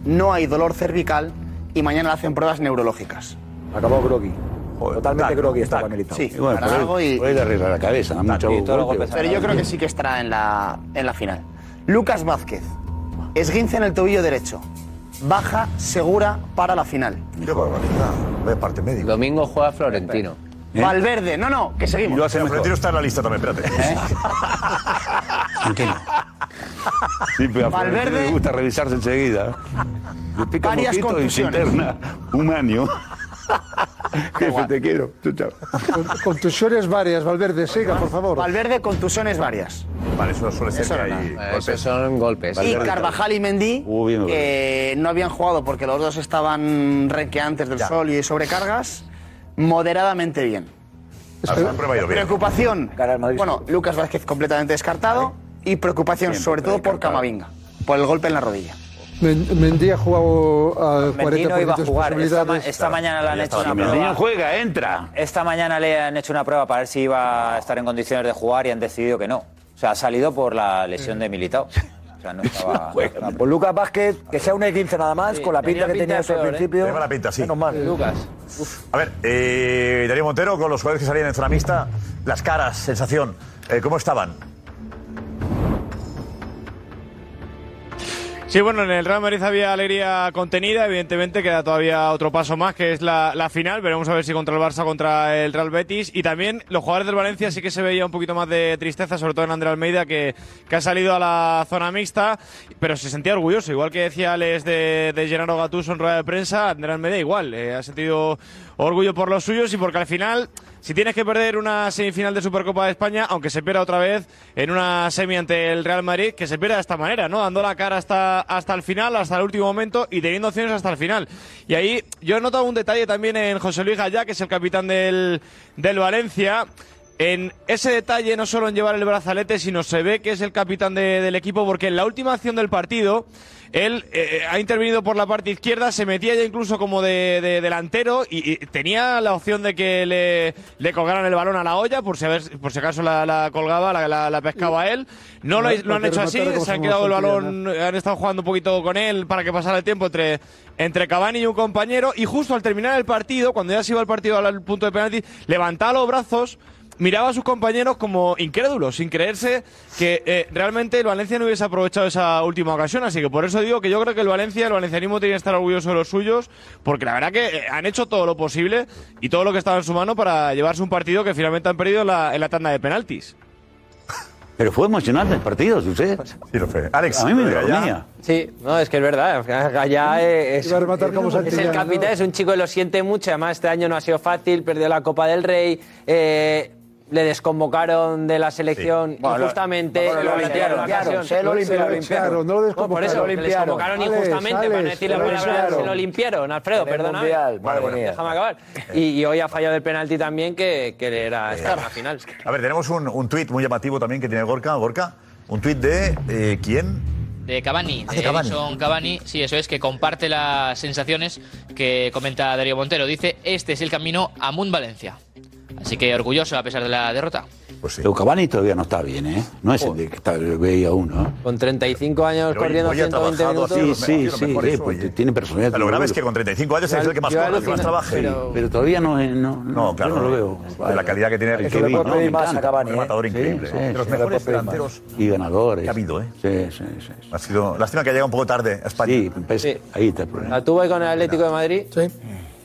[SPEAKER 13] no hay dolor cervical y mañana le hacen pruebas neurológicas.
[SPEAKER 4] Acabó Grogui. Totalmente Grogui estaba militado.
[SPEAKER 13] Sí,
[SPEAKER 8] Y bueno,
[SPEAKER 7] pues,
[SPEAKER 13] para
[SPEAKER 8] por
[SPEAKER 13] algo
[SPEAKER 8] ahí,
[SPEAKER 13] y...
[SPEAKER 8] por ahí le arregla la cabeza. ¿no? Mucho golpe.
[SPEAKER 13] Pero yo creo que sí que estará en la, en la final. Lucas Vázquez, esguince en el tobillo derecho. Baja segura para la final.
[SPEAKER 7] Qué barbaridad. De parte médico.
[SPEAKER 10] Domingo juega Florentino.
[SPEAKER 13] Valverde, no, no, que seguimos.
[SPEAKER 7] Lo hace Florentino está en la lista también, espérate.
[SPEAKER 8] Tranquilo. Sí, pero a
[SPEAKER 13] Valverde.
[SPEAKER 8] Florentino le gusta revisarse enseguida. Le pica
[SPEAKER 13] Varias
[SPEAKER 8] un poquito y se
[SPEAKER 13] contusiones.
[SPEAKER 8] interna un año. Jefe, te quiero. Chao, chao.
[SPEAKER 9] Contusiones varias, Valverde, siga, por favor.
[SPEAKER 13] Valverde, contusiones varias.
[SPEAKER 7] Vale, eso suele
[SPEAKER 13] ser Eso que no, hay
[SPEAKER 10] Eh, Esos son golpes.
[SPEAKER 13] Y Carvajal y Mendy,
[SPEAKER 10] Hubo bien,
[SPEAKER 13] que no habían jugado porque los dos estaban requeantes del sol y sobrecargas, moderadamente bien.
[SPEAKER 7] La prueba ha ido bien.
[SPEAKER 13] Preocupación. Bueno, Lucas Vázquez completamente descartado y preocupación sobre todo por Camavinga, por el golpe en la rodilla.
[SPEAKER 9] Men- Mendy ha jugado al 40%
[SPEAKER 11] Mendy no iba a
[SPEAKER 9] de sus
[SPEAKER 11] jugar. Esta, ma-
[SPEAKER 9] posibilidades.
[SPEAKER 11] esta mañana le han hecho una
[SPEAKER 8] Mendy
[SPEAKER 11] prueba.
[SPEAKER 8] no juega, entra.
[SPEAKER 11] Esta mañana le han hecho una prueba para ver si iba a estar en condiciones de jugar y han decidido que no. O sea, ha salido por la lesión de Militao. O sea, no estaba.
[SPEAKER 4] Pues Lucas Vázquez, que sea un E15 nada más,
[SPEAKER 11] Sí,
[SPEAKER 4] con la pinta
[SPEAKER 11] tenía
[SPEAKER 4] que tenía
[SPEAKER 11] pinta
[SPEAKER 4] eso al
[SPEAKER 11] peor, ¿eh?
[SPEAKER 4] principio.
[SPEAKER 7] Lleva la pinta, sí.
[SPEAKER 4] Menos mal.
[SPEAKER 7] Lucas. A ver, eh, Darío Montero, con los jugadores que salían en zona mixta, las caras, sensación, eh, ¿cómo estaban?
[SPEAKER 14] Sí, bueno, en el Real Madrid había alegría contenida, evidentemente queda todavía otro paso más, que es la, la final, veremos a ver si contra el Barça, contra el Real Betis, y también los jugadores del Valencia sí que se veía un poquito más de tristeza, sobre todo en André Almeida, que, que ha salido a la zona mixta, pero se sentía orgulloso, igual que decía Alex de, de Gennaro Gattuso en rueda de prensa, André Almeida igual, eh, ha sentido orgullo por los suyos y porque al final... Si tienes que perder una semifinal de Supercopa de España, aunque se pierda otra vez en una semi ante el Real Madrid, que se pierda de esta manera, ¿no? Dando la cara hasta, hasta el final, hasta el último momento y teniendo opciones hasta el final. Y ahí yo he notado un detalle también en José Luis Gallá, que es el capitán del, del Valencia. En ese detalle, no solo en llevar el brazalete, sino se ve que es el capitán de- del equipo, porque en la última acción del partido, él eh, eh, ha intervenido por la parte izquierda, se metía ya incluso como de, de delantero y, y tenía la opción de que le, le colgaran el balón a la olla, por si, a ver- por si acaso la, la colgaba, la, la- la pescaba él. No lo,
[SPEAKER 9] La-
[SPEAKER 14] ha- lo han
[SPEAKER 9] la
[SPEAKER 14] hecho así,
[SPEAKER 9] remataron como si
[SPEAKER 14] se han
[SPEAKER 9] fuera
[SPEAKER 14] quedado el
[SPEAKER 9] Santillana.
[SPEAKER 14] balón han estado jugando un poquito con él para que pasara el tiempo entre, entre Cavani y un compañero. Y justo al terminar el partido, cuando ya se iba el partido al- al punto de penalti, levantaba los brazos, miraba a sus compañeros como incrédulos, sin creerse que eh, realmente el Valencia no hubiese aprovechado esa última ocasión. Así que por eso digo que yo creo que el Valencia, el valencianismo tiene que estar orgulloso de los suyos, porque la verdad que eh, han hecho todo lo posible y todo lo que estaba en su mano para llevarse un partido que finalmente han perdido en la- en la tanda de penaltis.
[SPEAKER 8] Pero fue emocionante el partido, ¿sí usted.
[SPEAKER 7] Sí, lo fue. Alex,
[SPEAKER 8] a mí me
[SPEAKER 7] lo de Gallá.
[SPEAKER 8] dormía.
[SPEAKER 17] Sí, no, es que es verdad. Gallá es,
[SPEAKER 9] Iba a rematar como
[SPEAKER 17] es
[SPEAKER 9] Santillana,
[SPEAKER 17] el capitán,
[SPEAKER 9] ¿no?
[SPEAKER 17] es un chico que lo siente mucho. Además, este año no ha sido fácil, perdió la Copa del Rey. eh, le desconvocaron de la selección
[SPEAKER 4] Bueno, lo-
[SPEAKER 17] injustamente.
[SPEAKER 4] bueno, lo
[SPEAKER 17] le
[SPEAKER 4] limpiaron,
[SPEAKER 17] negaron la ocasión.
[SPEAKER 4] se lo limpiaron, no lo
[SPEAKER 17] Por eso,
[SPEAKER 4] desconvocaron.
[SPEAKER 17] que les convocaron
[SPEAKER 4] Alex,
[SPEAKER 17] injustamente, para no
[SPEAKER 4] Alex,
[SPEAKER 17] decir la
[SPEAKER 4] se lo
[SPEAKER 17] palabra,
[SPEAKER 4] limpiaron.
[SPEAKER 17] se lo limpiaron, Alfredo,
[SPEAKER 4] En el
[SPEAKER 17] perdóname.
[SPEAKER 4] Mundial, madre mía.
[SPEAKER 17] Déjame acabar. Y, y hoy ha fallado el penalti también, que, que era estar en la final.
[SPEAKER 7] A ver, tenemos un, un tuit muy llamativo también que tiene Gorka. Gorka, un tuit de eh, quién?
[SPEAKER 3] De Cavani,
[SPEAKER 7] Ah,
[SPEAKER 3] de
[SPEAKER 7] de Cavani.
[SPEAKER 3] Edison Cavani, sí, eso es, que comparte las sensaciones que comenta Darío Montero. Dice, este es el camino a Mund Valencia. Así que orgulloso a pesar de la derrota.
[SPEAKER 7] Pues
[SPEAKER 8] Pero Cavani todavía no está bien, ¿eh? No es el de que está- veía uno, ¿eh?
[SPEAKER 17] Con 35 años
[SPEAKER 8] Pero hoy-
[SPEAKER 17] corriendo
[SPEAKER 8] hoy ha
[SPEAKER 17] 120
[SPEAKER 8] trabajado
[SPEAKER 17] minutos.
[SPEAKER 8] así, Sí, sí, los sí, mejores sí, hoy, pues, eh. tiene personalidad.
[SPEAKER 7] Lo grave es que con 35 años es el que más
[SPEAKER 8] Yo
[SPEAKER 7] corre, el que
[SPEAKER 8] alucino,
[SPEAKER 7] más trabaja.
[SPEAKER 8] Pero, pero todavía no es. No,
[SPEAKER 7] No,
[SPEAKER 8] yo
[SPEAKER 7] claro.
[SPEAKER 8] no lo
[SPEAKER 7] no.
[SPEAKER 8] veo.
[SPEAKER 7] De la calidad que tiene.
[SPEAKER 8] El que vi, ¿no? Me encanta.
[SPEAKER 7] Un rematador increíble. ¿eh?
[SPEAKER 8] Sí, sí,
[SPEAKER 7] de los
[SPEAKER 8] sí,
[SPEAKER 7] mejores
[SPEAKER 8] le puedo pedir más.
[SPEAKER 7] delanteros.
[SPEAKER 8] Y ganadores.
[SPEAKER 7] Que ha habido, ¿eh?
[SPEAKER 8] Sí, sí, sí.
[SPEAKER 7] Ha sido. Lástima que ha llegado un poco tarde a España. ¿eh?
[SPEAKER 8] Sí, pues, ahí está el problema.
[SPEAKER 17] La tuve con el Atlético de Madrid.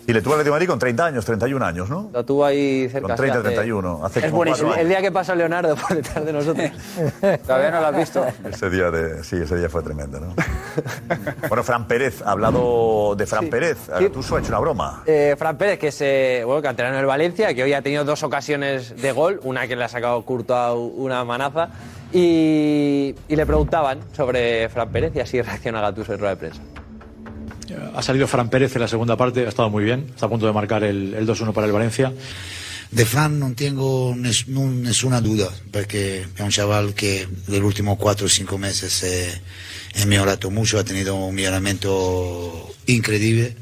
[SPEAKER 7] Y le tuvo al Atlético de Madrid con 30 años, 31 años, ¿no?
[SPEAKER 17] Lo tuvo ahí cerca.
[SPEAKER 7] Con 30,
[SPEAKER 17] sí, hace-
[SPEAKER 7] 31. Hace
[SPEAKER 17] es
[SPEAKER 7] como cuatro
[SPEAKER 17] buenísimo.
[SPEAKER 7] años.
[SPEAKER 17] El día que pasa Leonardo por detrás de nosotros. Todavía no lo has visto.
[SPEAKER 7] Ese día de, sí, ese día fue tremendo, ¿no? bueno, Fran Pérez, ha hablado de Fran Pérez. Gattuso ha hecho una broma.
[SPEAKER 17] Eh, Fran Pérez, que es eh, bueno, canterano del Valencia, que hoy ha tenido dos ocasiones de gol, una que le ha sacado Courtois una manaza, y, y le preguntaban sobre Fran Pérez y así reacciona Gattuso en rueda de prensa.
[SPEAKER 15] Ha salido Fran Pérez en la segunda parte, ha estado muy bien, está a punto de marcar el, el 2-1 para el Valencia.
[SPEAKER 24] De Fran non tengo ness- nun- nessuna duda, perché è un chaval che nell'ultimo 4-5 mesi si è, è migliorato molto, ha tenuto un miglioramento incredibile.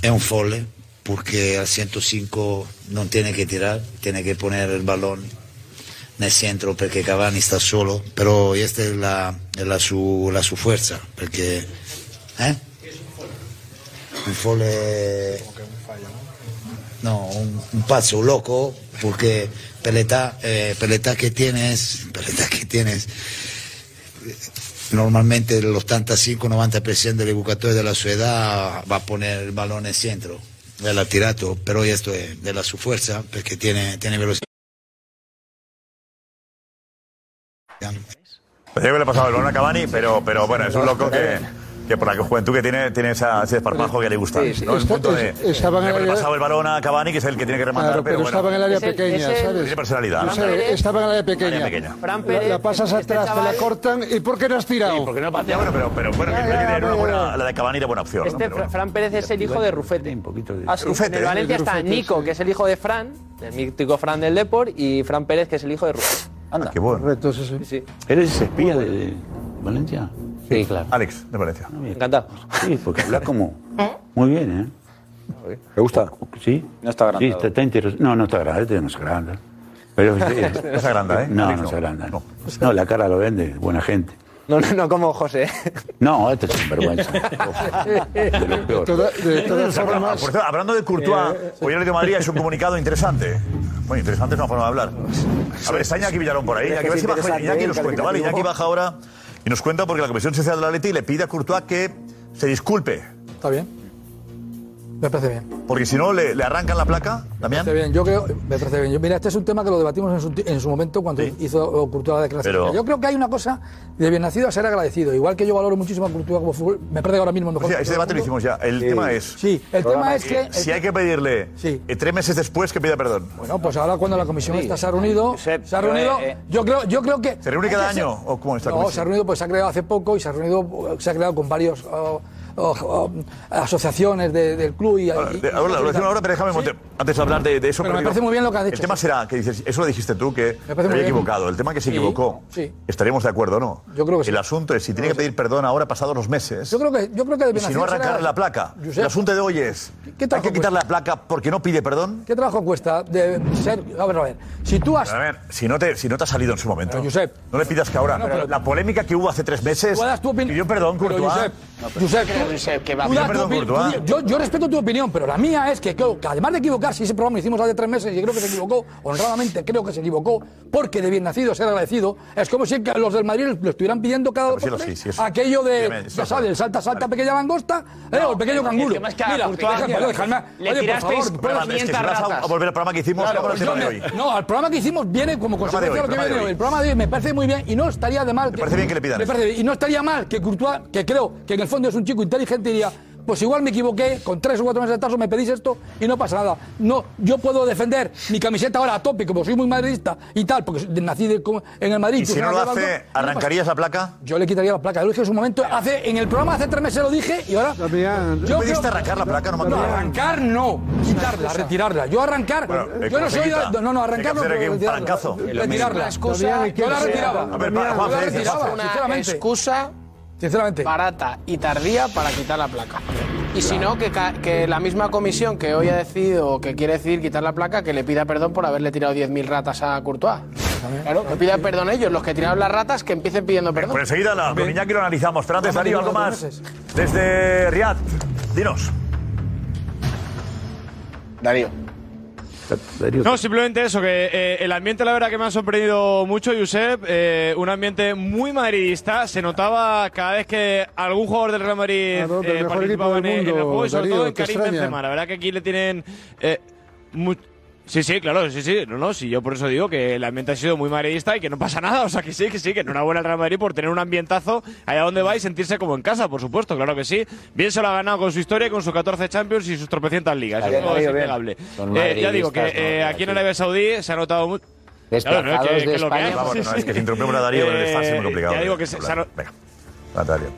[SPEAKER 24] È un folle, perché al 105 non tiene che tirare, tiene che poner il balón nel centro perché Cavani sta solo, però questa è la, è la sua la sua forza, perché eh? un folle... No, un, un pazzo, un loco, porque per l'età, eh, per l'età que tienes, per l'età que tienes, normalmente el 85-90% de los jugadores de la su edad va a poner el balón en el centro. Él ha tirado, pero esto es de la su fuerza, porque tiene, tiene velocidad.
[SPEAKER 7] Pensé que le pasaba el balón a Cavani, pero, pero bueno, es un loco que, que por la juventud que tiene, tiene esa- ese desparpajo que le gusta.
[SPEAKER 9] Sí, sí.
[SPEAKER 7] ¿no? El
[SPEAKER 9] Está-
[SPEAKER 7] punto de, pues
[SPEAKER 9] es- estaba en
[SPEAKER 7] le
[SPEAKER 9] el área-
[SPEAKER 7] pasaba el balón a Cavani, que es el que tiene que rematar,
[SPEAKER 9] Claro, pero
[SPEAKER 7] pero, bueno.
[SPEAKER 9] estaba en el área pequeña, ¿sabes?
[SPEAKER 7] Tiene personalidad.
[SPEAKER 9] No sé, estaba en el área pequeña.
[SPEAKER 7] Área pequeña.
[SPEAKER 9] La- La, pasas atrás, te la cortan. ¿Y por qué no has tirado? porque
[SPEAKER 7] no patea. Bueno, pero, pero bueno, que era una buena, la de Cavani era buena opción. ¿no?
[SPEAKER 17] Este Fra- Fran Pérez es el hijo de Rufete. Ah, sí.
[SPEAKER 7] Rufete,
[SPEAKER 17] en el
[SPEAKER 7] ¿eh?
[SPEAKER 17] Valencia
[SPEAKER 7] De
[SPEAKER 17] está
[SPEAKER 7] Rufete,
[SPEAKER 17] Nico, que es el hijo de Fran, el mítico Fran del Deport, y Fran Pérez, que es el hijo de Rufete. Anda.
[SPEAKER 7] Qué bueno.
[SPEAKER 9] Ah, Correcto, sí, sí.
[SPEAKER 8] ¿Eres ese espía de, de Valencia? Ah,
[SPEAKER 17] Sí, claro.
[SPEAKER 7] Alex, de Valencia.
[SPEAKER 17] Encantado.
[SPEAKER 8] Sí, porque hablas como. Muy bien, ¿eh? ¿Te gusta? Sí. No está
[SPEAKER 11] agrandado.
[SPEAKER 8] Sí, está, está interes- No, no está grande, no es grande. Pero,
[SPEAKER 11] No
[SPEAKER 7] se agranda, ¿eh?
[SPEAKER 8] No,
[SPEAKER 7] Alex,
[SPEAKER 8] no
[SPEAKER 7] no.
[SPEAKER 8] se agranda. No. No, la cara lo vende, buena gente.
[SPEAKER 17] No, no, no, como José.
[SPEAKER 8] No, este es sinvergüenza. De eh, lo peor.
[SPEAKER 7] Por cierto, hablando de Courtois, hoy el Atlético de Madrid ha hecho un comunicado interesante. Bueno, interesante es una forma de hablar. A ver, está Iñaki Villarón por ahí.
[SPEAKER 8] Es que
[SPEAKER 7] Iñaki, a ver
[SPEAKER 8] es
[SPEAKER 7] si baja
[SPEAKER 8] interesante,
[SPEAKER 7] Iñaki
[SPEAKER 8] ¿eh?
[SPEAKER 7] nos cuenta, ¿vale? Iñaki
[SPEAKER 8] Calificativo.
[SPEAKER 7] baja ahora y nos cuenta porque la Comisión Social del Atleti le pide a Courtois que se disculpe.
[SPEAKER 5] Está bien. Me parece bien.
[SPEAKER 7] Porque si no, le, le arrancan la placa, Damián.
[SPEAKER 5] Está bien, yo creo, me parece bien. Yo- mira, este es un tema que lo debatimos en su, ti- en su momento cuando hizo Courtois la declaración.
[SPEAKER 7] Pero-
[SPEAKER 5] Yo creo que hay una cosa de bien nacido a ser agradecido. Igual que yo valoro muchísimo a Courtois como fútbol, me parece que ahora mismo es el mejor.
[SPEAKER 7] O sea, ese debate
[SPEAKER 5] jugador del
[SPEAKER 7] lo hicimos ya. El
[SPEAKER 5] Sí.
[SPEAKER 7] tema es.
[SPEAKER 5] Sí, el tema es que-
[SPEAKER 7] Si hay que pedirle eh, tres meses después que pida perdón.
[SPEAKER 5] Bueno, pues ahora cuando la comisión
[SPEAKER 7] Sí.
[SPEAKER 5] está, se ha reunido, se ha reunido,
[SPEAKER 7] eh, eh.
[SPEAKER 5] yo creo, yo creo que...
[SPEAKER 7] ¿Se reúne
[SPEAKER 5] hay que
[SPEAKER 7] cada
[SPEAKER 5] ser-
[SPEAKER 7] año o cómo está la
[SPEAKER 5] No,
[SPEAKER 7] comisión?
[SPEAKER 5] se ha reunido, pues se ha creado hace poco y se ha reunido, se ha creado con varios oh, oh, oh, asociaciones de- del club y... y-
[SPEAKER 7] De- Ahora, la relación ahora, pero déjame montar- antes de hablar de, de eso.
[SPEAKER 5] Pero me
[SPEAKER 7] digo,
[SPEAKER 5] parece muy bien lo que has dicho,
[SPEAKER 7] El tema será que dices, eso lo dijiste tú, que te
[SPEAKER 5] Me parece muy
[SPEAKER 7] había
[SPEAKER 5] bien.
[SPEAKER 7] equivocado. El tema que se
[SPEAKER 5] Sí,
[SPEAKER 7] equivocó.
[SPEAKER 5] sí.
[SPEAKER 7] Estaríamos de acuerdo, ¿no?
[SPEAKER 5] Yo creo que
[SPEAKER 7] El asunto es si tiene que pedir perdón ahora, pasados los meses.
[SPEAKER 5] Yo creo que, yo creo que de
[SPEAKER 7] y
[SPEAKER 5] bien
[SPEAKER 7] si no
[SPEAKER 5] nacido ser
[SPEAKER 7] arrancar
[SPEAKER 5] agradecido.
[SPEAKER 7] la placa.
[SPEAKER 5] Josep.
[SPEAKER 7] el asunto de hoy es. hay que quitar la placa porque no pide perdón.
[SPEAKER 5] ¿Qué trabajo cuesta de ser... A ver, a ver, si tú has...
[SPEAKER 7] A ver, si no te, si no te ha salido en su momento.
[SPEAKER 5] Josep.
[SPEAKER 7] no le pidas que ahora.
[SPEAKER 5] No, pero-
[SPEAKER 7] la polémica que hubo hace tres meses.
[SPEAKER 5] Tú das tu opinión.
[SPEAKER 7] Pidió perdón,
[SPEAKER 5] Pero,
[SPEAKER 7] Courtois.
[SPEAKER 5] Josep,
[SPEAKER 7] No, pero-
[SPEAKER 5] Josep,
[SPEAKER 7] Creo,
[SPEAKER 5] tú-
[SPEAKER 7] Josep, que va
[SPEAKER 5] tú
[SPEAKER 7] bien.
[SPEAKER 5] das tu
[SPEAKER 7] Perdón,
[SPEAKER 5] opinión.
[SPEAKER 7] Courtois.
[SPEAKER 5] Tú- Yo, yo respeto tu opinión, pero la mía es que, creo que además de equivocarse, ese programa lo hicimos hace tres meses y creo que se equivocó, honradamente creo que se equivocó, porque de bien nacido ser agradecido, es como si que los del Madrid lo estuvieran pidiendo cada dos
[SPEAKER 7] Ah, pues sí,
[SPEAKER 5] por
[SPEAKER 7] sí,
[SPEAKER 5] tres,
[SPEAKER 7] sí, eso.
[SPEAKER 5] aquello
[SPEAKER 7] Dígame,
[SPEAKER 5] de,
[SPEAKER 7] eso,
[SPEAKER 5] ya sabes, el salta, salta, pequeña langosta, eh, o el pequeño canguro.
[SPEAKER 7] tema es que a
[SPEAKER 5] Mira,
[SPEAKER 7] Courtois-
[SPEAKER 5] déjame, déjame.
[SPEAKER 7] Le
[SPEAKER 5] Oye, por
[SPEAKER 7] tirasteis
[SPEAKER 5] favor,
[SPEAKER 7] por las
[SPEAKER 5] perdón, es que
[SPEAKER 7] 500
[SPEAKER 5] si vas a-
[SPEAKER 7] ratas.
[SPEAKER 5] a volver al programa que hicimos,
[SPEAKER 7] Claro,
[SPEAKER 5] vamos al
[SPEAKER 7] yo
[SPEAKER 5] tema de
[SPEAKER 7] me-
[SPEAKER 5] hoy. No, al programa que hicimos viene como
[SPEAKER 7] Programa de
[SPEAKER 5] consecuencia de
[SPEAKER 7] hoy, programa de
[SPEAKER 5] lo que viene
[SPEAKER 7] hoy.
[SPEAKER 5] hoy. El programa de hoy me parece muy bien y no estaría de mal. Me
[SPEAKER 7] parece bien que le pidan
[SPEAKER 5] Me
[SPEAKER 7] eso.
[SPEAKER 5] parece bien. Y no estaría mal que Courtois, que creo que en el fondo es un chico inteligente, diría. Pues igual me equivoqué, con tres o cuatro meses de atraso me pedís esto y no pasa nada. No, yo puedo defender mi camiseta ahora a tope, como soy muy madridista y tal, porque soy- nací de- como- en el Madrid.
[SPEAKER 7] Y si
[SPEAKER 5] tú
[SPEAKER 7] no lo
[SPEAKER 5] sabes,
[SPEAKER 7] hace,
[SPEAKER 5] Balcón, y no pasa-
[SPEAKER 7] ¿arrancarías la placa?
[SPEAKER 5] Yo le quitaría la placa. Yo lo dije en su momento, hace, en el programa hace tres meses lo dije y ahora...
[SPEAKER 7] ¿Tú pediste arrancar la placa? No me acuerdo.
[SPEAKER 5] arrancar no, quitarla, retirarla. Yo arrancar,
[SPEAKER 7] Bueno, eh,
[SPEAKER 5] yo no
[SPEAKER 7] ¿cómo se
[SPEAKER 5] soy...
[SPEAKER 7] quita?
[SPEAKER 5] No, no,
[SPEAKER 7] Hay que
[SPEAKER 5] arrancar no,
[SPEAKER 7] hacer aquí
[SPEAKER 5] pero
[SPEAKER 7] un
[SPEAKER 5] retirarla.
[SPEAKER 7] palancazo.
[SPEAKER 5] Retirarla. Yo la retiraba.
[SPEAKER 7] A ver, para, Juan,
[SPEAKER 5] Yo la
[SPEAKER 7] Felipe,
[SPEAKER 5] retiraba,
[SPEAKER 7] Juan.
[SPEAKER 5] sinceramente.
[SPEAKER 16] excusa
[SPEAKER 5] sinceramente.
[SPEAKER 16] barata y tardía para quitar la placa. Y si no, que, ca- que la misma comisión que hoy ha decidido o que quiere decidir quitar la placa, que le pida perdón por haberle tirado 10.000 ratas a Courtois. Claro, que pida perdón ellos, los que tiraron las ratas, que empiecen pidiendo perdón.
[SPEAKER 7] Pues enseguida la, con Iñaki lo analizamos. Pero antes, Darío, algo más. Desde Riad, dinos.
[SPEAKER 13] Darío.
[SPEAKER 8] Darío.
[SPEAKER 14] No, simplemente eso, que eh, el ambiente la verdad que me ha sorprendido mucho, Josep, eh, un ambiente muy madridista, se notaba cada vez que algún jugador del Real Madrid
[SPEAKER 9] Claro, del
[SPEAKER 14] eh,
[SPEAKER 9] mejor equipo
[SPEAKER 14] participaba en,
[SPEAKER 9] del
[SPEAKER 14] en el
[SPEAKER 9] mundo,
[SPEAKER 14] juego y sobre
[SPEAKER 9] Darío,
[SPEAKER 14] todo en
[SPEAKER 9] te
[SPEAKER 14] Karim
[SPEAKER 9] extraña.
[SPEAKER 14] Benzema, la verdad que aquí le tienen... eh, mu- Sí, sí, claro, sí, sí. No, no, sí, yo por eso digo que el ambiente ha sido muy madridista y que no pasa nada. O sea, que sí, que sí, que enhorabuena al Real Madrid por tener un ambientazo allá donde va y sentirse como en casa, por supuesto, claro que sí. Bien se lo ha ganado con su historia, con sus 14 Champions y sus tropecientas ligas.
[SPEAKER 10] Está bien,
[SPEAKER 14] Eso es
[SPEAKER 10] Darío, bien.
[SPEAKER 14] innegable.
[SPEAKER 10] Son
[SPEAKER 14] Eh, ya digo que
[SPEAKER 10] madridistas, ¿no?
[SPEAKER 14] eh, aquí en Arabia Saudí se ha notado mucho.
[SPEAKER 10] Desplazados de España.
[SPEAKER 7] Vamos, no, es que si interrumpimos a Darío con el desfase es muy complicado.
[SPEAKER 14] Eh, Ya digo que se, se ha no-
[SPEAKER 7] Venga, Va, Darío.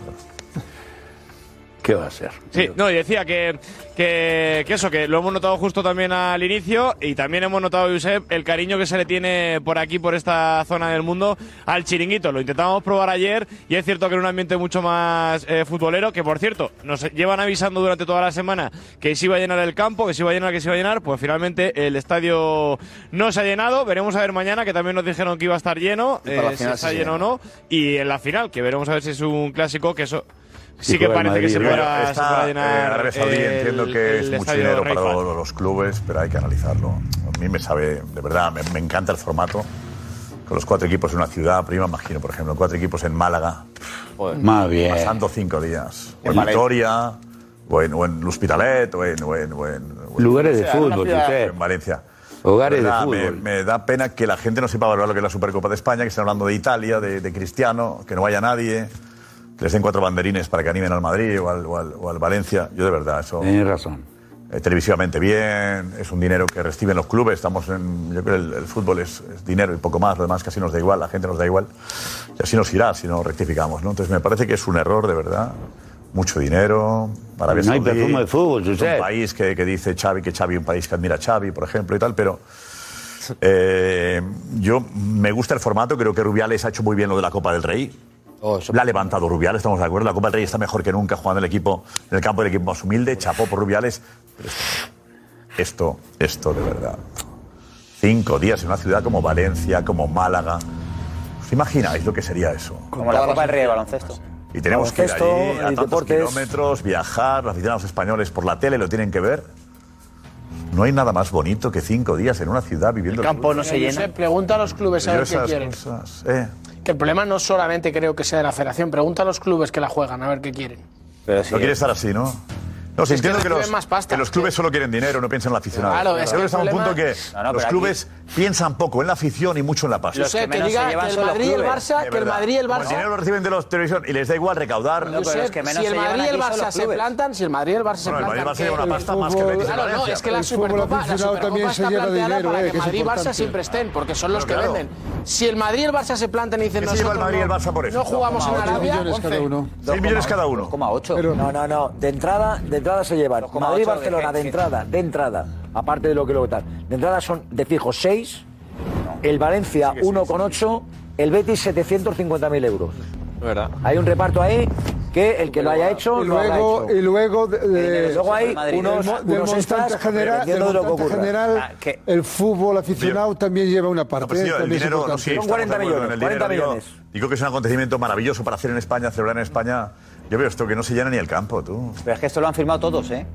[SPEAKER 8] ¿Qué va a ser?
[SPEAKER 14] Sí, no, y decía que, que, que eso, que lo hemos notado justo también al inicio y también hemos notado, Josep, el cariño que se le tiene por aquí, por esta zona del mundo, al chiringuito. Lo intentábamos probar ayer y es cierto que en un ambiente mucho más eh, futbolero, que por cierto, nos llevan avisando durante toda la semana que se iba a llenar el campo, que se iba a llenar, que se iba a llenar, pues finalmente el estadio no se ha llenado. Veremos a ver mañana, que también nos dijeron que iba a estar lleno,
[SPEAKER 8] Y para la
[SPEAKER 14] eh, si
[SPEAKER 8] final
[SPEAKER 14] está
[SPEAKER 8] sí se
[SPEAKER 14] lleno o no, y en la final, que veremos a ver si es un clásico, que eso... Sí,
[SPEAKER 8] Sí,
[SPEAKER 14] que
[SPEAKER 8] juega el
[SPEAKER 14] parece que
[SPEAKER 8] Madrid,
[SPEAKER 14] se
[SPEAKER 8] ¿no?
[SPEAKER 14] podrá,
[SPEAKER 8] Está,
[SPEAKER 14] se podrá
[SPEAKER 7] Eh,
[SPEAKER 14] llenar.
[SPEAKER 7] Arabia Saudí
[SPEAKER 14] el-
[SPEAKER 7] entiendo que
[SPEAKER 14] el
[SPEAKER 7] es mucho
[SPEAKER 14] estadio
[SPEAKER 7] dinero
[SPEAKER 14] Rey
[SPEAKER 7] para
[SPEAKER 14] Fahd.
[SPEAKER 7] los, los clubes, pero hay que analizarlo. A mí me sabe, de verdad, me, me encanta el formato. Con los cuatro equipos en una ciudad, prima, imagino, por ejemplo, cuatro equipos en Málaga.
[SPEAKER 8] Más bien.
[SPEAKER 7] Pasando cinco días. O
[SPEAKER 8] En
[SPEAKER 7] en
[SPEAKER 8] Valencia.
[SPEAKER 7] Vitoria, o en, o en L'Hospitalet, o en, o en- o en- o en-
[SPEAKER 8] Lugares de O sea, fútbol, una ciudad- Josep.
[SPEAKER 7] En Valencia.
[SPEAKER 8] Hogares de
[SPEAKER 7] verdad,
[SPEAKER 8] fútbol.
[SPEAKER 7] Me, me da pena que la gente no sepa valorar lo que es la Supercopa de España, que estén hablando de Italia, de, de Cristiano, que no vaya nadie, que les den cuatro banderines para que animen al Madrid o al, o al- o al Valencia. Yo de verdad, eso.
[SPEAKER 8] Tienes razón.
[SPEAKER 7] eh, televisivamente bien, es un dinero que reciben los clubes, estamos en, yo creo que el, el fútbol es, es dinero y poco más, lo demás casi nos da igual, la gente nos da igual, y así nos irá si no rectificamos, ¿no? Entonces me parece que es un error de verdad, mucho dinero, Arabia
[SPEAKER 8] No hay
[SPEAKER 7] Saudí,
[SPEAKER 8] perfume de fútbol,
[SPEAKER 7] es
[SPEAKER 8] Josep.
[SPEAKER 7] un país que, que dice Xavi, que Xavi es un país que admira a Xavi, por ejemplo, y tal, pero... eh, yo me gusta el formato, creo que Rubiales ha hecho muy bien lo de la Copa del Rey. la ha levantado Rubiales, estamos de acuerdo. La Copa del Rey está mejor que nunca jugando el equipo, en el campo del equipo más humilde. Chapó por Rubiales. Pero esto, esto, esto de verdad. Cinco días en una ciudad como Valencia, como Málaga. ¿Os imagináis lo que sería eso?
[SPEAKER 11] Como la Copa del Rey de baloncesto.
[SPEAKER 7] Y tenemos que ir
[SPEAKER 11] Baloncesto
[SPEAKER 7] allí a
[SPEAKER 11] y
[SPEAKER 7] tantos
[SPEAKER 11] deportes.
[SPEAKER 7] kilómetros, viajar, los aficionados españoles por la tele lo tienen que ver. No hay nada más bonito que cinco días en una ciudad viviendo fútbol.
[SPEAKER 16] Se pregunta a los clubes a
[SPEAKER 7] Yo
[SPEAKER 16] ver qué
[SPEAKER 7] esas
[SPEAKER 16] quieren.
[SPEAKER 7] cosas, eh.
[SPEAKER 16] Que el problema no solamente creo que sea de la federación, pregunta a los clubes que la juegan a ver qué quieren.
[SPEAKER 7] no quiere estar así, ¿no? No, sí,
[SPEAKER 16] Es que
[SPEAKER 7] entiendo que,
[SPEAKER 16] reciben
[SPEAKER 7] los,
[SPEAKER 16] más pasta.
[SPEAKER 7] que los clubes solo quieren dinero, no piensan en la aficionada.
[SPEAKER 16] Claro, es que el
[SPEAKER 7] a un
[SPEAKER 16] problema-
[SPEAKER 7] punto que
[SPEAKER 16] No, no,
[SPEAKER 7] los
[SPEAKER 16] pero aquí-
[SPEAKER 7] clubes piensan poco en la afición y mucho en la pasta.
[SPEAKER 16] Los Josep, que que menos diga se llevan que el son los Madrid y el clubes. Barça,
[SPEAKER 7] De
[SPEAKER 16] que el
[SPEAKER 7] verdad.
[SPEAKER 16] Madrid y el
[SPEAKER 7] Como
[SPEAKER 16] Barça-
[SPEAKER 7] El dinero lo reciben de los televisión y les da igual recaudar.
[SPEAKER 16] Josep, si el Madrid y el Barça se plantan, si el Madrid y el Barça se
[SPEAKER 7] Bueno, el Madrid
[SPEAKER 16] plantan.
[SPEAKER 7] y el Barça
[SPEAKER 16] ¿qué?
[SPEAKER 7] lleva una pasta más que el Betis y el
[SPEAKER 16] Claro, no,
[SPEAKER 7] Valencia.
[SPEAKER 16] es que la
[SPEAKER 7] El fútbol
[SPEAKER 16] Supercopa, la
[SPEAKER 7] aficionado
[SPEAKER 16] Supercopa
[SPEAKER 7] también se
[SPEAKER 16] está
[SPEAKER 7] llena de
[SPEAKER 16] planteada
[SPEAKER 7] dinero,
[SPEAKER 16] para
[SPEAKER 7] eh,
[SPEAKER 16] que
[SPEAKER 7] que es
[SPEAKER 16] Madrid y Barça
[SPEAKER 7] importante.
[SPEAKER 16] siempre estén, porque son los que
[SPEAKER 7] Pero claro.
[SPEAKER 16] venden. Si el Madrid y el Barça se plantan y dicen
[SPEAKER 7] ¿Qué se lleva el
[SPEAKER 16] nosotros
[SPEAKER 7] Madrid y el
[SPEAKER 16] no-
[SPEAKER 7] Barça por eso?
[SPEAKER 16] no jugamos en
[SPEAKER 7] 2,8
[SPEAKER 16] Arabia,
[SPEAKER 7] millones cada
[SPEAKER 16] 11.
[SPEAKER 7] uno. 100 millones cada uno.
[SPEAKER 4] No, no, no. De entrada, de entrada se llevan. Madrid Barcelona, de
[SPEAKER 7] gente.
[SPEAKER 4] entrada, de entrada. Aparte de lo que luego tal. De entrada son de fijo 6, el Valencia 1,8, el Betis 750.000 euros.
[SPEAKER 17] ¿Verdad?
[SPEAKER 4] Hay un reparto ahí que el que lo haya hecho
[SPEAKER 9] y
[SPEAKER 4] lo habrá
[SPEAKER 9] luego,
[SPEAKER 4] hecho.
[SPEAKER 9] y luego, de- de-
[SPEAKER 4] Luego hay unos-
[SPEAKER 9] de
[SPEAKER 4] unos
[SPEAKER 9] montante
[SPEAKER 4] extras,
[SPEAKER 9] general, de
[SPEAKER 4] dependiendo de lo que
[SPEAKER 9] montante
[SPEAKER 4] ocurra.
[SPEAKER 9] general,
[SPEAKER 4] Ah, que-
[SPEAKER 9] el fútbol aficionado también lleva una parte.
[SPEAKER 7] No, pero sí, el
[SPEAKER 9] también es
[SPEAKER 7] dinero, no,
[SPEAKER 9] importante.
[SPEAKER 7] sí, estamos de acuerdo en el dinero, digo- Digo que es un acontecimiento maravilloso para hacer en España, celebrar en España. Yo veo esto que no se llena ni el campo, tú.
[SPEAKER 11] Pero es que esto lo han firmado todos, ¿eh?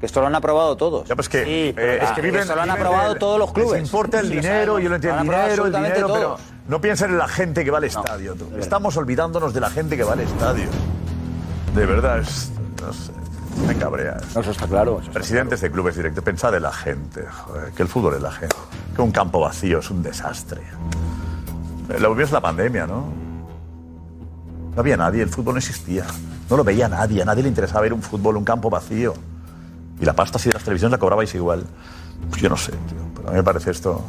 [SPEAKER 11] Que esto lo han aprobado todos. Ya,
[SPEAKER 7] pues que,
[SPEAKER 11] pero,
[SPEAKER 7] Eh, es que viven,
[SPEAKER 11] esto lo han
[SPEAKER 7] viven
[SPEAKER 11] aprobado
[SPEAKER 7] del-
[SPEAKER 11] todos los clubes.
[SPEAKER 7] Les importa el
[SPEAKER 11] Sí, lo
[SPEAKER 7] dinero,
[SPEAKER 11] sabemos.
[SPEAKER 7] yo lo entiendo. El
[SPEAKER 11] Lo han aprobado
[SPEAKER 7] dinero, el
[SPEAKER 11] absolutamente
[SPEAKER 7] dinero, pero
[SPEAKER 11] todos.
[SPEAKER 7] no piensen en la gente que va al estadio. tú. Estamos olvidándonos de la gente que va al estadio. De verdad, es, no sé, me cabrea.
[SPEAKER 4] Eso está claro.
[SPEAKER 7] Presidentes de clubes directos, pensad en la gente, joder, que el fútbol es la gente, que un campo vacío es un desastre. Eh, Lo vio es la pandemia, ¿no? No había nadie, el fútbol no existía. No lo veía nadie, a nadie le interesaba ir a un fútbol, un campo vacío. Y la pasta si de las televisiones la cobrabais igual. Pues yo no sé, tío, pero a mí me parece esto...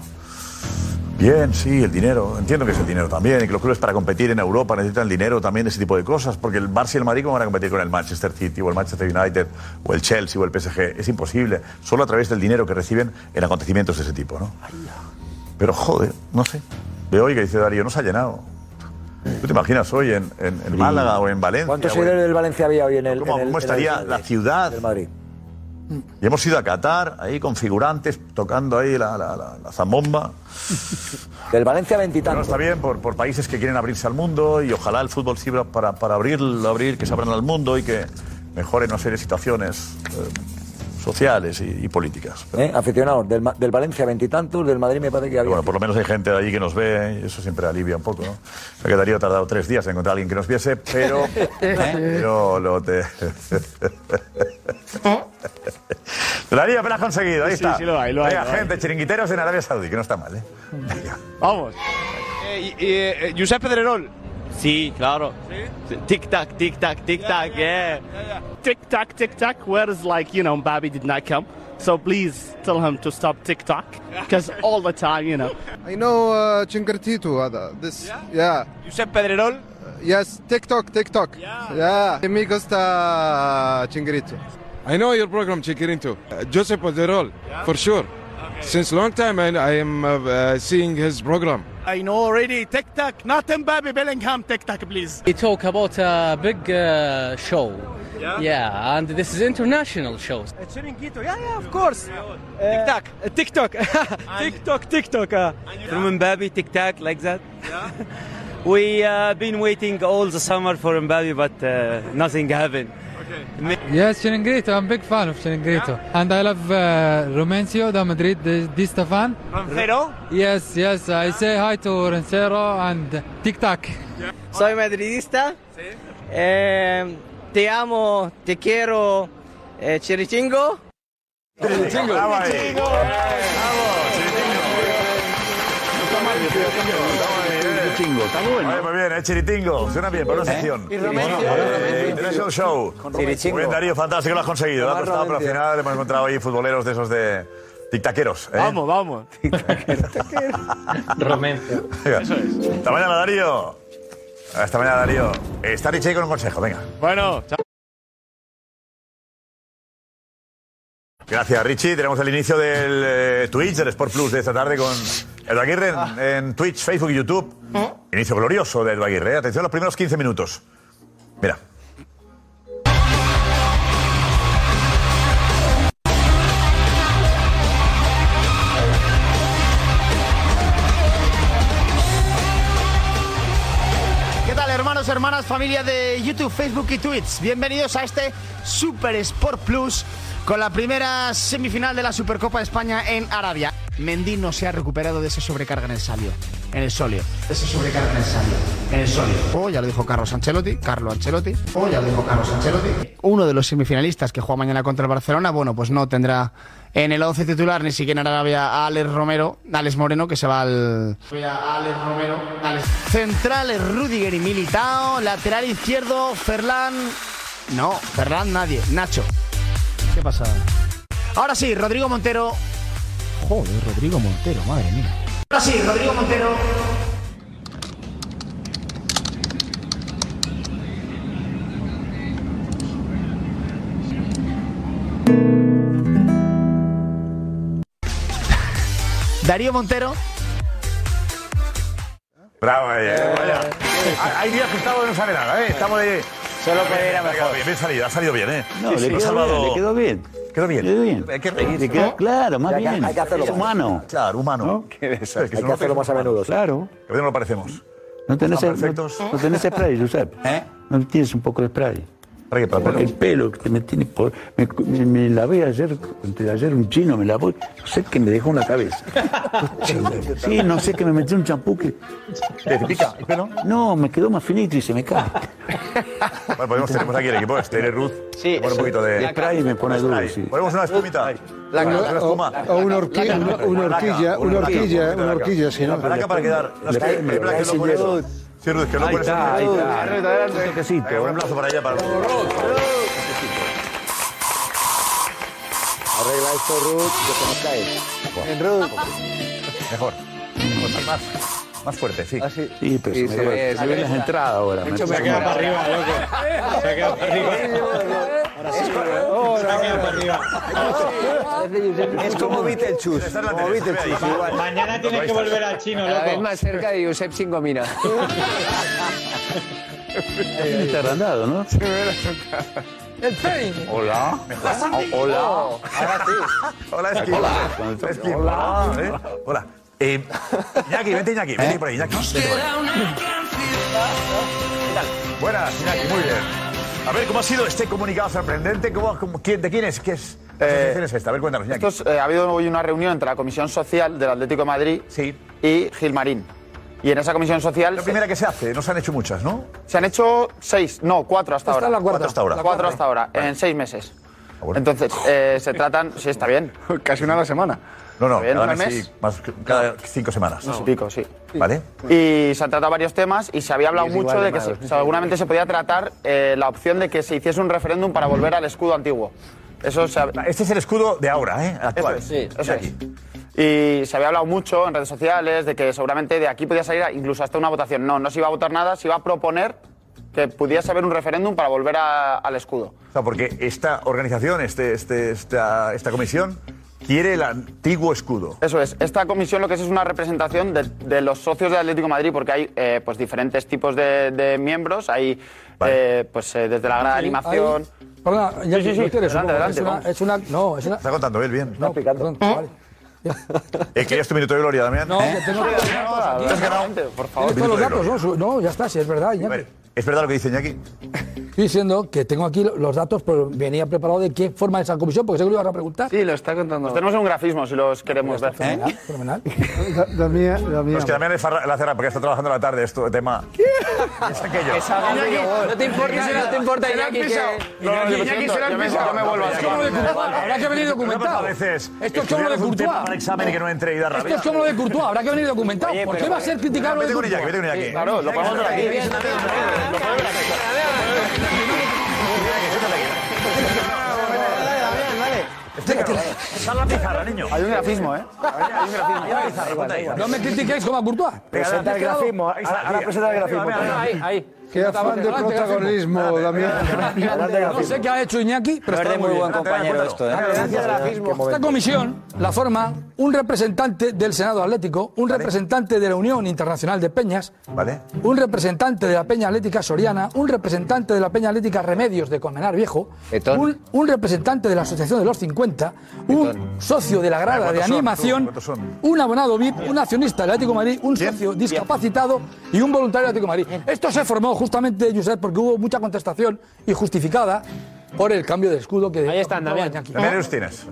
[SPEAKER 7] Bien, sí, el dinero. Entiendo que es el dinero también. Y que los clubes para competir en Europa necesitan dinero también, ese tipo de cosas. Porque el Barça y el Madrid, ¿cómo van a competir con el Manchester City o el Manchester United o el Chelsea o el PSG? Es imposible. Solo a través del dinero que reciben en acontecimientos de ese tipo, ¿no? Pero joder, no sé. Veo hoy que dice Darío, no se ha llenado. ¿Tú te imaginas hoy en, en- en Málaga o en Valencia?
[SPEAKER 4] ¿Cuántos
[SPEAKER 7] o en-
[SPEAKER 4] seguidores del Valencia había hoy en el.
[SPEAKER 7] ¿Cómo,
[SPEAKER 4] en el-
[SPEAKER 7] cómo
[SPEAKER 4] en el-
[SPEAKER 7] estaría la ciudad? Y hemos ido a Qatar, ahí con figurantes, tocando ahí la, la, la- la zambomba.
[SPEAKER 4] Del Valencia
[SPEAKER 7] Bueno, está bien, por, por países que quieren abrirse al mundo y ojalá el fútbol sirva para, para abrirlo, abrir, que se abran al mundo y que mejoren una serie de situaciones. eh, sociales y, y políticas.
[SPEAKER 12] ¿eh? Aficionados del, Ma- del Valencia veintitantos, del Madrid me parece que
[SPEAKER 7] Pero
[SPEAKER 12] había.
[SPEAKER 7] bueno, por lo menos hay gente de allí que nos ve y eso siempre alivia un poco, ¿no? Me quedaría tardado tres días en encontrar a alguien que nos viese, pero... pero lo te... lo haría, pero lo has conseguido, ahí
[SPEAKER 14] ¿Eh? Sí,
[SPEAKER 7] está.
[SPEAKER 14] sí, lo hay, lo hay,
[SPEAKER 7] Venga,
[SPEAKER 14] lo hay.
[SPEAKER 7] gente, chiringuiteros en Arabia Saudí, que no está mal, ¿eh?
[SPEAKER 14] Vamos. Eh, y- y, eh, Josep Pedrerol.
[SPEAKER 18] Sí, claro. Tic tac, tic tac, tic tac, Ah, yeah. Tic tac, tic tac. Whereas, like, you know, Mbappe did not come. So please tell him to stop tic tac. Because all the time, you know.
[SPEAKER 25] I know uh, Chingartito, other this. Yeah.
[SPEAKER 14] Josep Pedrerol.
[SPEAKER 25] Yes, TikTok, TikTok. Yeah. yeah. Me gusta Chingarito.
[SPEAKER 6] I know your program, Chikirinto. Uh, Joseph Poderol, for sure. Since long time, I, I am uh, uh, seeing his program.
[SPEAKER 18] I know already. Tic tac, not Mbappe, Bellingham, tic tac, please.
[SPEAKER 26] You talk about a big uh, show.
[SPEAKER 18] Yeah?
[SPEAKER 26] Yeah, and this is international shows.
[SPEAKER 2] Chiringuito, yeah, yeah, of course. Uh, TikTok. TikTok. TikTok, TikTok. Uh, from Mbappe, TikTok, like that. Yeah. we uh, been waiting all the summer for Mbappe, but uh, nothing happened.
[SPEAKER 27] Yes, Chiringuito. I'm a big fan of Chiringuito. And I love uh, Romencio, the Madrid, the, the Stefan.
[SPEAKER 2] Roncero?
[SPEAKER 27] Yes, yes. I say hi to Roncero and Tic Tac.
[SPEAKER 2] Soy madridista. Eh, te amo, te quiero, eh, Chirichingo.
[SPEAKER 7] Bravo ahí. Chiritingo, está bueno. Muy bien, ¿eh? Chiritingo. Suena bien,
[SPEAKER 14] ¿Eh?
[SPEAKER 7] pronunciación.
[SPEAKER 2] Y Romencio,
[SPEAKER 7] Eh, International Show. Muy bien, Darío, fantástico, lo has conseguido. Lo ha costado, pero al final hemos encontrado ahí futboleros de esos de tic-taqueros. ¿eh?
[SPEAKER 18] Vamos, vamos.
[SPEAKER 7] Romencio. Eso es. Hasta mañana, Darío. Hasta mañana, Darío. Está Richie con un consejo, venga.
[SPEAKER 14] Bueno, chao.
[SPEAKER 7] Gracias, Richie. Tenemos el inicio del eh, Twitch, del Sport Plus de esta tarde con Edu Aguirre en,
[SPEAKER 8] Ah.
[SPEAKER 7] en Twitch, Facebook y YouTube.
[SPEAKER 8] ¿Eh?
[SPEAKER 7] Inicio glorioso de Edu Aguirre. ¿eh? Atención a los primeros 15 minutos. Mira.
[SPEAKER 13] ¿Qué tal, hermanos, hermanas, familia de YouTube, Facebook y Twitch? Bienvenidos a este Super Sport Plus con la primera semifinal de la Supercopa de España en Arabia. Mendy no se ha recuperado de esa sobrecarga en el salio. En el solio. De esa sobrecarga en el salio. En el solio. Oh, ya lo dijo Carlos Ancelotti. Carlo Ancelotti. Oh, ya lo dijo Carlos Ancelotti. Uno de los semifinalistas que juega mañana contra el Barcelona, bueno, pues no tendrá en el 11 titular ni siquiera en Arabia a Alex Romero, Alex Moreno, que se va al Alex Romero. Centrales Rudiger y Militao. Lateral izquierdo, Ferlán. No, Ferlán nadie. Nacho. ¿Qué pasa? Ahora sí, Rodrigo Montero. Joder, Rodrigo Montero, madre mía. Ahora sí, Rodrigo Montero. Darío Montero.
[SPEAKER 7] Bravo, ahí, ¿eh? Vaya. Hay- Hay días que Gustavo no sabe nada, ¿eh? Estamos ahí. Solo
[SPEAKER 8] puede ir a mejor.
[SPEAKER 7] Bien, bien salido, ha salido bien, ¿eh?
[SPEAKER 8] No, le, quedó bien, le quedó bien.
[SPEAKER 7] Quedó bien.
[SPEAKER 8] Le quedó bien.
[SPEAKER 7] Hay que reírse,
[SPEAKER 8] Le quedó-
[SPEAKER 7] ¿no?
[SPEAKER 8] Claro, más
[SPEAKER 7] Hay que-
[SPEAKER 8] bien.
[SPEAKER 7] hay que hacerlo
[SPEAKER 8] es
[SPEAKER 7] más.
[SPEAKER 8] humano.
[SPEAKER 7] Claro, humano.
[SPEAKER 8] ¿No?
[SPEAKER 7] Es que
[SPEAKER 8] Hay
[SPEAKER 7] son
[SPEAKER 8] que hacerlo más a menudo. Claro.
[SPEAKER 7] Que a veces no lo parecemos.
[SPEAKER 8] No tenés,
[SPEAKER 7] Están
[SPEAKER 8] no,
[SPEAKER 7] perfectos. ¿Eh?
[SPEAKER 8] no tenés spray, Josep. No tienes un poco de spray.
[SPEAKER 7] ¿Para qué? ¿Para el
[SPEAKER 8] Porque
[SPEAKER 7] pelo?
[SPEAKER 8] el pelo que me tiene por... Me, me, me lavé ayer, antes de ayer un chino, me lavó. No sé qué me dejó en la cabeza. Sí, no sé que me metí un champú que...
[SPEAKER 7] ¿Te pica el pelo?
[SPEAKER 8] No, me quedó más finito y se me cae.
[SPEAKER 7] Bueno, podemos tenemos aquí el equipo exterior, Ruth. Sí. Pone un poquito de.
[SPEAKER 8] De spray me pone duro, sí.
[SPEAKER 7] Ponemos una espumita. Ponemos una espuma.
[SPEAKER 9] O una horquilla, una, una horquilla, una horquilla, una horquilla, si no.
[SPEAKER 7] Una placa para quedar. No, es que hay hay placas que no pones. Sí, Ruth, que no
[SPEAKER 9] Ahí
[SPEAKER 7] pones.
[SPEAKER 9] está, ahí está.
[SPEAKER 7] Adelante, adelante. Venga, Un aplauso para ella, para
[SPEAKER 8] Arregla esto, Ruth, que se nos cae.
[SPEAKER 7] En Mejor. Pues más, más fuerte, Ah, sí.
[SPEAKER 8] Sí, pero
[SPEAKER 7] Sí,
[SPEAKER 8] se,
[SPEAKER 7] se
[SPEAKER 8] me-
[SPEAKER 7] ve,
[SPEAKER 8] se
[SPEAKER 7] se
[SPEAKER 8] ven
[SPEAKER 7] ve.
[SPEAKER 8] las entradas ahora.
[SPEAKER 7] De
[SPEAKER 8] me
[SPEAKER 7] hecho, me
[SPEAKER 8] parece.
[SPEAKER 7] queda para arriba,
[SPEAKER 20] loco. Se ha quedado para arriba. Se ha quedado para arriba.
[SPEAKER 22] Es como Beetlejuice.
[SPEAKER 20] Como Beetlejuice, igual. Mañana tienes que volver al chino,
[SPEAKER 26] Cada vez
[SPEAKER 20] loco.
[SPEAKER 26] más cerca de Josep Singomina.
[SPEAKER 7] este
[SPEAKER 8] Está agrandado, ¿no?
[SPEAKER 26] El peine.
[SPEAKER 8] Hola.
[SPEAKER 26] Hola.
[SPEAKER 8] Hola.
[SPEAKER 7] Hola, Esqui.
[SPEAKER 8] Hola.
[SPEAKER 7] Esqui. Hola. ¿eh? Hola. Eh, Iñaki, vente Iñaki,
[SPEAKER 5] ¿Eh?
[SPEAKER 7] vente por ahí, Iñaki. Vente por ahí. Buenas, Iñaki, muy bien. A ver, ¿cómo ha sido este comunicado sorprendente? ¿Cómo, cómo- quién, ¿De quién es? ¿Qué es? asociación es esta? A ver, cuéntanos, Iñaki.
[SPEAKER 23] Estos, eh, ha habido hoy una reunión entre la Comisión Social del Atlético de Madrid y Gilmarín. Y en esa comisión social. La primera
[SPEAKER 7] que se hace, no se han hecho muchas, ¿no?
[SPEAKER 23] Se han hecho seis, no, cuatro hasta
[SPEAKER 7] Esta
[SPEAKER 23] ahora.
[SPEAKER 7] es la cuarta. Cuatro hasta ahora. Ah,
[SPEAKER 23] Cuatro
[SPEAKER 7] La
[SPEAKER 23] hasta ahora, en seis meses. Entonces, eh, se tratan. Sí, está bien. Casi una a la semana.
[SPEAKER 7] No, no,
[SPEAKER 23] Está bien,
[SPEAKER 7] cada
[SPEAKER 23] al
[SPEAKER 7] mes
[SPEAKER 23] mes.
[SPEAKER 7] sí, más que- cada cinco semanas.
[SPEAKER 23] Mes y pico, sí.
[SPEAKER 7] ¿Vale?
[SPEAKER 23] Y se han tratado varios temas y se había hablado
[SPEAKER 7] Es
[SPEAKER 23] mucho
[SPEAKER 7] igual de
[SPEAKER 23] de que
[SPEAKER 7] malo.
[SPEAKER 23] se- seguramente se podía tratar eh, la opción de que se hiciese un referéndum para volver al escudo antiguo. Eso se ha-
[SPEAKER 7] Este es el escudo de ahora, ¿eh? Actual.
[SPEAKER 23] Eso es, eso es. Y se había hablado mucho en redes sociales de que seguramente de aquí podía salir incluso hasta una votación. No, no se iba a votar nada, se iba a proponer que pudiese haber un referéndum para volver a- al escudo.
[SPEAKER 7] O sea, porque esta organización, este, este, esta, esta comisión, quiere el antiguo escudo.
[SPEAKER 23] Eso es. Esta comisión lo que es es una representación de, de los socios de Atlético de Madrid, porque hay eh, pues diferentes tipos de, de miembros. Hay eh, pues eh, desde la gran animación.
[SPEAKER 5] Perdona, ya
[SPEAKER 23] Sí, sí, sí.
[SPEAKER 5] no te eres,
[SPEAKER 23] Adelante,
[SPEAKER 5] supongo. es, una,
[SPEAKER 23] adelante,
[SPEAKER 5] es una. No, es una.
[SPEAKER 7] Está contando él bien.
[SPEAKER 5] No, perdón, vale.
[SPEAKER 7] Eh, ¿Querías tu minuto de gloria, Damián? ¿Eh? No,
[SPEAKER 5] que tengo que-
[SPEAKER 23] Te has ganado, por favor.
[SPEAKER 5] Tienes todos los datos, ¿no? Su- No, ya está, si es verdad, Iñaki.
[SPEAKER 7] ¿Es verdad lo que dice Iñaki?
[SPEAKER 5] Estoy diciendo que tengo aquí lo- los datos, pero venía preparado de qué forma esa comisión, porque seguro ibas a preguntar.
[SPEAKER 23] Sí, lo está contando. Nos Pues tenemos un grafismo si los queremos ver.
[SPEAKER 5] Fenomenal.
[SPEAKER 9] La mía, la mía.
[SPEAKER 7] No, es que Damián es farra- la cerra porque está trabajando la tarde esto tema. Es aquello.
[SPEAKER 17] No te importa, no te importa, Iñaki, que-
[SPEAKER 5] Habrá que venir documentado.
[SPEAKER 7] A veces
[SPEAKER 5] Esto es como lo de
[SPEAKER 7] estudiaras un tema
[SPEAKER 5] Courtois.
[SPEAKER 7] para examen y que no entre y da rabia.
[SPEAKER 5] Esto es como lo de Courtois, habrá que venir documentado. ¿Por qué va a ser criticado lo de
[SPEAKER 7] Vete con Iñaki,
[SPEAKER 5] Courtois?
[SPEAKER 7] vete con Iñaki.
[SPEAKER 5] Claro, lo
[SPEAKER 7] podemos ver aquí. Sal la pizarra, niño.
[SPEAKER 23] Hay un grafismo, ¿eh?
[SPEAKER 5] No me critiquéis como a Courtois.
[SPEAKER 9] Presenta el grafismo, ahora- ahora presenta el grafismo.
[SPEAKER 5] Ahí, ahí.
[SPEAKER 9] Qué afán de
[SPEAKER 5] Adelante, grafismo.
[SPEAKER 9] protagonismo, Damián.
[SPEAKER 5] No sé qué ha hecho Iñaki,
[SPEAKER 9] Pero
[SPEAKER 5] pero está
[SPEAKER 9] es muy
[SPEAKER 5] muy
[SPEAKER 9] buen
[SPEAKER 5] bien.
[SPEAKER 2] Ah,
[SPEAKER 9] compañero esto, ¿eh?
[SPEAKER 5] La gracia del grafismo. Esta comisión la forma un representante del Senado Atlético, un representante de la Unión Internacional de Peñas,
[SPEAKER 7] ¿Vale?
[SPEAKER 5] un representante de la Peña Atlética Soriana, un representante de la Peña Atlética Remedios de Colmenar Viejo,
[SPEAKER 16] Betón.
[SPEAKER 5] un, un representante de la Asociación de los 50, un socio de la grada de
[SPEAKER 7] ¿Cuántos son, tú?
[SPEAKER 5] animación,
[SPEAKER 7] ¿Cuántos son?
[SPEAKER 5] un abonado VIP, un accionista del Atlético de Madrid, un socio discapacitado y un voluntario del Atlético de Madrid. Esto se formó justamente, Josep, porque hubo mucha contestación y justificada por el cambio de escudo que... Ahí están,
[SPEAKER 7] Damián. Damián Eustinas.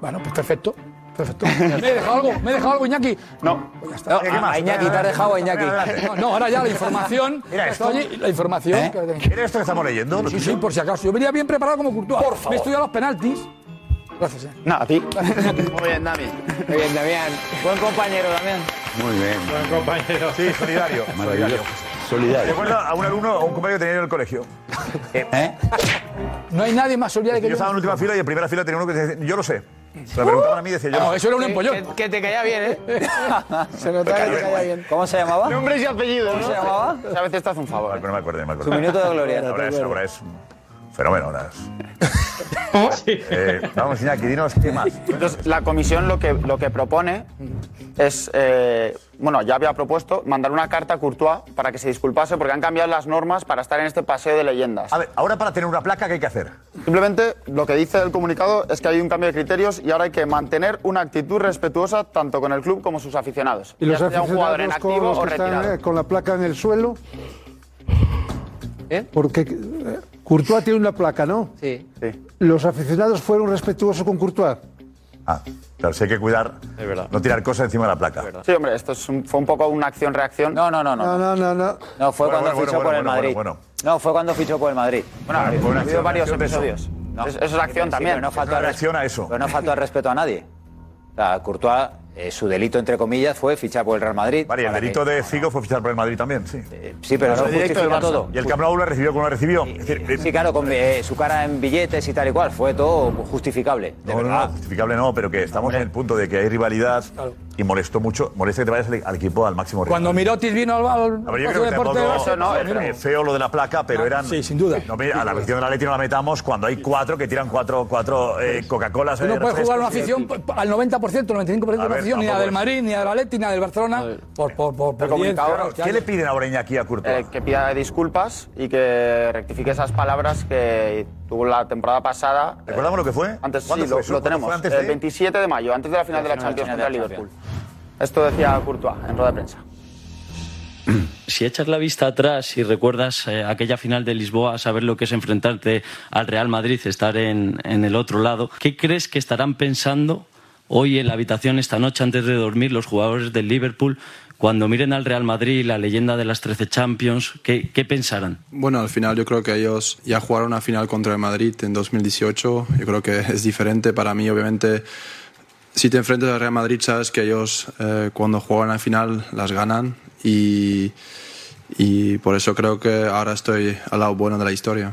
[SPEAKER 5] Bueno, pues perfecto. Perfecto. ¿Me he dejado algo? ¿Me he dejado algo, Iñaki? Pues
[SPEAKER 23] No.
[SPEAKER 5] ya está.
[SPEAKER 7] ¿Qué más?
[SPEAKER 5] No, no, ahora ya la información.
[SPEAKER 7] Mira esto.
[SPEAKER 5] Oye, la información.
[SPEAKER 7] ¿Eh?
[SPEAKER 5] que-
[SPEAKER 7] ¿Era esto que estamos leyendo?
[SPEAKER 5] Sí, sí, por si acaso. Yo venía bien preparado como Courtois.
[SPEAKER 7] Por favor.
[SPEAKER 5] Me he estudiado los penaltis. Gracias. eh.
[SPEAKER 23] No, a ti. Muy bien, Dami.
[SPEAKER 16] Muy bien, Damián. Buen compañero, Damián.
[SPEAKER 8] Muy bien.
[SPEAKER 11] Buen compañero.
[SPEAKER 7] Sí, solidario.
[SPEAKER 8] Maravilloso.
[SPEAKER 7] ¿Te
[SPEAKER 8] Solidario.
[SPEAKER 7] acuerdas a un alumno o un compañero que tenía en el colegio?
[SPEAKER 8] ¿Eh?
[SPEAKER 5] No hay nadie más solidario que
[SPEAKER 7] Yo
[SPEAKER 5] yo.
[SPEAKER 7] estaba en última fila y en primera fila tenía uno que decía, yo lo sé. Se me preguntaban a mí y decía yo.
[SPEAKER 5] Vamos, eso era un
[SPEAKER 16] Que,
[SPEAKER 5] empollón.
[SPEAKER 16] que te caía bien, ¿eh?
[SPEAKER 23] Se notaba que te caía bien. ¿Cómo se llamaba? Nombres y apellidos. ¿Cómo se llamaba? A veces te hace un favor.
[SPEAKER 7] Pero no me acuerdo, no me acuerdo.
[SPEAKER 16] Tu minuto de gloria.
[SPEAKER 7] Ahora es, ahora es un fenómeno, ahora es. Eh, vamos, Iñaki, dinos qué más.
[SPEAKER 23] Entonces, la comisión lo que, lo que propone es, eh, bueno, ya había propuesto mandar una carta a Courtois para que se disculpase porque han cambiado las normas para estar en este paseo de leyendas.
[SPEAKER 7] A ver, ahora para tener una placa, ¿qué hay que hacer?
[SPEAKER 23] Simplemente lo que dice el comunicado es que hay un cambio de criterios y ahora hay que mantener una actitud respetuosa tanto con el club como sus aficionados.
[SPEAKER 9] Y los
[SPEAKER 23] Ya sea un jugador en
[SPEAKER 9] aficionados
[SPEAKER 23] activo
[SPEAKER 9] con los
[SPEAKER 23] o
[SPEAKER 9] que están
[SPEAKER 23] retirado.
[SPEAKER 9] eh, con la placa en el suelo. Porque eh, Courtois tiene una placa, ¿no?
[SPEAKER 16] Sí.
[SPEAKER 9] Los aficionados fueron respetuosos con Courtois.
[SPEAKER 7] Ah, claro, si hay que cuidar, no tirar cosas encima de la placa.
[SPEAKER 23] Sí, hombre, esto es un- fue un poco una acción-reacción.
[SPEAKER 22] no, no,
[SPEAKER 9] No, no, no, no.
[SPEAKER 22] No, fue
[SPEAKER 23] Bueno,
[SPEAKER 22] cuando
[SPEAKER 23] bueno,
[SPEAKER 22] fichó
[SPEAKER 23] bueno,
[SPEAKER 22] por el
[SPEAKER 23] bueno,
[SPEAKER 22] Madrid.
[SPEAKER 23] bueno,
[SPEAKER 22] No, fue cuando fichó por el Madrid.
[SPEAKER 23] Bueno, ha habido
[SPEAKER 22] acción,
[SPEAKER 23] varios
[SPEAKER 22] acción de eso.
[SPEAKER 23] episodios.
[SPEAKER 22] No.
[SPEAKER 23] Es- eso es acción
[SPEAKER 22] Sí,
[SPEAKER 23] también.
[SPEAKER 22] pero no faltó al res-
[SPEAKER 7] a eso.
[SPEAKER 22] Pero no faltó al respeto a nadie. O sea, Courtois, eh, su delito, entre comillas, fue fichar por el Real Madrid.
[SPEAKER 7] Vale, y el
[SPEAKER 22] Para
[SPEAKER 7] delito
[SPEAKER 22] que-
[SPEAKER 7] de Figo fue fichar por el Madrid también, sí.
[SPEAKER 22] Sí, pero eso
[SPEAKER 7] el directo
[SPEAKER 22] justifica
[SPEAKER 7] del Barça.
[SPEAKER 22] todo.
[SPEAKER 7] Y el Camp Nou lo recibió como lo recibió. Es decir, eh,
[SPEAKER 22] Sí, claro, con eh, su cara en billetes y tal y cual. Fue todo justificable. De
[SPEAKER 7] No, no,
[SPEAKER 22] verdad.
[SPEAKER 7] no, justificable no, pero que estamos en el punto de que hay rivalidad y molestó mucho, molesta que te vayas al, al equipo al máximo rival.
[SPEAKER 5] Cuando Mirotis vino al, al
[SPEAKER 7] A ver, yo creo
[SPEAKER 5] Pazo
[SPEAKER 7] que
[SPEAKER 5] Deporte de
[SPEAKER 7] tampoco-
[SPEAKER 5] Barça,
[SPEAKER 7] eh,
[SPEAKER 5] pues, mira,
[SPEAKER 7] eh, feo lo de la placa, pero eran... Sí, sin duda. a la versión de la Leti no la metamos cuando hay cuatro que tiran cuatro, cuatro eh, Coca-Colas.
[SPEAKER 5] tú no
[SPEAKER 7] eh,
[SPEAKER 5] puedes jugar una
[SPEAKER 7] refrescos.
[SPEAKER 5] afición p- al 90%, 95% de
[SPEAKER 7] A
[SPEAKER 5] la
[SPEAKER 7] ver,
[SPEAKER 5] afición, ni la
[SPEAKER 7] tampoco
[SPEAKER 5] del
[SPEAKER 7] es-
[SPEAKER 5] Madrid, ni la del Atleti, ni la del Barcelona. Por, por, por, por diez,
[SPEAKER 7] Claro,
[SPEAKER 5] este
[SPEAKER 7] ¿Qué
[SPEAKER 5] año.
[SPEAKER 7] le piden ahora Iñaki a
[SPEAKER 23] Eh,
[SPEAKER 7] Courtois?
[SPEAKER 23] que pida disculpas y que rectifique esas palabras que tuvo la temporada pasada.
[SPEAKER 7] ¿Recordamos lo que fue?
[SPEAKER 23] Antes, sí,
[SPEAKER 7] ¿Cuándo
[SPEAKER 23] lo,
[SPEAKER 7] fue eso?
[SPEAKER 23] lo
[SPEAKER 7] ¿Cuándo
[SPEAKER 23] tenemos.
[SPEAKER 7] fue antes
[SPEAKER 23] el
[SPEAKER 7] de?
[SPEAKER 23] 27 de mayo, antes de la final de la Champions contra el Liverpool. Esto decía Courtois en rueda de prensa.
[SPEAKER 21] si echas la vista atrás y recuerdas eh, aquella final de Lisboa, saber lo que es enfrentarte al Real Madrid, estar en, en el otro lado, ¿qué crees que estarán pensando hoy en la habitación esta noche antes de dormir los jugadores del Liverpool cuando miren al Real Madrid, la leyenda de las 13 Champions? ¿Qué, qué pensarán?
[SPEAKER 19] Bueno, al final yo creo que ellos ya jugaron una final contra el Madrid en 2018. Yo creo que es diferente para mí, obviamente. Si te enfrentas al Real Madrid, sabes que ellos eh, cuando juegan la final las ganan y, y por eso creo que ahora estoy al lado bueno de la historia.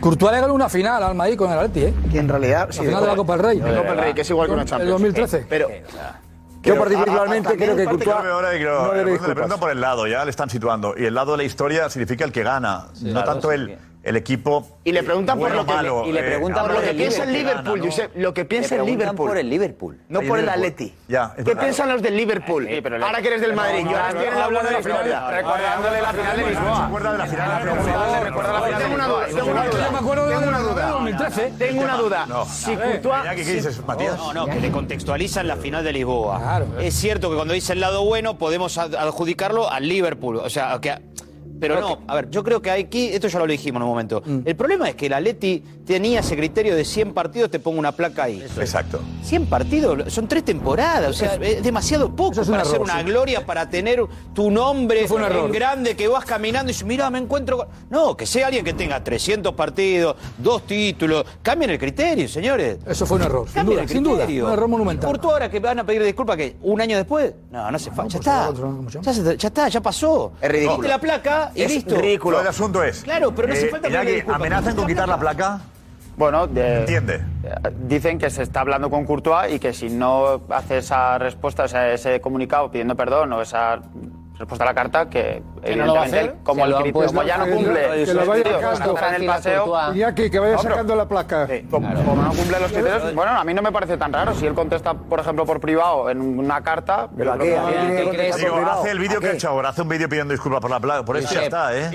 [SPEAKER 5] Courtois le ganó una final al Madrid con el Atleti, ¿eh?
[SPEAKER 13] Que en realidad.
[SPEAKER 5] La final de la Copa del Rey.
[SPEAKER 13] De la Copa del Rey, que es igual que una
[SPEAKER 5] El
[SPEAKER 13] Champions.
[SPEAKER 5] 2013.
[SPEAKER 13] Eh, pero.
[SPEAKER 7] Pero
[SPEAKER 13] Yo particularmente
[SPEAKER 7] a- a-
[SPEAKER 13] creo que
[SPEAKER 7] también parte
[SPEAKER 13] Courtois
[SPEAKER 7] veo ahora y creo-
[SPEAKER 13] no debe
[SPEAKER 7] le
[SPEAKER 13] disculpas.
[SPEAKER 7] preguntan por el lado, ya le están situando. Y el lado de la historia significa el que gana, no
[SPEAKER 13] claro,
[SPEAKER 7] tanto
[SPEAKER 13] sí,
[SPEAKER 7] el, el equipo.
[SPEAKER 13] Y le preguntan
[SPEAKER 7] bueno,
[SPEAKER 13] por lo que
[SPEAKER 7] malo,
[SPEAKER 13] y le
[SPEAKER 7] eh,
[SPEAKER 13] preguntan
[SPEAKER 7] ahora
[SPEAKER 13] por lo
[SPEAKER 7] el
[SPEAKER 13] que piensa el
[SPEAKER 7] que gana,
[SPEAKER 13] Liverpool,
[SPEAKER 7] ¿no?
[SPEAKER 13] Josep, lo que piensa
[SPEAKER 12] Le
[SPEAKER 13] el
[SPEAKER 12] preguntan
[SPEAKER 13] Liverpool.
[SPEAKER 12] por el Liverpool.
[SPEAKER 13] No
[SPEAKER 12] El
[SPEAKER 13] por el
[SPEAKER 12] Liverpool.
[SPEAKER 13] Atleti.
[SPEAKER 7] Ya,
[SPEAKER 13] ¿Qué piensan los del Liverpool? Ahora que eres del Madrid, yo ahora tienes la buena de la final. Recordándole la final de Lisboa. Recuerda la final Tengo una duda, tengo una duda.
[SPEAKER 5] Yo me acuerdo de
[SPEAKER 13] Tengo una
[SPEAKER 5] de
[SPEAKER 13] duda.
[SPEAKER 5] 2013.
[SPEAKER 13] Tengo una duda.
[SPEAKER 5] No.
[SPEAKER 13] Si
[SPEAKER 5] A ver,
[SPEAKER 13] Courtois...
[SPEAKER 5] Iñaki, ¿qué
[SPEAKER 13] si-
[SPEAKER 5] dices, Matías?
[SPEAKER 12] No, no, que le contextualizan la final de Lisboa. Es cierto que cuando dice el lado bueno podemos ad- adjudicarlo al Liverpool. O sea, que. Pero no, a ver, yo creo que aquí, esto ya lo dijimos en un momento.
[SPEAKER 5] Mm.
[SPEAKER 12] El problema es que el Atleti tenía ese criterio de 100 partidos, te pongo una placa ahí.
[SPEAKER 7] Exacto.
[SPEAKER 12] 100 partidos, son tres temporadas, o sea, es demasiado poco
[SPEAKER 5] es un
[SPEAKER 12] para
[SPEAKER 5] error,
[SPEAKER 12] ser una
[SPEAKER 5] sí.
[SPEAKER 12] gloria, para tener tu nombre
[SPEAKER 5] fue un error.
[SPEAKER 12] en grande que vas caminando y dices, mira, me encuentro. con-". No, que sea alguien que tenga 300 partidos, dos títulos. Cambien el criterio, señores.
[SPEAKER 5] Eso fue un error, sin
[SPEAKER 12] Cambien
[SPEAKER 5] duda,
[SPEAKER 12] el
[SPEAKER 5] sin duda.
[SPEAKER 12] criterio.
[SPEAKER 5] Un error monumental.
[SPEAKER 12] Courtois ahora que van a pedir disculpas que un año después, no, no se fa, ya está. Ya, se- ya está, ya pasó.
[SPEAKER 7] Es ridículo.
[SPEAKER 12] Quite la placa y
[SPEAKER 7] Es
[SPEAKER 12] listo.
[SPEAKER 7] ridículo. Pero el asunto es-
[SPEAKER 12] Claro, pero no hace
[SPEAKER 7] Eh,
[SPEAKER 12] falta
[SPEAKER 7] Iñaki,
[SPEAKER 12] pedirle disculpas.
[SPEAKER 7] ¿amenazan con quitar la placa?
[SPEAKER 23] Bueno, de-
[SPEAKER 7] Entiende.
[SPEAKER 23] dicen que se está hablando con Courtois y que si no hace esa respuesta, o sea, ese comunicado pidiendo perdón o esa respuesta a la carta, que,
[SPEAKER 13] Que no lo va a
[SPEAKER 23] evidentemente
[SPEAKER 13] hacer.
[SPEAKER 23] él, como,
[SPEAKER 13] Se
[SPEAKER 23] el
[SPEAKER 13] lo han
[SPEAKER 23] cri-
[SPEAKER 13] puesto
[SPEAKER 23] como ya no
[SPEAKER 13] en el
[SPEAKER 23] cumple,
[SPEAKER 13] radio, que lo vaya
[SPEAKER 23] tío,
[SPEAKER 13] sacando.
[SPEAKER 23] está en el paseo,
[SPEAKER 13] Iñaki, que vaya
[SPEAKER 23] No, pero-
[SPEAKER 13] sacando la placa.
[SPEAKER 23] como no cumple los criterios, bueno, a mí no me parece tan raro. Si él contesta, por ejemplo, por privado en una carta, yo creo que-
[SPEAKER 7] Digo, hace el vídeo que ha hecho ahora, hace un vídeo pidiendo disculpas por la placa, por eso ya está, ¿eh?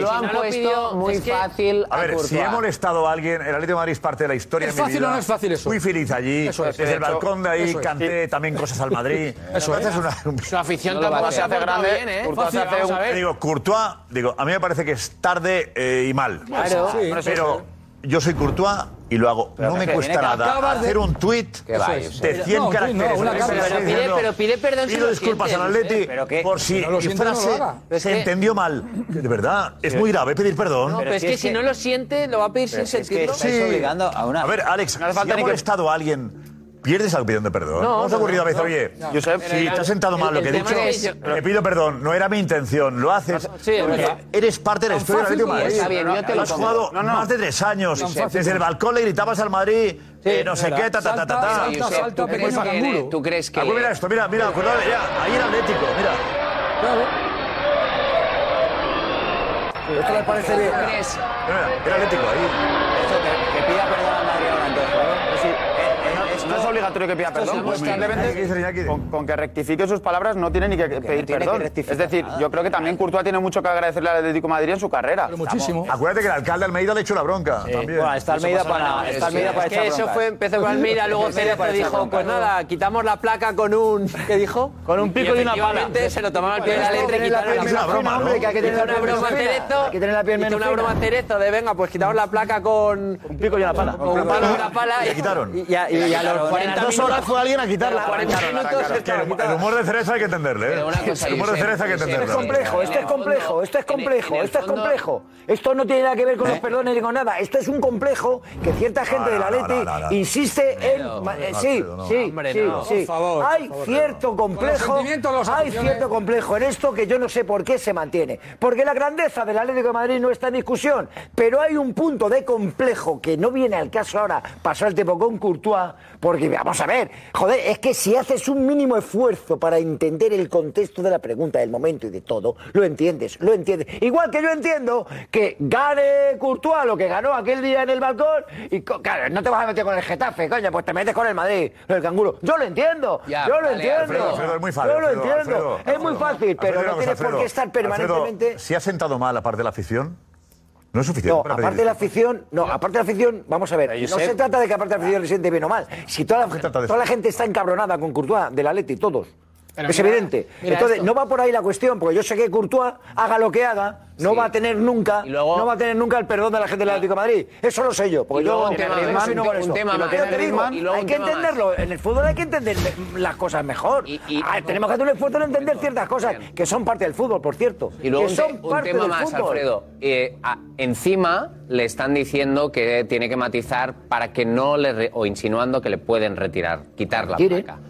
[SPEAKER 10] Lo han puesto muy fácil
[SPEAKER 7] A ver, si he molestado a alguien, el Atlético de Madrid es parte de la historia
[SPEAKER 5] ¿Es
[SPEAKER 7] de mi
[SPEAKER 5] fácil
[SPEAKER 7] vida.
[SPEAKER 5] o no es fácil eso?
[SPEAKER 7] Fui feliz allí,
[SPEAKER 5] Eso es.
[SPEAKER 7] desde
[SPEAKER 5] De
[SPEAKER 7] el
[SPEAKER 5] hecho,
[SPEAKER 7] balcón de ahí
[SPEAKER 5] eso es.
[SPEAKER 7] canté también cosas al Madrid.
[SPEAKER 5] Eso es.
[SPEAKER 7] Entonces, una-
[SPEAKER 8] Su afición
[SPEAKER 7] No lo va
[SPEAKER 8] tampoco
[SPEAKER 7] a
[SPEAKER 8] se
[SPEAKER 7] hacer.
[SPEAKER 8] hace grande. Bien, ¿eh?
[SPEAKER 7] Courtois
[SPEAKER 8] Fácil,
[SPEAKER 7] se hace
[SPEAKER 8] vamos
[SPEAKER 7] un-
[SPEAKER 8] a ver.
[SPEAKER 7] Digo, Courtois, digo, a mí me parece que es tarde eh, y mal.
[SPEAKER 8] Claro, Sí. por eso
[SPEAKER 7] pero yo soy Courtois y lo hago. no me
[SPEAKER 8] que
[SPEAKER 7] cuesta
[SPEAKER 8] tiene que
[SPEAKER 7] nada
[SPEAKER 8] acabar de-
[SPEAKER 7] hacer un tuit
[SPEAKER 8] Que vaya, sí.
[SPEAKER 7] de 100
[SPEAKER 8] No, un tuit no,
[SPEAKER 7] caracteres.
[SPEAKER 8] una carta. Pero pide-
[SPEAKER 7] diciendo,
[SPEAKER 8] pero pide perdón si
[SPEAKER 7] Pido
[SPEAKER 8] lo
[SPEAKER 7] disculpas al
[SPEAKER 8] sientes,
[SPEAKER 7] Atleti
[SPEAKER 8] ¿eh? Pero que-
[SPEAKER 7] por si
[SPEAKER 8] Si no lo
[SPEAKER 7] mi
[SPEAKER 8] sientes, no lo
[SPEAKER 7] frase
[SPEAKER 8] haga.
[SPEAKER 7] se
[SPEAKER 8] Es que-
[SPEAKER 7] entendió mal. De verdad, es
[SPEAKER 8] Sí.
[SPEAKER 7] muy grave pedir perdón.
[SPEAKER 8] No, pero es que si no lo siente, lo va a pedir sin sentirlo.
[SPEAKER 7] a una. A ver, Alex,
[SPEAKER 8] No hace
[SPEAKER 7] si
[SPEAKER 8] falta
[SPEAKER 7] ha
[SPEAKER 8] ni que-
[SPEAKER 7] molestado a alguien, pierdes la pidiendo perdón.
[SPEAKER 8] No,
[SPEAKER 7] No, os ha
[SPEAKER 8] no,
[SPEAKER 7] ocurrido a
[SPEAKER 8] no,
[SPEAKER 7] veces,
[SPEAKER 8] no.
[SPEAKER 7] oye,
[SPEAKER 8] No.
[SPEAKER 7] Josep,
[SPEAKER 8] Pero
[SPEAKER 7] si
[SPEAKER 8] el-
[SPEAKER 7] te has sentado
[SPEAKER 8] el-
[SPEAKER 7] mal lo
[SPEAKER 8] el
[SPEAKER 7] que he
[SPEAKER 8] tema es-
[SPEAKER 7] dicho,
[SPEAKER 8] yo-
[SPEAKER 7] le pido perdón, no era mi intención, lo haces.
[SPEAKER 8] sí, es
[SPEAKER 7] porque
[SPEAKER 8] verdad.
[SPEAKER 7] eres parte de la
[SPEAKER 8] Tan
[SPEAKER 7] historia del
[SPEAKER 8] fácil
[SPEAKER 7] Atlético de
[SPEAKER 8] que
[SPEAKER 7] Madrid.
[SPEAKER 8] es, Javier, yo te lo
[SPEAKER 7] has
[SPEAKER 8] compro.
[SPEAKER 7] jugado
[SPEAKER 8] No, no.
[SPEAKER 7] más de tres
[SPEAKER 8] Tan
[SPEAKER 7] años.
[SPEAKER 8] fácil
[SPEAKER 7] Desde el
[SPEAKER 8] que es.
[SPEAKER 7] balcón le gritabas al Madrid, eh, no sé qué, ta, ta, ta, ta, ta.
[SPEAKER 8] ¿Tú crees que- ¿Tú crees que.?
[SPEAKER 7] Ah, pues mira esto, mira, mira, acordate, ya, ahí era Atlético, mira.
[SPEAKER 2] Esto le parece bien.
[SPEAKER 7] Era Atlético ahí.
[SPEAKER 23] que pida perdón a Madrid ahora, entonces, ¿no? Es decir, eh, eh, no es obligatorio que pida
[SPEAKER 7] Esto es
[SPEAKER 23] perdón.
[SPEAKER 7] muy bien.
[SPEAKER 23] Simplemente con, con que rectifique sus palabras no tiene ni que pedir
[SPEAKER 7] tiene que
[SPEAKER 23] perdón.
[SPEAKER 7] rectificar
[SPEAKER 23] es decir, yo creo que también Courtois tiene mucho que agradecerle al Atlético de Madrid en su carrera.
[SPEAKER 7] Acuérdate que el alcalde de Almeida le echó la bronca. también.
[SPEAKER 23] Bueno, está
[SPEAKER 7] Eso
[SPEAKER 23] Almeida
[SPEAKER 7] pasó en
[SPEAKER 23] para-
[SPEAKER 7] la-
[SPEAKER 23] está Almeida
[SPEAKER 7] Sí.
[SPEAKER 23] para
[SPEAKER 7] Es que
[SPEAKER 23] echar
[SPEAKER 7] eso
[SPEAKER 23] broncas.
[SPEAKER 7] fue-
[SPEAKER 23] empezó con
[SPEAKER 17] Almeida, luego
[SPEAKER 23] Almeida
[SPEAKER 17] Cerezo
[SPEAKER 23] para echar
[SPEAKER 17] dijo,
[SPEAKER 23] broncas.
[SPEAKER 17] pues nada, quitamos la placa con un... ¿Qué dijo? Con un
[SPEAKER 23] pico y una pala.
[SPEAKER 17] Se lo tomaron al pie de
[SPEAKER 23] Pero
[SPEAKER 17] la
[SPEAKER 23] es
[SPEAKER 17] letra y
[SPEAKER 23] que
[SPEAKER 17] quitaron la
[SPEAKER 23] es una
[SPEAKER 17] placa.
[SPEAKER 23] broma, ¿no?
[SPEAKER 17] que hay que tener
[SPEAKER 23] Hizo
[SPEAKER 17] una broma
[SPEAKER 23] menos pena.
[SPEAKER 17] Cerezo.
[SPEAKER 23] Hay que tener la piel
[SPEAKER 17] hizo
[SPEAKER 23] menos
[SPEAKER 17] una broma
[SPEAKER 23] fina.
[SPEAKER 17] Cerezo de, venga, pues quitaron la placa con... Un pico y una pala. Con un palo y una pala.
[SPEAKER 7] Y la quitaron.
[SPEAKER 17] Y, y a- y a los 40
[SPEAKER 7] dos
[SPEAKER 17] minutos-
[SPEAKER 7] horas fue alguien a quitarla.
[SPEAKER 17] a los 40 minutos
[SPEAKER 7] Es que el, el humor de cereza hay que entenderle. ¿eh? el humor de cereza hay que
[SPEAKER 4] Esto es
[SPEAKER 7] entenderlo.
[SPEAKER 4] complejo, esto es complejo, esto es complejo, esto es complejo. Esto no tiene nada que ver con los perdones ni con nada. Esto es un complejo que cierta gente de la
[SPEAKER 7] ¿Eh? no, no,
[SPEAKER 4] Leti
[SPEAKER 7] no, no.
[SPEAKER 4] insiste en.
[SPEAKER 7] No,
[SPEAKER 4] ma- eh,
[SPEAKER 7] no,
[SPEAKER 4] Sí,
[SPEAKER 7] Alfredo, no.
[SPEAKER 4] sí,
[SPEAKER 7] Hombre,
[SPEAKER 4] sí,
[SPEAKER 7] no.
[SPEAKER 4] sí.
[SPEAKER 7] Por favor,
[SPEAKER 4] Hay
[SPEAKER 7] por favor,
[SPEAKER 4] cierto complejo.
[SPEAKER 5] sentimientos, las
[SPEAKER 4] Hay
[SPEAKER 5] emociones.
[SPEAKER 4] cierto complejo en esto que yo no sé por qué se mantiene. Porque la grandeza del Atlético de Madrid no está en discusión. Pero hay un punto de complejo que no viene al caso ahora pasar el tiempo con Courtois. Porque vamos a ver, joder, es que si haces un mínimo esfuerzo para entender el contexto de la pregunta, del momento y de todo, lo entiendes, lo entiendes. Igual que yo entiendo que gane Courtois lo que ganó aquel día en el balcón. Y co- claro, no te vas a meter con el Getafe, coño, pues te metes con el Madrid, con el canguro. Yo lo entiendo,
[SPEAKER 23] Ya,
[SPEAKER 4] yo lo
[SPEAKER 23] vale,
[SPEAKER 4] entiendo.
[SPEAKER 7] Alfredo, Alfredo, es muy fácil.
[SPEAKER 4] Yo lo
[SPEAKER 7] Alfredo,
[SPEAKER 4] entiendo.
[SPEAKER 7] Alfredo,
[SPEAKER 4] es muy fácil, pero
[SPEAKER 7] Alfredo,
[SPEAKER 4] no tienes por qué
[SPEAKER 7] Alfredo,
[SPEAKER 4] estar
[SPEAKER 7] Alfredo,
[SPEAKER 4] permanentemente.
[SPEAKER 7] si ha sentado mal, aparte de la afición, no es suficiente.
[SPEAKER 4] No,
[SPEAKER 7] para pedir
[SPEAKER 4] aparte de la afición, no, aparte de la afición, vamos a ver,
[SPEAKER 10] Eh,
[SPEAKER 4] no
[SPEAKER 7] Josep.
[SPEAKER 4] se trata
[SPEAKER 10] Ah.
[SPEAKER 4] de que aparte de la afición le siente bien o mal. Si toda la,
[SPEAKER 7] trata de
[SPEAKER 4] toda la gente está encabronada con Courtois, del Atleti, todos.
[SPEAKER 16] Pero
[SPEAKER 4] es
[SPEAKER 16] mira-
[SPEAKER 4] evidente.
[SPEAKER 16] mira
[SPEAKER 4] Entonces,
[SPEAKER 16] esto.
[SPEAKER 4] no va por ahí la cuestión, porque yo sé que Courtois, haga lo que haga, no va a tener nunca no va a tener nunca el perdón de la gente del Atlético de Madrid. Eso lo sé yo, porque
[SPEAKER 10] Y luego
[SPEAKER 4] yo
[SPEAKER 10] un tema más,
[SPEAKER 4] vino con
[SPEAKER 10] un
[SPEAKER 4] eso.
[SPEAKER 10] tema
[SPEAKER 4] Y lo
[SPEAKER 10] más,
[SPEAKER 4] que yo te digo,
[SPEAKER 10] Griezmann, y luego
[SPEAKER 4] hay
[SPEAKER 10] un
[SPEAKER 4] que
[SPEAKER 10] tema más.
[SPEAKER 4] entenderlo. En el fútbol hay que entender las cosas mejor. Ah, tenemos que hacer un esfuerzo en entender ciertas cosas, que son parte del fútbol, por cierto.
[SPEAKER 10] Y luego
[SPEAKER 4] que
[SPEAKER 10] un,
[SPEAKER 4] son
[SPEAKER 10] te- un
[SPEAKER 4] parte
[SPEAKER 10] tema
[SPEAKER 4] del
[SPEAKER 10] más,
[SPEAKER 4] fútbol.
[SPEAKER 10] Alfredo. Eh, a- encima le están diciendo que tiene que matizar para que no le. re- o insinuando que le pueden retirar, quitar la
[SPEAKER 4] Retire.
[SPEAKER 10] placa.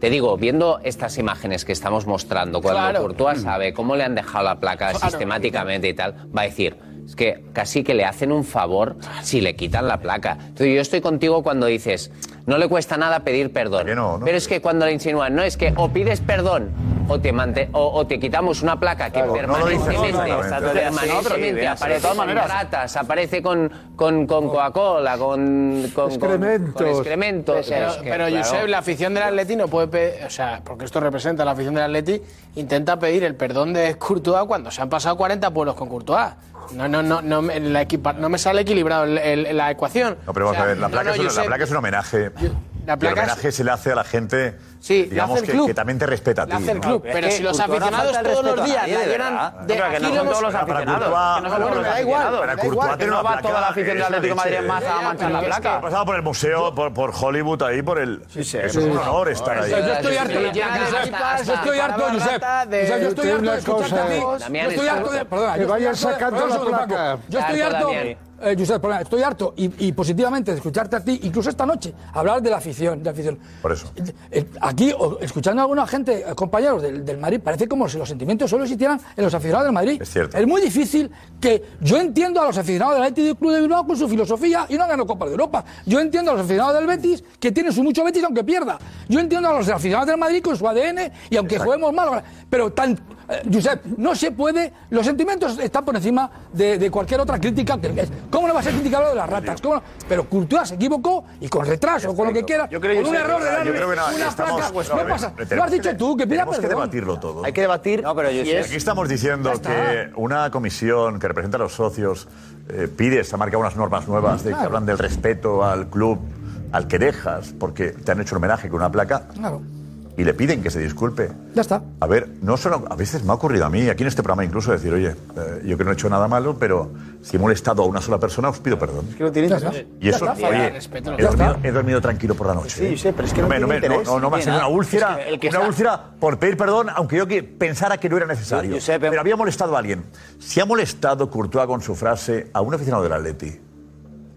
[SPEAKER 10] Te digo, viendo estas imágenes que estamos mostrando, cuando
[SPEAKER 4] Claro.
[SPEAKER 10] Courtois sabe cómo le han dejado la placa sistemáticamente y tal, va a decir. Es que casi que le hacen un favor si le quitan la placa. Entonces yo estoy contigo cuando dices, no le cuesta nada pedir perdón. Pero es que cuando le insinúan, no, es que o pides perdón o te, mante- o, o te quitamos una placa que
[SPEAKER 22] Claro, no lo dices
[SPEAKER 10] permanentemente,
[SPEAKER 22] exactamente.
[SPEAKER 10] permanentemente
[SPEAKER 22] Sí,
[SPEAKER 10] aparece
[SPEAKER 22] de todas
[SPEAKER 10] con
[SPEAKER 22] maneras.
[SPEAKER 10] ratas, aparece con, con, con Coca-Cola, con, con, con, con excrementos.
[SPEAKER 16] Pero,
[SPEAKER 10] Es que,
[SPEAKER 16] Pues, eh, pero,
[SPEAKER 10] claro.
[SPEAKER 16] Josep, la afición del Atleti no puede pedir, o sea, porque esto representa a la afición del Atleti, intenta pedir el perdón de Courtois cuando se han pasado 40 pueblos con Courtois. No, no, no, no, me- la equipa- no me sale equilibrado el- el- la ecuación.
[SPEAKER 7] No, pero vamos
[SPEAKER 16] O sea,
[SPEAKER 7] a ver, la
[SPEAKER 16] no,
[SPEAKER 7] placa,
[SPEAKER 16] no,
[SPEAKER 7] es, un, la
[SPEAKER 16] Josep,
[SPEAKER 7] placa es un homenaje.
[SPEAKER 16] la
[SPEAKER 7] y el
[SPEAKER 16] placa es-
[SPEAKER 7] homenaje se le hace a la gente,
[SPEAKER 16] Sí, la
[SPEAKER 7] digamos,
[SPEAKER 16] hace el
[SPEAKER 7] que,
[SPEAKER 16] club.
[SPEAKER 7] que también te respeta a ti.
[SPEAKER 16] La hace el
[SPEAKER 7] ¿no?
[SPEAKER 16] club, pero si los aficionados todos los días la lloran, de aquí lo hemos-
[SPEAKER 7] Para Courtois-
[SPEAKER 16] Bueno, me da igual,
[SPEAKER 7] Para
[SPEAKER 16] me da igual,
[SPEAKER 7] Courtois
[SPEAKER 16] que
[SPEAKER 7] tiene
[SPEAKER 16] no
[SPEAKER 7] una
[SPEAKER 16] va toda la
[SPEAKER 7] placa,
[SPEAKER 16] afición del
[SPEAKER 7] es la
[SPEAKER 16] Atlético de Madrid
[SPEAKER 7] leche,
[SPEAKER 16] en masa
[SPEAKER 7] ¿eh?
[SPEAKER 16] a manchar la
[SPEAKER 7] Es que
[SPEAKER 16] placa.
[SPEAKER 7] He pasado por el museo, por, por Hollywood, ahí, por el... es
[SPEAKER 16] sí.
[SPEAKER 7] un honor estar ahí.
[SPEAKER 16] Yo estoy harto de placa de pipas, yo estoy harto, Josep. Josep, yo estoy harto de escucharte a ti. Yo estoy harto de- perdona, yo estoy harto de- perdona un segundo, Paco. Yo estoy harto,
[SPEAKER 5] eh, Josep, perdona, estoy harto y, y positivamente de escucharte a ti, incluso esta noche, hablar de la afición, de la afición.
[SPEAKER 7] Por eso.
[SPEAKER 5] Eh, Aquí, o- escuchando a alguna gente, eh, compañeros del, del Madrid, parece como si los sentimientos solo existieran en los aficionados del Madrid. Es
[SPEAKER 7] cierto.
[SPEAKER 5] muy difícil que yo entiendo a los aficionados del Atlético Club de Bilbao con su filosofía y no han ganado Copa de Europa. Yo entiendo a los aficionados del Betis que tienen su mucho Betis aunque pierda. Yo entiendo a los aficionados del Madrid con su ADN y aunque juguemos mal. Pero tan, eh, Josep, no se puede. Los sentimientos están por encima de, de cualquier otra crítica. que- es- ¿Cómo no vas a criticar lo de las ratas? ¿Cómo no? Pero Courtois se equivocó y con retraso, con lo que quieras,
[SPEAKER 7] Yo creo,
[SPEAKER 5] con un
[SPEAKER 7] Josep,
[SPEAKER 5] error de
[SPEAKER 7] yo
[SPEAKER 5] árbitro,
[SPEAKER 7] creo que nada,
[SPEAKER 5] una
[SPEAKER 7] estamos-
[SPEAKER 5] placa.
[SPEAKER 7] pues, a
[SPEAKER 5] no
[SPEAKER 7] ver,
[SPEAKER 5] pasa.
[SPEAKER 7] tenemos
[SPEAKER 5] Lo has
[SPEAKER 7] que
[SPEAKER 5] dicho
[SPEAKER 7] de-
[SPEAKER 5] tú, que pida
[SPEAKER 7] Tenemos que
[SPEAKER 5] perdón.
[SPEAKER 7] debatirlo todo.
[SPEAKER 13] Hay que debatir.
[SPEAKER 7] Y es- Aquí estamos diciendo que una comisión que representa a los socios eh, pide, se ha marcado unas normas nuevas de, que
[SPEAKER 5] Claro.
[SPEAKER 7] hablan del respeto al club al que dejas, porque te han hecho un homenaje con una placa
[SPEAKER 5] Claro,
[SPEAKER 7] y le piden que se disculpe.
[SPEAKER 5] ya está.
[SPEAKER 7] A ver, no solo, a veces me ha ocurrido a mí, aquí en este programa incluso, decir, oye, eh, yo que no he hecho nada malo, pero si he molestado a una sola persona, os pido perdón.
[SPEAKER 13] que no tiene
[SPEAKER 7] Ya
[SPEAKER 13] interés.
[SPEAKER 7] Y eso,
[SPEAKER 13] Ya está.
[SPEAKER 7] oye,
[SPEAKER 13] Respeto,
[SPEAKER 7] he
[SPEAKER 13] ya está.
[SPEAKER 7] dormido, he dormido tranquilo por la noche.
[SPEAKER 13] Sí,
[SPEAKER 7] ¿eh?
[SPEAKER 13] sí, pero es que no
[SPEAKER 7] me-
[SPEAKER 13] tiene
[SPEAKER 7] me-
[SPEAKER 13] interés.
[SPEAKER 7] no, no me ha sido una
[SPEAKER 13] Nada.
[SPEAKER 7] úlcera,
[SPEAKER 13] Es que el que
[SPEAKER 7] una
[SPEAKER 13] está-
[SPEAKER 7] úlcera por pedir perdón, aunque yo que pensara que no era necesario. pero había molestado a alguien. Si ha molestado Courtois con su frase a un aficionado del Atleti,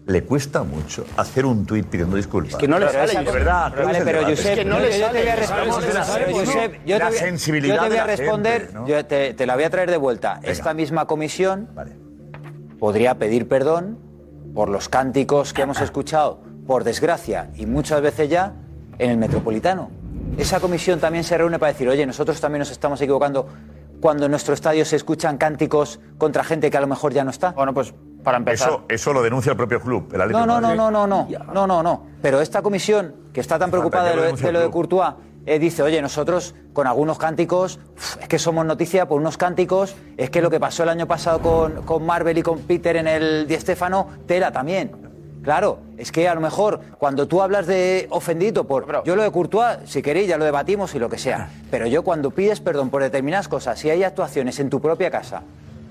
[SPEAKER 7] le cuesta mucho hacer un tuit pidiendo disculpas.
[SPEAKER 13] que no le
[SPEAKER 7] Pero
[SPEAKER 13] sale,
[SPEAKER 7] esa-
[SPEAKER 13] Josep.
[SPEAKER 7] De verdad,
[SPEAKER 13] Vale,
[SPEAKER 7] es el
[SPEAKER 13] pero
[SPEAKER 7] debate.
[SPEAKER 13] Josep, Es que no le
[SPEAKER 22] yo te voy a
[SPEAKER 13] sale,
[SPEAKER 22] responder.
[SPEAKER 13] no le sale,
[SPEAKER 22] pero,
[SPEAKER 13] no.
[SPEAKER 22] Josep, yo
[SPEAKER 13] La
[SPEAKER 22] te voy a-
[SPEAKER 13] sensibilidad
[SPEAKER 22] yo te
[SPEAKER 13] de
[SPEAKER 22] voy a
[SPEAKER 13] la gente,
[SPEAKER 22] responder, yo te, te la voy a traer de vuelta. Esta misma comisión podría pedir perdón por los cánticos que hemos escuchado, por desgracia, y muchas veces ya en el Metropolitano. Esa comisión también se reúne para decir, oye, nosotros también nos estamos equivocando cuando en nuestro estadio se escuchan cánticos contra gente que a lo mejor ya no está.
[SPEAKER 13] Bueno, pues para empezar...
[SPEAKER 7] Eso, eso lo denuncia el propio club, el Atlético
[SPEAKER 22] No, no,
[SPEAKER 7] de
[SPEAKER 22] no,
[SPEAKER 7] Madrid.
[SPEAKER 22] no, no, no, no, no, no. Pero esta comisión que está tan preocupada de
[SPEAKER 7] ya lo
[SPEAKER 22] lo de,
[SPEAKER 7] denuncia
[SPEAKER 22] de lo
[SPEAKER 7] el
[SPEAKER 22] de Courtois eh, dice, oye, nosotros con algunos cánticos, uf, es que somos noticia por unos cánticos, es que lo que pasó el año pasado con, con Marvel y con Peter en el Di Stefano, tela también. Claro, es que a lo mejor cuando tú hablas de ofendido por... Yo lo de Courtois, si queréis, ya lo debatimos y lo que sea. Pero yo cuando pides perdón por determinadas cosas, si hay actuaciones en tu propia casa,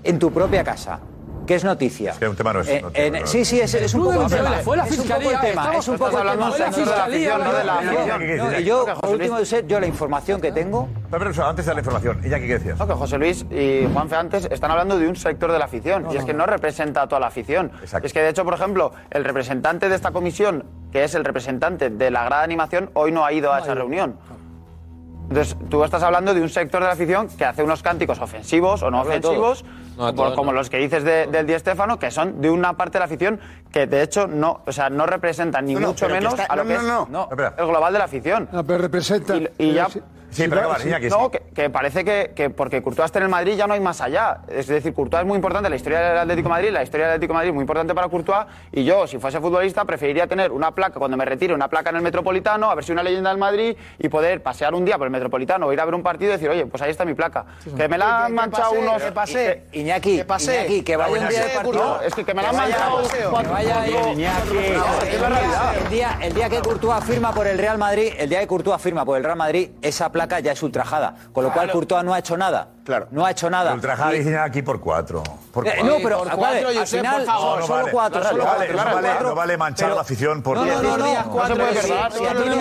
[SPEAKER 22] en tu propia casa, que es noticia. Es
[SPEAKER 7] que un tema no es- no tiene nada que ver.
[SPEAKER 22] Eh, sí, sí, es, es un
[SPEAKER 5] Tú
[SPEAKER 22] poco el
[SPEAKER 5] denunciabas,
[SPEAKER 22] tema.
[SPEAKER 5] fue la
[SPEAKER 22] es un poco el
[SPEAKER 5] fiscalía,
[SPEAKER 22] tema.
[SPEAKER 5] estamos-
[SPEAKER 22] Es un poco el
[SPEAKER 5] estamos
[SPEAKER 22] tema.
[SPEAKER 5] hablando de la fiscalía, no de la afición.
[SPEAKER 22] No, y yo, por último, Josep, yo la información que tengo...
[SPEAKER 7] Pero eso, antes de la información, ¿ella qué decías?
[SPEAKER 13] No, que José Luis y Juanfe antes están hablando de un sector de la afición y es que no representa a toda la afición. Es que de hecho, por ejemplo, el representante de esta comisión, que es el representante de la grada animación, hoy no ha ido a esa reunión. Entonces, tú estás hablando de un sector de la afición que hace unos cánticos ofensivos o no
[SPEAKER 22] Hablo de
[SPEAKER 13] ofensivos,
[SPEAKER 22] todos. No, de
[SPEAKER 13] por-
[SPEAKER 22] todos
[SPEAKER 13] como
[SPEAKER 22] no.
[SPEAKER 13] los que dices de- del Di Stéfano, que son de una parte de la afición que de hecho no, o sea, no representan ni
[SPEAKER 9] No, no,
[SPEAKER 13] mucho
[SPEAKER 9] pero que
[SPEAKER 13] menos
[SPEAKER 9] está-
[SPEAKER 13] a lo
[SPEAKER 9] no,
[SPEAKER 13] que
[SPEAKER 9] no,
[SPEAKER 13] es
[SPEAKER 9] no.
[SPEAKER 13] el global de la afición.
[SPEAKER 9] No, Ah, pero representa.
[SPEAKER 13] Y ya.
[SPEAKER 9] va- sí.
[SPEAKER 13] No, que, que parece que, que porque Courtois está en el Madrid ya no hay más allá. Es decir, Courtois es muy importante, la historia del Atlético de Madrid, la historia del Atlético de Madrid es muy importante para Courtois. Y yo, si fuese futbolista, preferiría tener una placa cuando me retire, una placa en el Metropolitano, a ver si una leyenda del Madrid y poder pasear un día por el Metropolitano o ir a ver un partido y decir, oye, pues ahí está mi placa. que me la han manchado
[SPEAKER 22] pase,
[SPEAKER 13] unos.
[SPEAKER 22] que pase. Iñaki, Iñaki, que vaya un día de partido.
[SPEAKER 13] No, es que, que me la han manchado.
[SPEAKER 22] Que vaya ahí. El día- El día que Courtois firma por el Real Madrid, el día que Courtois firma por el Real Madrid, esa placa placa ya es ultrajada. Con lo cual, Courtois no ha hecho nada. Claro. No ha hecho nada.
[SPEAKER 7] Ultrajada dicen aquí por cuatro. Por
[SPEAKER 22] Eh,
[SPEAKER 7] cuatro.
[SPEAKER 22] no, pero Por cuatro, acuérdate, al
[SPEAKER 7] Josep,
[SPEAKER 22] final,
[SPEAKER 7] No, no
[SPEAKER 22] solo
[SPEAKER 7] vale.
[SPEAKER 22] cuatro,
[SPEAKER 7] No
[SPEAKER 22] solo
[SPEAKER 7] vale,
[SPEAKER 22] cuatro,
[SPEAKER 7] no
[SPEAKER 22] solo
[SPEAKER 7] vale,
[SPEAKER 22] cuatro.
[SPEAKER 7] no vale manchar a la afición por
[SPEAKER 22] No, no, no, no, no,
[SPEAKER 7] diez.
[SPEAKER 22] no se puede quedar, no, no, no, no, aquí- aquí- aquí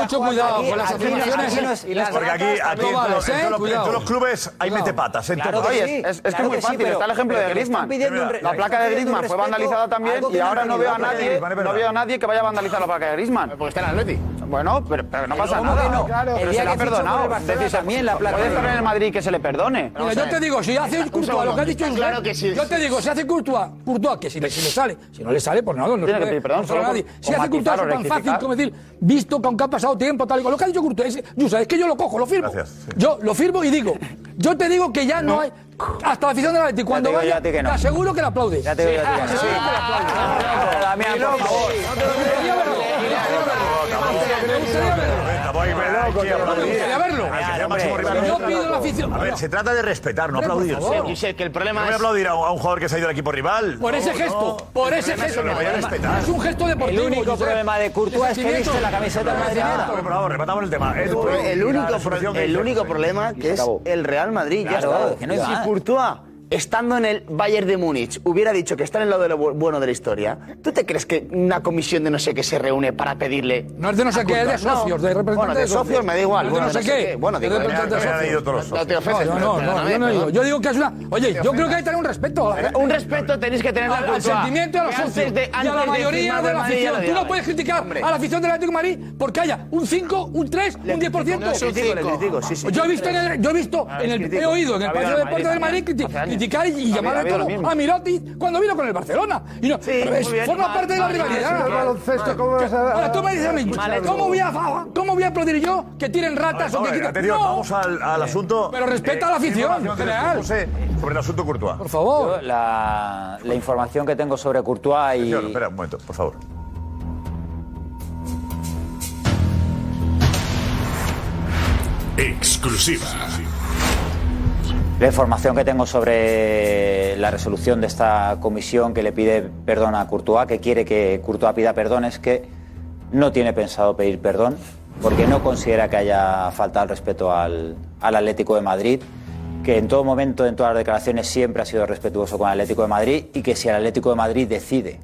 [SPEAKER 22] no es- y las
[SPEAKER 7] Porque aquí,
[SPEAKER 22] ratas
[SPEAKER 7] aquí en,
[SPEAKER 22] tampoco valen,
[SPEAKER 7] todos- en todos
[SPEAKER 22] ¿eh?
[SPEAKER 7] los- en todos los
[SPEAKER 22] Cuidado.
[SPEAKER 7] clubes hay metepatas. En
[SPEAKER 22] Claro
[SPEAKER 7] todos.
[SPEAKER 22] que
[SPEAKER 7] Oye,
[SPEAKER 22] sí,
[SPEAKER 7] es- es
[SPEAKER 22] claro
[SPEAKER 7] que muy
[SPEAKER 22] sí,
[SPEAKER 7] fácil,
[SPEAKER 22] pero-
[SPEAKER 7] está el ejemplo de
[SPEAKER 22] pero que le están
[SPEAKER 7] Griezmann.
[SPEAKER 22] pidiendo un
[SPEAKER 7] Mira,
[SPEAKER 22] re-
[SPEAKER 7] la
[SPEAKER 22] le
[SPEAKER 7] placa
[SPEAKER 22] están
[SPEAKER 7] de
[SPEAKER 22] pidiendo un
[SPEAKER 7] Griezmann fue
[SPEAKER 22] respeto,
[SPEAKER 13] vandalizada también
[SPEAKER 22] algo que
[SPEAKER 13] y
[SPEAKER 22] no
[SPEAKER 13] ahora
[SPEAKER 22] han
[SPEAKER 13] no veo a
[SPEAKER 22] tenido.
[SPEAKER 13] nadie, no veo a nadie que vaya a vandalizar la placa de Griezmann. Porque está en Atleti. Bueno, pero, pero no
[SPEAKER 22] Pero
[SPEAKER 13] pasa
[SPEAKER 22] ¿cómo
[SPEAKER 13] nada.
[SPEAKER 22] que no?
[SPEAKER 13] Claro.
[SPEAKER 22] El día
[SPEAKER 13] Pero se le
[SPEAKER 22] que fichó
[SPEAKER 13] ha
[SPEAKER 22] por el
[SPEAKER 13] perdonado.
[SPEAKER 22] Barcelona,
[SPEAKER 13] Decís,
[SPEAKER 22] también la placa de
[SPEAKER 13] Puede estar en el
[SPEAKER 22] Griezmann.
[SPEAKER 13] Madrid que se le perdone.
[SPEAKER 5] Mira, yo te digo, si hace
[SPEAKER 13] Un
[SPEAKER 5] Courtois lo que ha dicho
[SPEAKER 13] segundo.
[SPEAKER 5] Josep,
[SPEAKER 13] Claro que sí.
[SPEAKER 5] yo te digo, si hace Courtois, Courtois que si le, si le sale, si no le sale, pues nada, no
[SPEAKER 13] Tiene
[SPEAKER 5] se
[SPEAKER 13] que
[SPEAKER 5] puede
[SPEAKER 13] pedir perdón,
[SPEAKER 5] acusar a
[SPEAKER 13] solo
[SPEAKER 5] nadie.
[SPEAKER 13] por-
[SPEAKER 5] Si
[SPEAKER 13] por
[SPEAKER 5] hace Courtois
[SPEAKER 13] matizar
[SPEAKER 5] es
[SPEAKER 13] o
[SPEAKER 5] tan fácil
[SPEAKER 13] rectificar.
[SPEAKER 5] como decir, visto que aunque ha pasado tiempo, tal y cual. Lo que ha dicho Courtois, es, Yusa, es que yo lo cojo, lo firmo. Yo lo firmo y digo, yo te digo que ya no, hay, hasta la afición de la Leti, cuando
[SPEAKER 22] digo yo
[SPEAKER 5] vaya,
[SPEAKER 22] a ti que no.
[SPEAKER 5] te aseguro que la aplaude. Ya
[SPEAKER 22] te digo yo a ti que no. Damián, por favor.
[SPEAKER 5] Yo pido la afición.
[SPEAKER 7] A ver, se trata de respetar, no
[SPEAKER 5] Hombre, por
[SPEAKER 7] aplaudir.
[SPEAKER 5] favor.
[SPEAKER 7] Sí,
[SPEAKER 13] que el problema
[SPEAKER 7] no voy a
[SPEAKER 13] es-
[SPEAKER 7] aplaudir a un, a un jugador que se ha ido del equipo rival.
[SPEAKER 5] Por ese
[SPEAKER 7] No,
[SPEAKER 5] gesto,
[SPEAKER 7] no.
[SPEAKER 5] por ese
[SPEAKER 7] El problema es
[SPEAKER 5] gesto.
[SPEAKER 7] que lo voy a respetar.
[SPEAKER 5] Es un gesto deportivo.
[SPEAKER 22] El único
[SPEAKER 5] Josep.
[SPEAKER 22] problema de Courtois es que
[SPEAKER 5] Sentimiento.
[SPEAKER 22] viste la camiseta madrileña.
[SPEAKER 7] Por favor, rematamos el tema.
[SPEAKER 22] El
[SPEAKER 7] Edu,
[SPEAKER 22] pro-
[SPEAKER 7] y
[SPEAKER 22] el
[SPEAKER 7] la
[SPEAKER 22] único pro-
[SPEAKER 7] resolución que
[SPEAKER 13] el
[SPEAKER 7] dice.
[SPEAKER 13] único problema que es el Real Madrid. ya
[SPEAKER 22] Claro,
[SPEAKER 13] está.
[SPEAKER 22] que no hay
[SPEAKER 13] si
[SPEAKER 22] más.
[SPEAKER 13] Courtois, estando en el Bayern de Múnich, hubiera dicho que está en el lado de lo bu- bueno de la historia, ¿tú te crees que una comisión de no sé qué se reúne para pedirle.
[SPEAKER 5] No es de no sé
[SPEAKER 13] a
[SPEAKER 5] qué, es de
[SPEAKER 13] Courtois? No.
[SPEAKER 5] socios, de representantes
[SPEAKER 13] Bueno, de
[SPEAKER 5] de socios.
[SPEAKER 13] socios me da igual.
[SPEAKER 5] No es de
[SPEAKER 13] bueno,
[SPEAKER 5] no sé qué,
[SPEAKER 13] Bueno,
[SPEAKER 5] de
[SPEAKER 13] digo,
[SPEAKER 5] representantes de socios.
[SPEAKER 13] No te ofenses.
[SPEAKER 5] No, no, no,
[SPEAKER 13] perdóname,
[SPEAKER 5] yo no digo.
[SPEAKER 13] perdón.
[SPEAKER 5] Yo digo que es una. Oye, yo creo
[SPEAKER 13] ofendas.
[SPEAKER 5] que hay que tener un respeto. A la gente.
[SPEAKER 13] Un respeto tenéis que tener
[SPEAKER 5] Al- al, sentimiento y a los socios y a la mayoría de la afición. Tú no puedes criticar a la afición del Atlético de Madrid porque haya un 5, un 3, un 10%.
[SPEAKER 13] no, es un Critico, cinco. le critico, sí, sí.
[SPEAKER 5] yo he visto, en el, yo he, visto
[SPEAKER 13] Ah,
[SPEAKER 5] en el,
[SPEAKER 13] critico.
[SPEAKER 5] he oído en
[SPEAKER 13] Ha
[SPEAKER 5] el
[SPEAKER 13] habido
[SPEAKER 5] Partido de
[SPEAKER 13] en
[SPEAKER 5] Deportes del Madrid
[SPEAKER 13] Madrid también,
[SPEAKER 5] criti-
[SPEAKER 13] hace años.
[SPEAKER 5] criticar y, y
[SPEAKER 13] Ha habido-
[SPEAKER 5] llamar
[SPEAKER 13] ha
[SPEAKER 5] de
[SPEAKER 13] habido lo
[SPEAKER 5] todo
[SPEAKER 13] mismo.
[SPEAKER 5] a Ah, Mirotis cuando vino con el Barcelona. Y no, pero es-
[SPEAKER 13] muy bien.
[SPEAKER 5] forma
[SPEAKER 13] Mal,
[SPEAKER 5] parte de la
[SPEAKER 13] mal, mal,
[SPEAKER 5] rivalidad.
[SPEAKER 13] mal, baloncesto, ¿cómo vas a-
[SPEAKER 5] Ahora tú me dices a mí,
[SPEAKER 13] Mal hecho.
[SPEAKER 5] ¿cómo voy a, cómo voy a aplaudir yo que tiren ratas
[SPEAKER 7] Vamos,
[SPEAKER 5] o que
[SPEAKER 7] a ver,
[SPEAKER 5] quiten?
[SPEAKER 7] atención, vamos al, al asunto. Eh,
[SPEAKER 5] Pero respeta a la afición,
[SPEAKER 7] información que les
[SPEAKER 5] general.
[SPEAKER 7] propuse Sobre el asunto Courtois.
[SPEAKER 5] Por favor.
[SPEAKER 22] La, la información que tengo sobre Courtois y...
[SPEAKER 7] Atención, espera un momento, por favor.
[SPEAKER 24] Exclusiva.
[SPEAKER 22] La información que tengo sobre la resolución de esta comisión que le pide perdón a Courtois, que quiere que Courtois pida perdón, es que no tiene pensado pedir perdón porque no considera que haya falta al respeto al, al Atlético de Madrid, que en todo momento, en todas las declaraciones, siempre ha sido respetuoso con el Atlético de Madrid y que si el Atlético de Madrid decide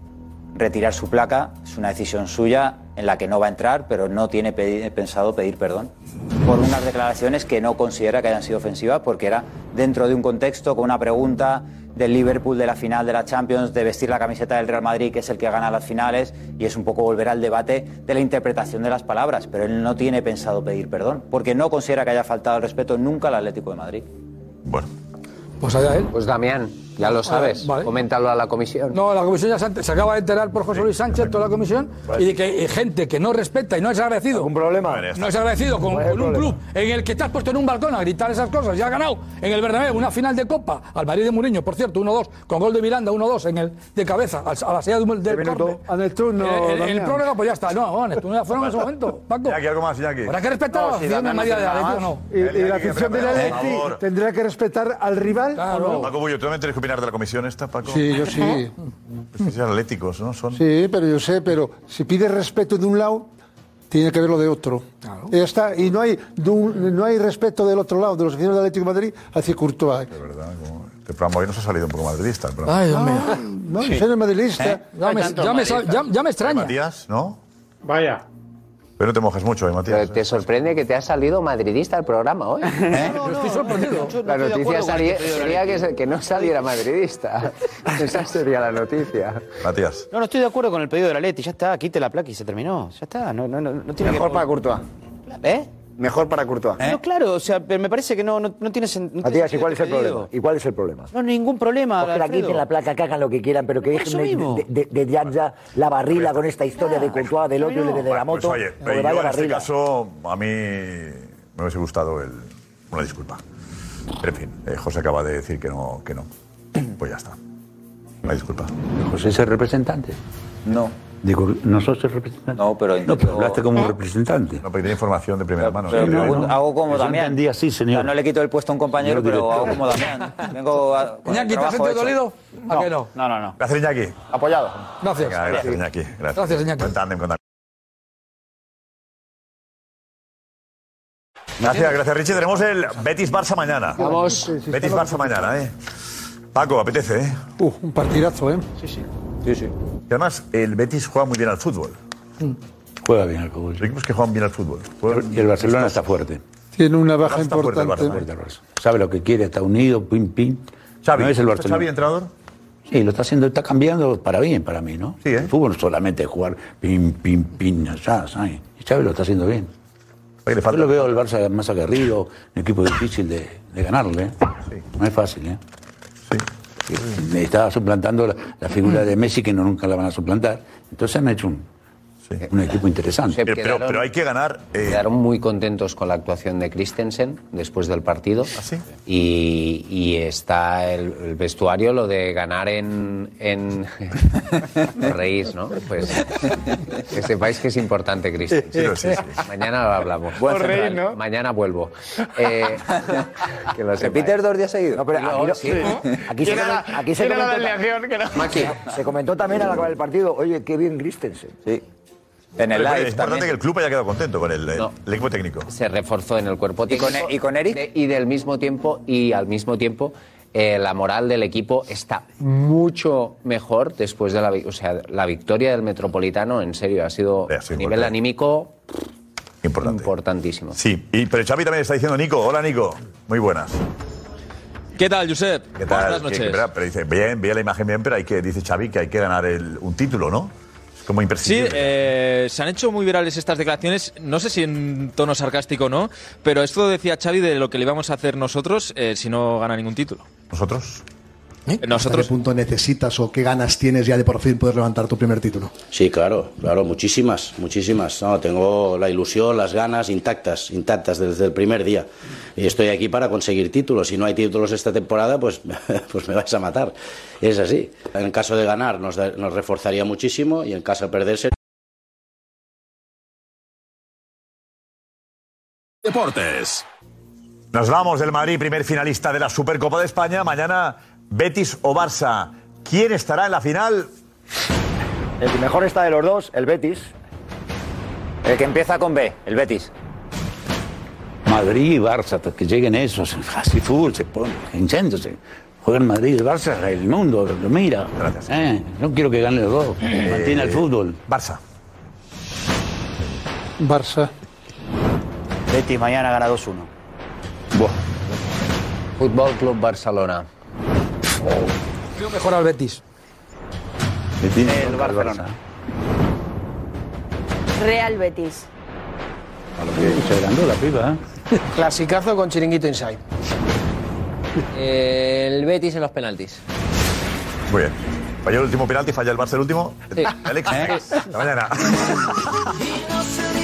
[SPEAKER 22] retirar su placa, es una decisión suya en la que no va a entrar, pero no tiene pedi- pensado pedir perdón por unas declaraciones que no considera que hayan sido ofensivas, porque era dentro de un contexto con una pregunta del Liverpool de la final de la Champions, de vestir la camiseta del Real Madrid, que es el que gana las finales, y es un poco volver al debate de la interpretación de las palabras, pero él no tiene pensado pedir perdón, porque no considera que haya faltado el respeto nunca al Atlético de Madrid.
[SPEAKER 5] Pues allá él.
[SPEAKER 10] Pues Damián, ya lo sabes. Coméntalo a la comisión.
[SPEAKER 5] No, la comisión ya se, ante- se acaba de enterar por José Luis Sánchez, toda la comisión, y de que eh, gente que no respeta y no es agradecido. Un problema. No es agradecido con,
[SPEAKER 4] ¿Cuál es el
[SPEAKER 5] con un
[SPEAKER 4] problema?
[SPEAKER 5] club en el que te has puesto en un balcón a gritar esas cosas. Ya ha ganado en el Bernabéu una final de Copa al Madrid de Mourinho, por cierto, 1-2, con gol de Miranda, 1-2 en el de cabeza, al- a la silla de un- del corte.
[SPEAKER 9] A Neptuno.
[SPEAKER 5] En el
[SPEAKER 9] Damián.
[SPEAKER 5] prórroga, pues ya está. No, en ya fueron en ese momento. Paco.
[SPEAKER 7] Iñaki, algo más, Iñaki.
[SPEAKER 5] Habrá que respetar a la
[SPEAKER 7] No, si
[SPEAKER 5] afición de
[SPEAKER 7] Damián no
[SPEAKER 5] María de
[SPEAKER 7] firma
[SPEAKER 13] Ah,
[SPEAKER 7] más.
[SPEAKER 5] Atleti, no.
[SPEAKER 7] Iñaki,
[SPEAKER 9] Ah, Y la
[SPEAKER 7] que
[SPEAKER 9] afición del
[SPEAKER 7] prepara, por
[SPEAKER 9] Atleti
[SPEAKER 7] favor.
[SPEAKER 9] tendrá que respetar al rival. ¿o no?
[SPEAKER 7] Paco Bullo, ¿tú también tienes que opinar de la comisión esta, Paco?
[SPEAKER 9] Sí, yo sí.
[SPEAKER 7] Pues que sean atléticos, ¿no? Son.
[SPEAKER 9] Sí, pero yo sé, pero si pides respeto de un lado, tiene que verlo de otro. Y Ya está, y no hay, de un- no hay respeto del otro lado, de los aficionados del Atlético de Madrid, hacia Courtois.
[SPEAKER 7] Este programa hoy nos ha salido un poco madridista. el programa.
[SPEAKER 5] Ay, Dios mío.
[SPEAKER 9] Ah,
[SPEAKER 5] ¿Eh?
[SPEAKER 9] No, soy el madridista.
[SPEAKER 5] Ya me- ya me sa- ya- ya me extraña.
[SPEAKER 7] Matías, ¿no?
[SPEAKER 20] Vaya.
[SPEAKER 7] Pero no te mojes mucho, ¿eh, Matías?
[SPEAKER 10] ¿Te sorprende que te ha salido madridista el programa hoy?
[SPEAKER 7] ¿Eh?
[SPEAKER 5] estoy sorprendido.
[SPEAKER 10] La noticia salía- sería que, se- que no saliera madridista. Esa sería la noticia.
[SPEAKER 7] Matías.
[SPEAKER 12] No, no estoy de acuerdo con el pedido de la Leti. Ya está, quite la placa y se terminó. Ya está, no, no, no, no tiene
[SPEAKER 13] Mejor
[SPEAKER 12] que...
[SPEAKER 13] para Courtois.
[SPEAKER 12] ¿Eh?
[SPEAKER 13] Mejor para Courtois.
[SPEAKER 12] No, claro, o sea, pero me parece que no, no, no tiene sen- no tiene sentido.
[SPEAKER 4] Matías, ¿y cuál es el
[SPEAKER 12] este pedido.
[SPEAKER 4] problema? ¿Y cuál es el problema?
[SPEAKER 12] No, ningún problema.
[SPEAKER 4] Que la
[SPEAKER 12] Alfredo.
[SPEAKER 4] quiten la placa, que hagan lo que quieran, pero que dejen de, de, de- de ya, ya la barrila con esta historia de Courtois, del otro y de, de la
[SPEAKER 7] Pues
[SPEAKER 4] moto.
[SPEAKER 7] oye,
[SPEAKER 4] lo
[SPEAKER 7] pero
[SPEAKER 4] de
[SPEAKER 7] yo
[SPEAKER 4] vaya
[SPEAKER 7] en este
[SPEAKER 4] barrila.
[SPEAKER 7] caso, a mí me hubiese gustado el... una disculpa. Pero en fin, eh, José acaba de decir que no, que no. Pues ya está. Una disculpa.
[SPEAKER 8] ¿José es el representante?
[SPEAKER 22] No.
[SPEAKER 8] Digo, ¿no sos el representante?
[SPEAKER 22] No, pero...
[SPEAKER 8] No, pero hablaste como un representante.
[SPEAKER 7] No, porque tiene información de primera mano.
[SPEAKER 22] Pero
[SPEAKER 7] ¿eh?
[SPEAKER 22] hago-
[SPEAKER 7] ¿no?
[SPEAKER 22] hago como
[SPEAKER 7] Yo
[SPEAKER 22] Damián.
[SPEAKER 7] entendí
[SPEAKER 8] así, señor.
[SPEAKER 22] O sea, no le quito el puesto a un compañero,
[SPEAKER 7] Señor
[SPEAKER 22] pero
[SPEAKER 7] director.
[SPEAKER 22] hago como Damián. Vengo a, con el
[SPEAKER 5] Iñaki, ¿te has
[SPEAKER 22] trabajo
[SPEAKER 5] sentido
[SPEAKER 22] hecho.
[SPEAKER 5] dolido? ¿A que no?
[SPEAKER 22] No, no, no.
[SPEAKER 7] Gracias, Iñaki.
[SPEAKER 13] Apoyado.
[SPEAKER 5] Gracias.
[SPEAKER 7] Venga, gracias, Iñaki. Gracias,
[SPEAKER 5] Gracias, Iñaki.
[SPEAKER 7] Buen tándem con Damián. Gracias, gracias, Richie. Tenemos el Betis Barça mañana.
[SPEAKER 9] Vamos.
[SPEAKER 7] Betis Barça mañana, ¿eh? Paco, apetece, ¿eh?
[SPEAKER 9] Uh, un partidazo, ¿eh?
[SPEAKER 7] Sí, sí. Sí, sí. Y además, el Betis juega muy bien al fútbol.
[SPEAKER 9] Mm.
[SPEAKER 7] Juega bien al fútbol. Los equipos que juegan bien al fútbol.
[SPEAKER 8] Y el Barcelona está fuerte.
[SPEAKER 9] Tiene una baja
[SPEAKER 8] Está fuerte el
[SPEAKER 9] importante.
[SPEAKER 8] Barça, fuerte el Barça. Sabe lo que quiere, está unido, pim, pim.
[SPEAKER 7] Xavi,
[SPEAKER 8] no es el
[SPEAKER 7] ¿está
[SPEAKER 8] Barcelona.
[SPEAKER 7] Xavi entrenador?
[SPEAKER 8] Sí, lo está haciendo, está cambiando para bien para mí, ¿no? El fútbol no solamente es jugar pim, pim, pim, ya, ¿sabes? Y Xavi lo está haciendo bien.
[SPEAKER 7] Yo
[SPEAKER 8] lo veo el Barça más aguerrido, un equipo difícil de, de ganarle. ¿eh? No es fácil, ¿eh? Sí. Estaba suplantando la, la figura de Messi, que no, nunca la van a suplantar. Entonces han hecho un, un equipo interesante.
[SPEAKER 7] hay que ganar. eh.
[SPEAKER 10] Quedaron muy contentos con la actuación de Christensen después del partido.
[SPEAKER 7] ¿Ah,
[SPEAKER 10] Y, y está el, el vestuario, lo de ganar en. en Os reís, ¿no? Pues que sepáis que es importante, Christensen.
[SPEAKER 7] Sí, sí, sí.
[SPEAKER 10] Mañana lo hablamos.
[SPEAKER 7] Os reís, ¿no?
[SPEAKER 10] Mañana vuelvo. Eh, que lo sepáis.
[SPEAKER 28] ¿Repites dos días seguidos?
[SPEAKER 10] No, pero
[SPEAKER 4] a mí no-
[SPEAKER 10] sí.
[SPEAKER 4] Aquí se, comen- aquí se comentó ta- Se comentó también al acabar el partido, oye, qué bien Christensen.
[SPEAKER 7] Sí.
[SPEAKER 4] En el
[SPEAKER 7] es
[SPEAKER 4] live
[SPEAKER 7] importante
[SPEAKER 4] también.
[SPEAKER 7] que el club haya quedado contento con el, el- el equipo técnico.
[SPEAKER 10] se reforzó en el cuerpo
[SPEAKER 7] ¿Y con-
[SPEAKER 10] técnico. ¿Y con, Eric? y del mismo tiempo, y al mismo tiempo, eh, la moral del equipo está mucho mejor después de la, vi- o sea, la victoria del Metropolitano, en serio, ha sido a nivel anímico importantísimo.
[SPEAKER 7] Sí, y, pero Xavi también está diciendo Nico. Hola, Nico. Muy buenas.
[SPEAKER 1] ¿Qué tal, Josep?
[SPEAKER 7] ¿Qué tal?
[SPEAKER 1] Buenas
[SPEAKER 7] Que-
[SPEAKER 1] noches.
[SPEAKER 7] que, verdad, pero dice, bien, bien la imagen bien, pero hay que, dice Xavi que hay que ganar el- un título, ¿no? Es como
[SPEAKER 1] Sí,
[SPEAKER 7] imprescindible.
[SPEAKER 1] eh, se han hecho muy virales estas declaraciones, no sé si en tono sarcástico o no, pero esto decía Xavi de lo que le íbamos a hacer nosotros eh, si no gana ningún título.
[SPEAKER 7] ¿Nosotros?
[SPEAKER 1] Nosotros.
[SPEAKER 29] ¿Hasta qué punto necesitas o qué ganas tienes ya de por fin poder levantar tu primer título?
[SPEAKER 11] Sí, claro, claro, muchísimas, muchísimas. No, tengo la ilusión, las ganas intactas, intactas desde el primer día. Y estoy aquí para conseguir títulos. Si no hay títulos esta temporada, pues, pues me vais a matar. Es así. En caso de ganar, nos, da- nos reforzaría muchísimo y en caso de perderse.
[SPEAKER 7] Deportes. Nos vamos del Madrid, primer finalista de la Supercopa de España. Mañana, Betis o Barça. ¿Quién estará en la final?
[SPEAKER 4] El mejor está de los dos, el Betis.
[SPEAKER 30] El que empieza con B, el Betis.
[SPEAKER 8] Madrid y Barça, hasta que lleguen esos. Así fútbol se pone, encéndose. Juegan Madrid y Barça, el mundo lo mira. Eh, no quiero que ganen los dos. Mantiene el fútbol.
[SPEAKER 7] Barça.
[SPEAKER 9] Barça.
[SPEAKER 12] Betis mañana gana 2-1.
[SPEAKER 10] Fútbol Club Barcelona.
[SPEAKER 5] Creo mejor al Betis.
[SPEAKER 8] El
[SPEAKER 12] Barcelona.
[SPEAKER 3] Real Betis.
[SPEAKER 8] Se agrandó la piba, ¿eh?
[SPEAKER 16] Clasicazo con chiringuito inside.
[SPEAKER 17] El Betis en los penaltis.
[SPEAKER 7] Muy bien.
[SPEAKER 4] Eh.
[SPEAKER 17] Eh,
[SPEAKER 7] Falló el último penalti, falla el Barça el último. Alex, hasta mañana.
[SPEAKER 31] Innocent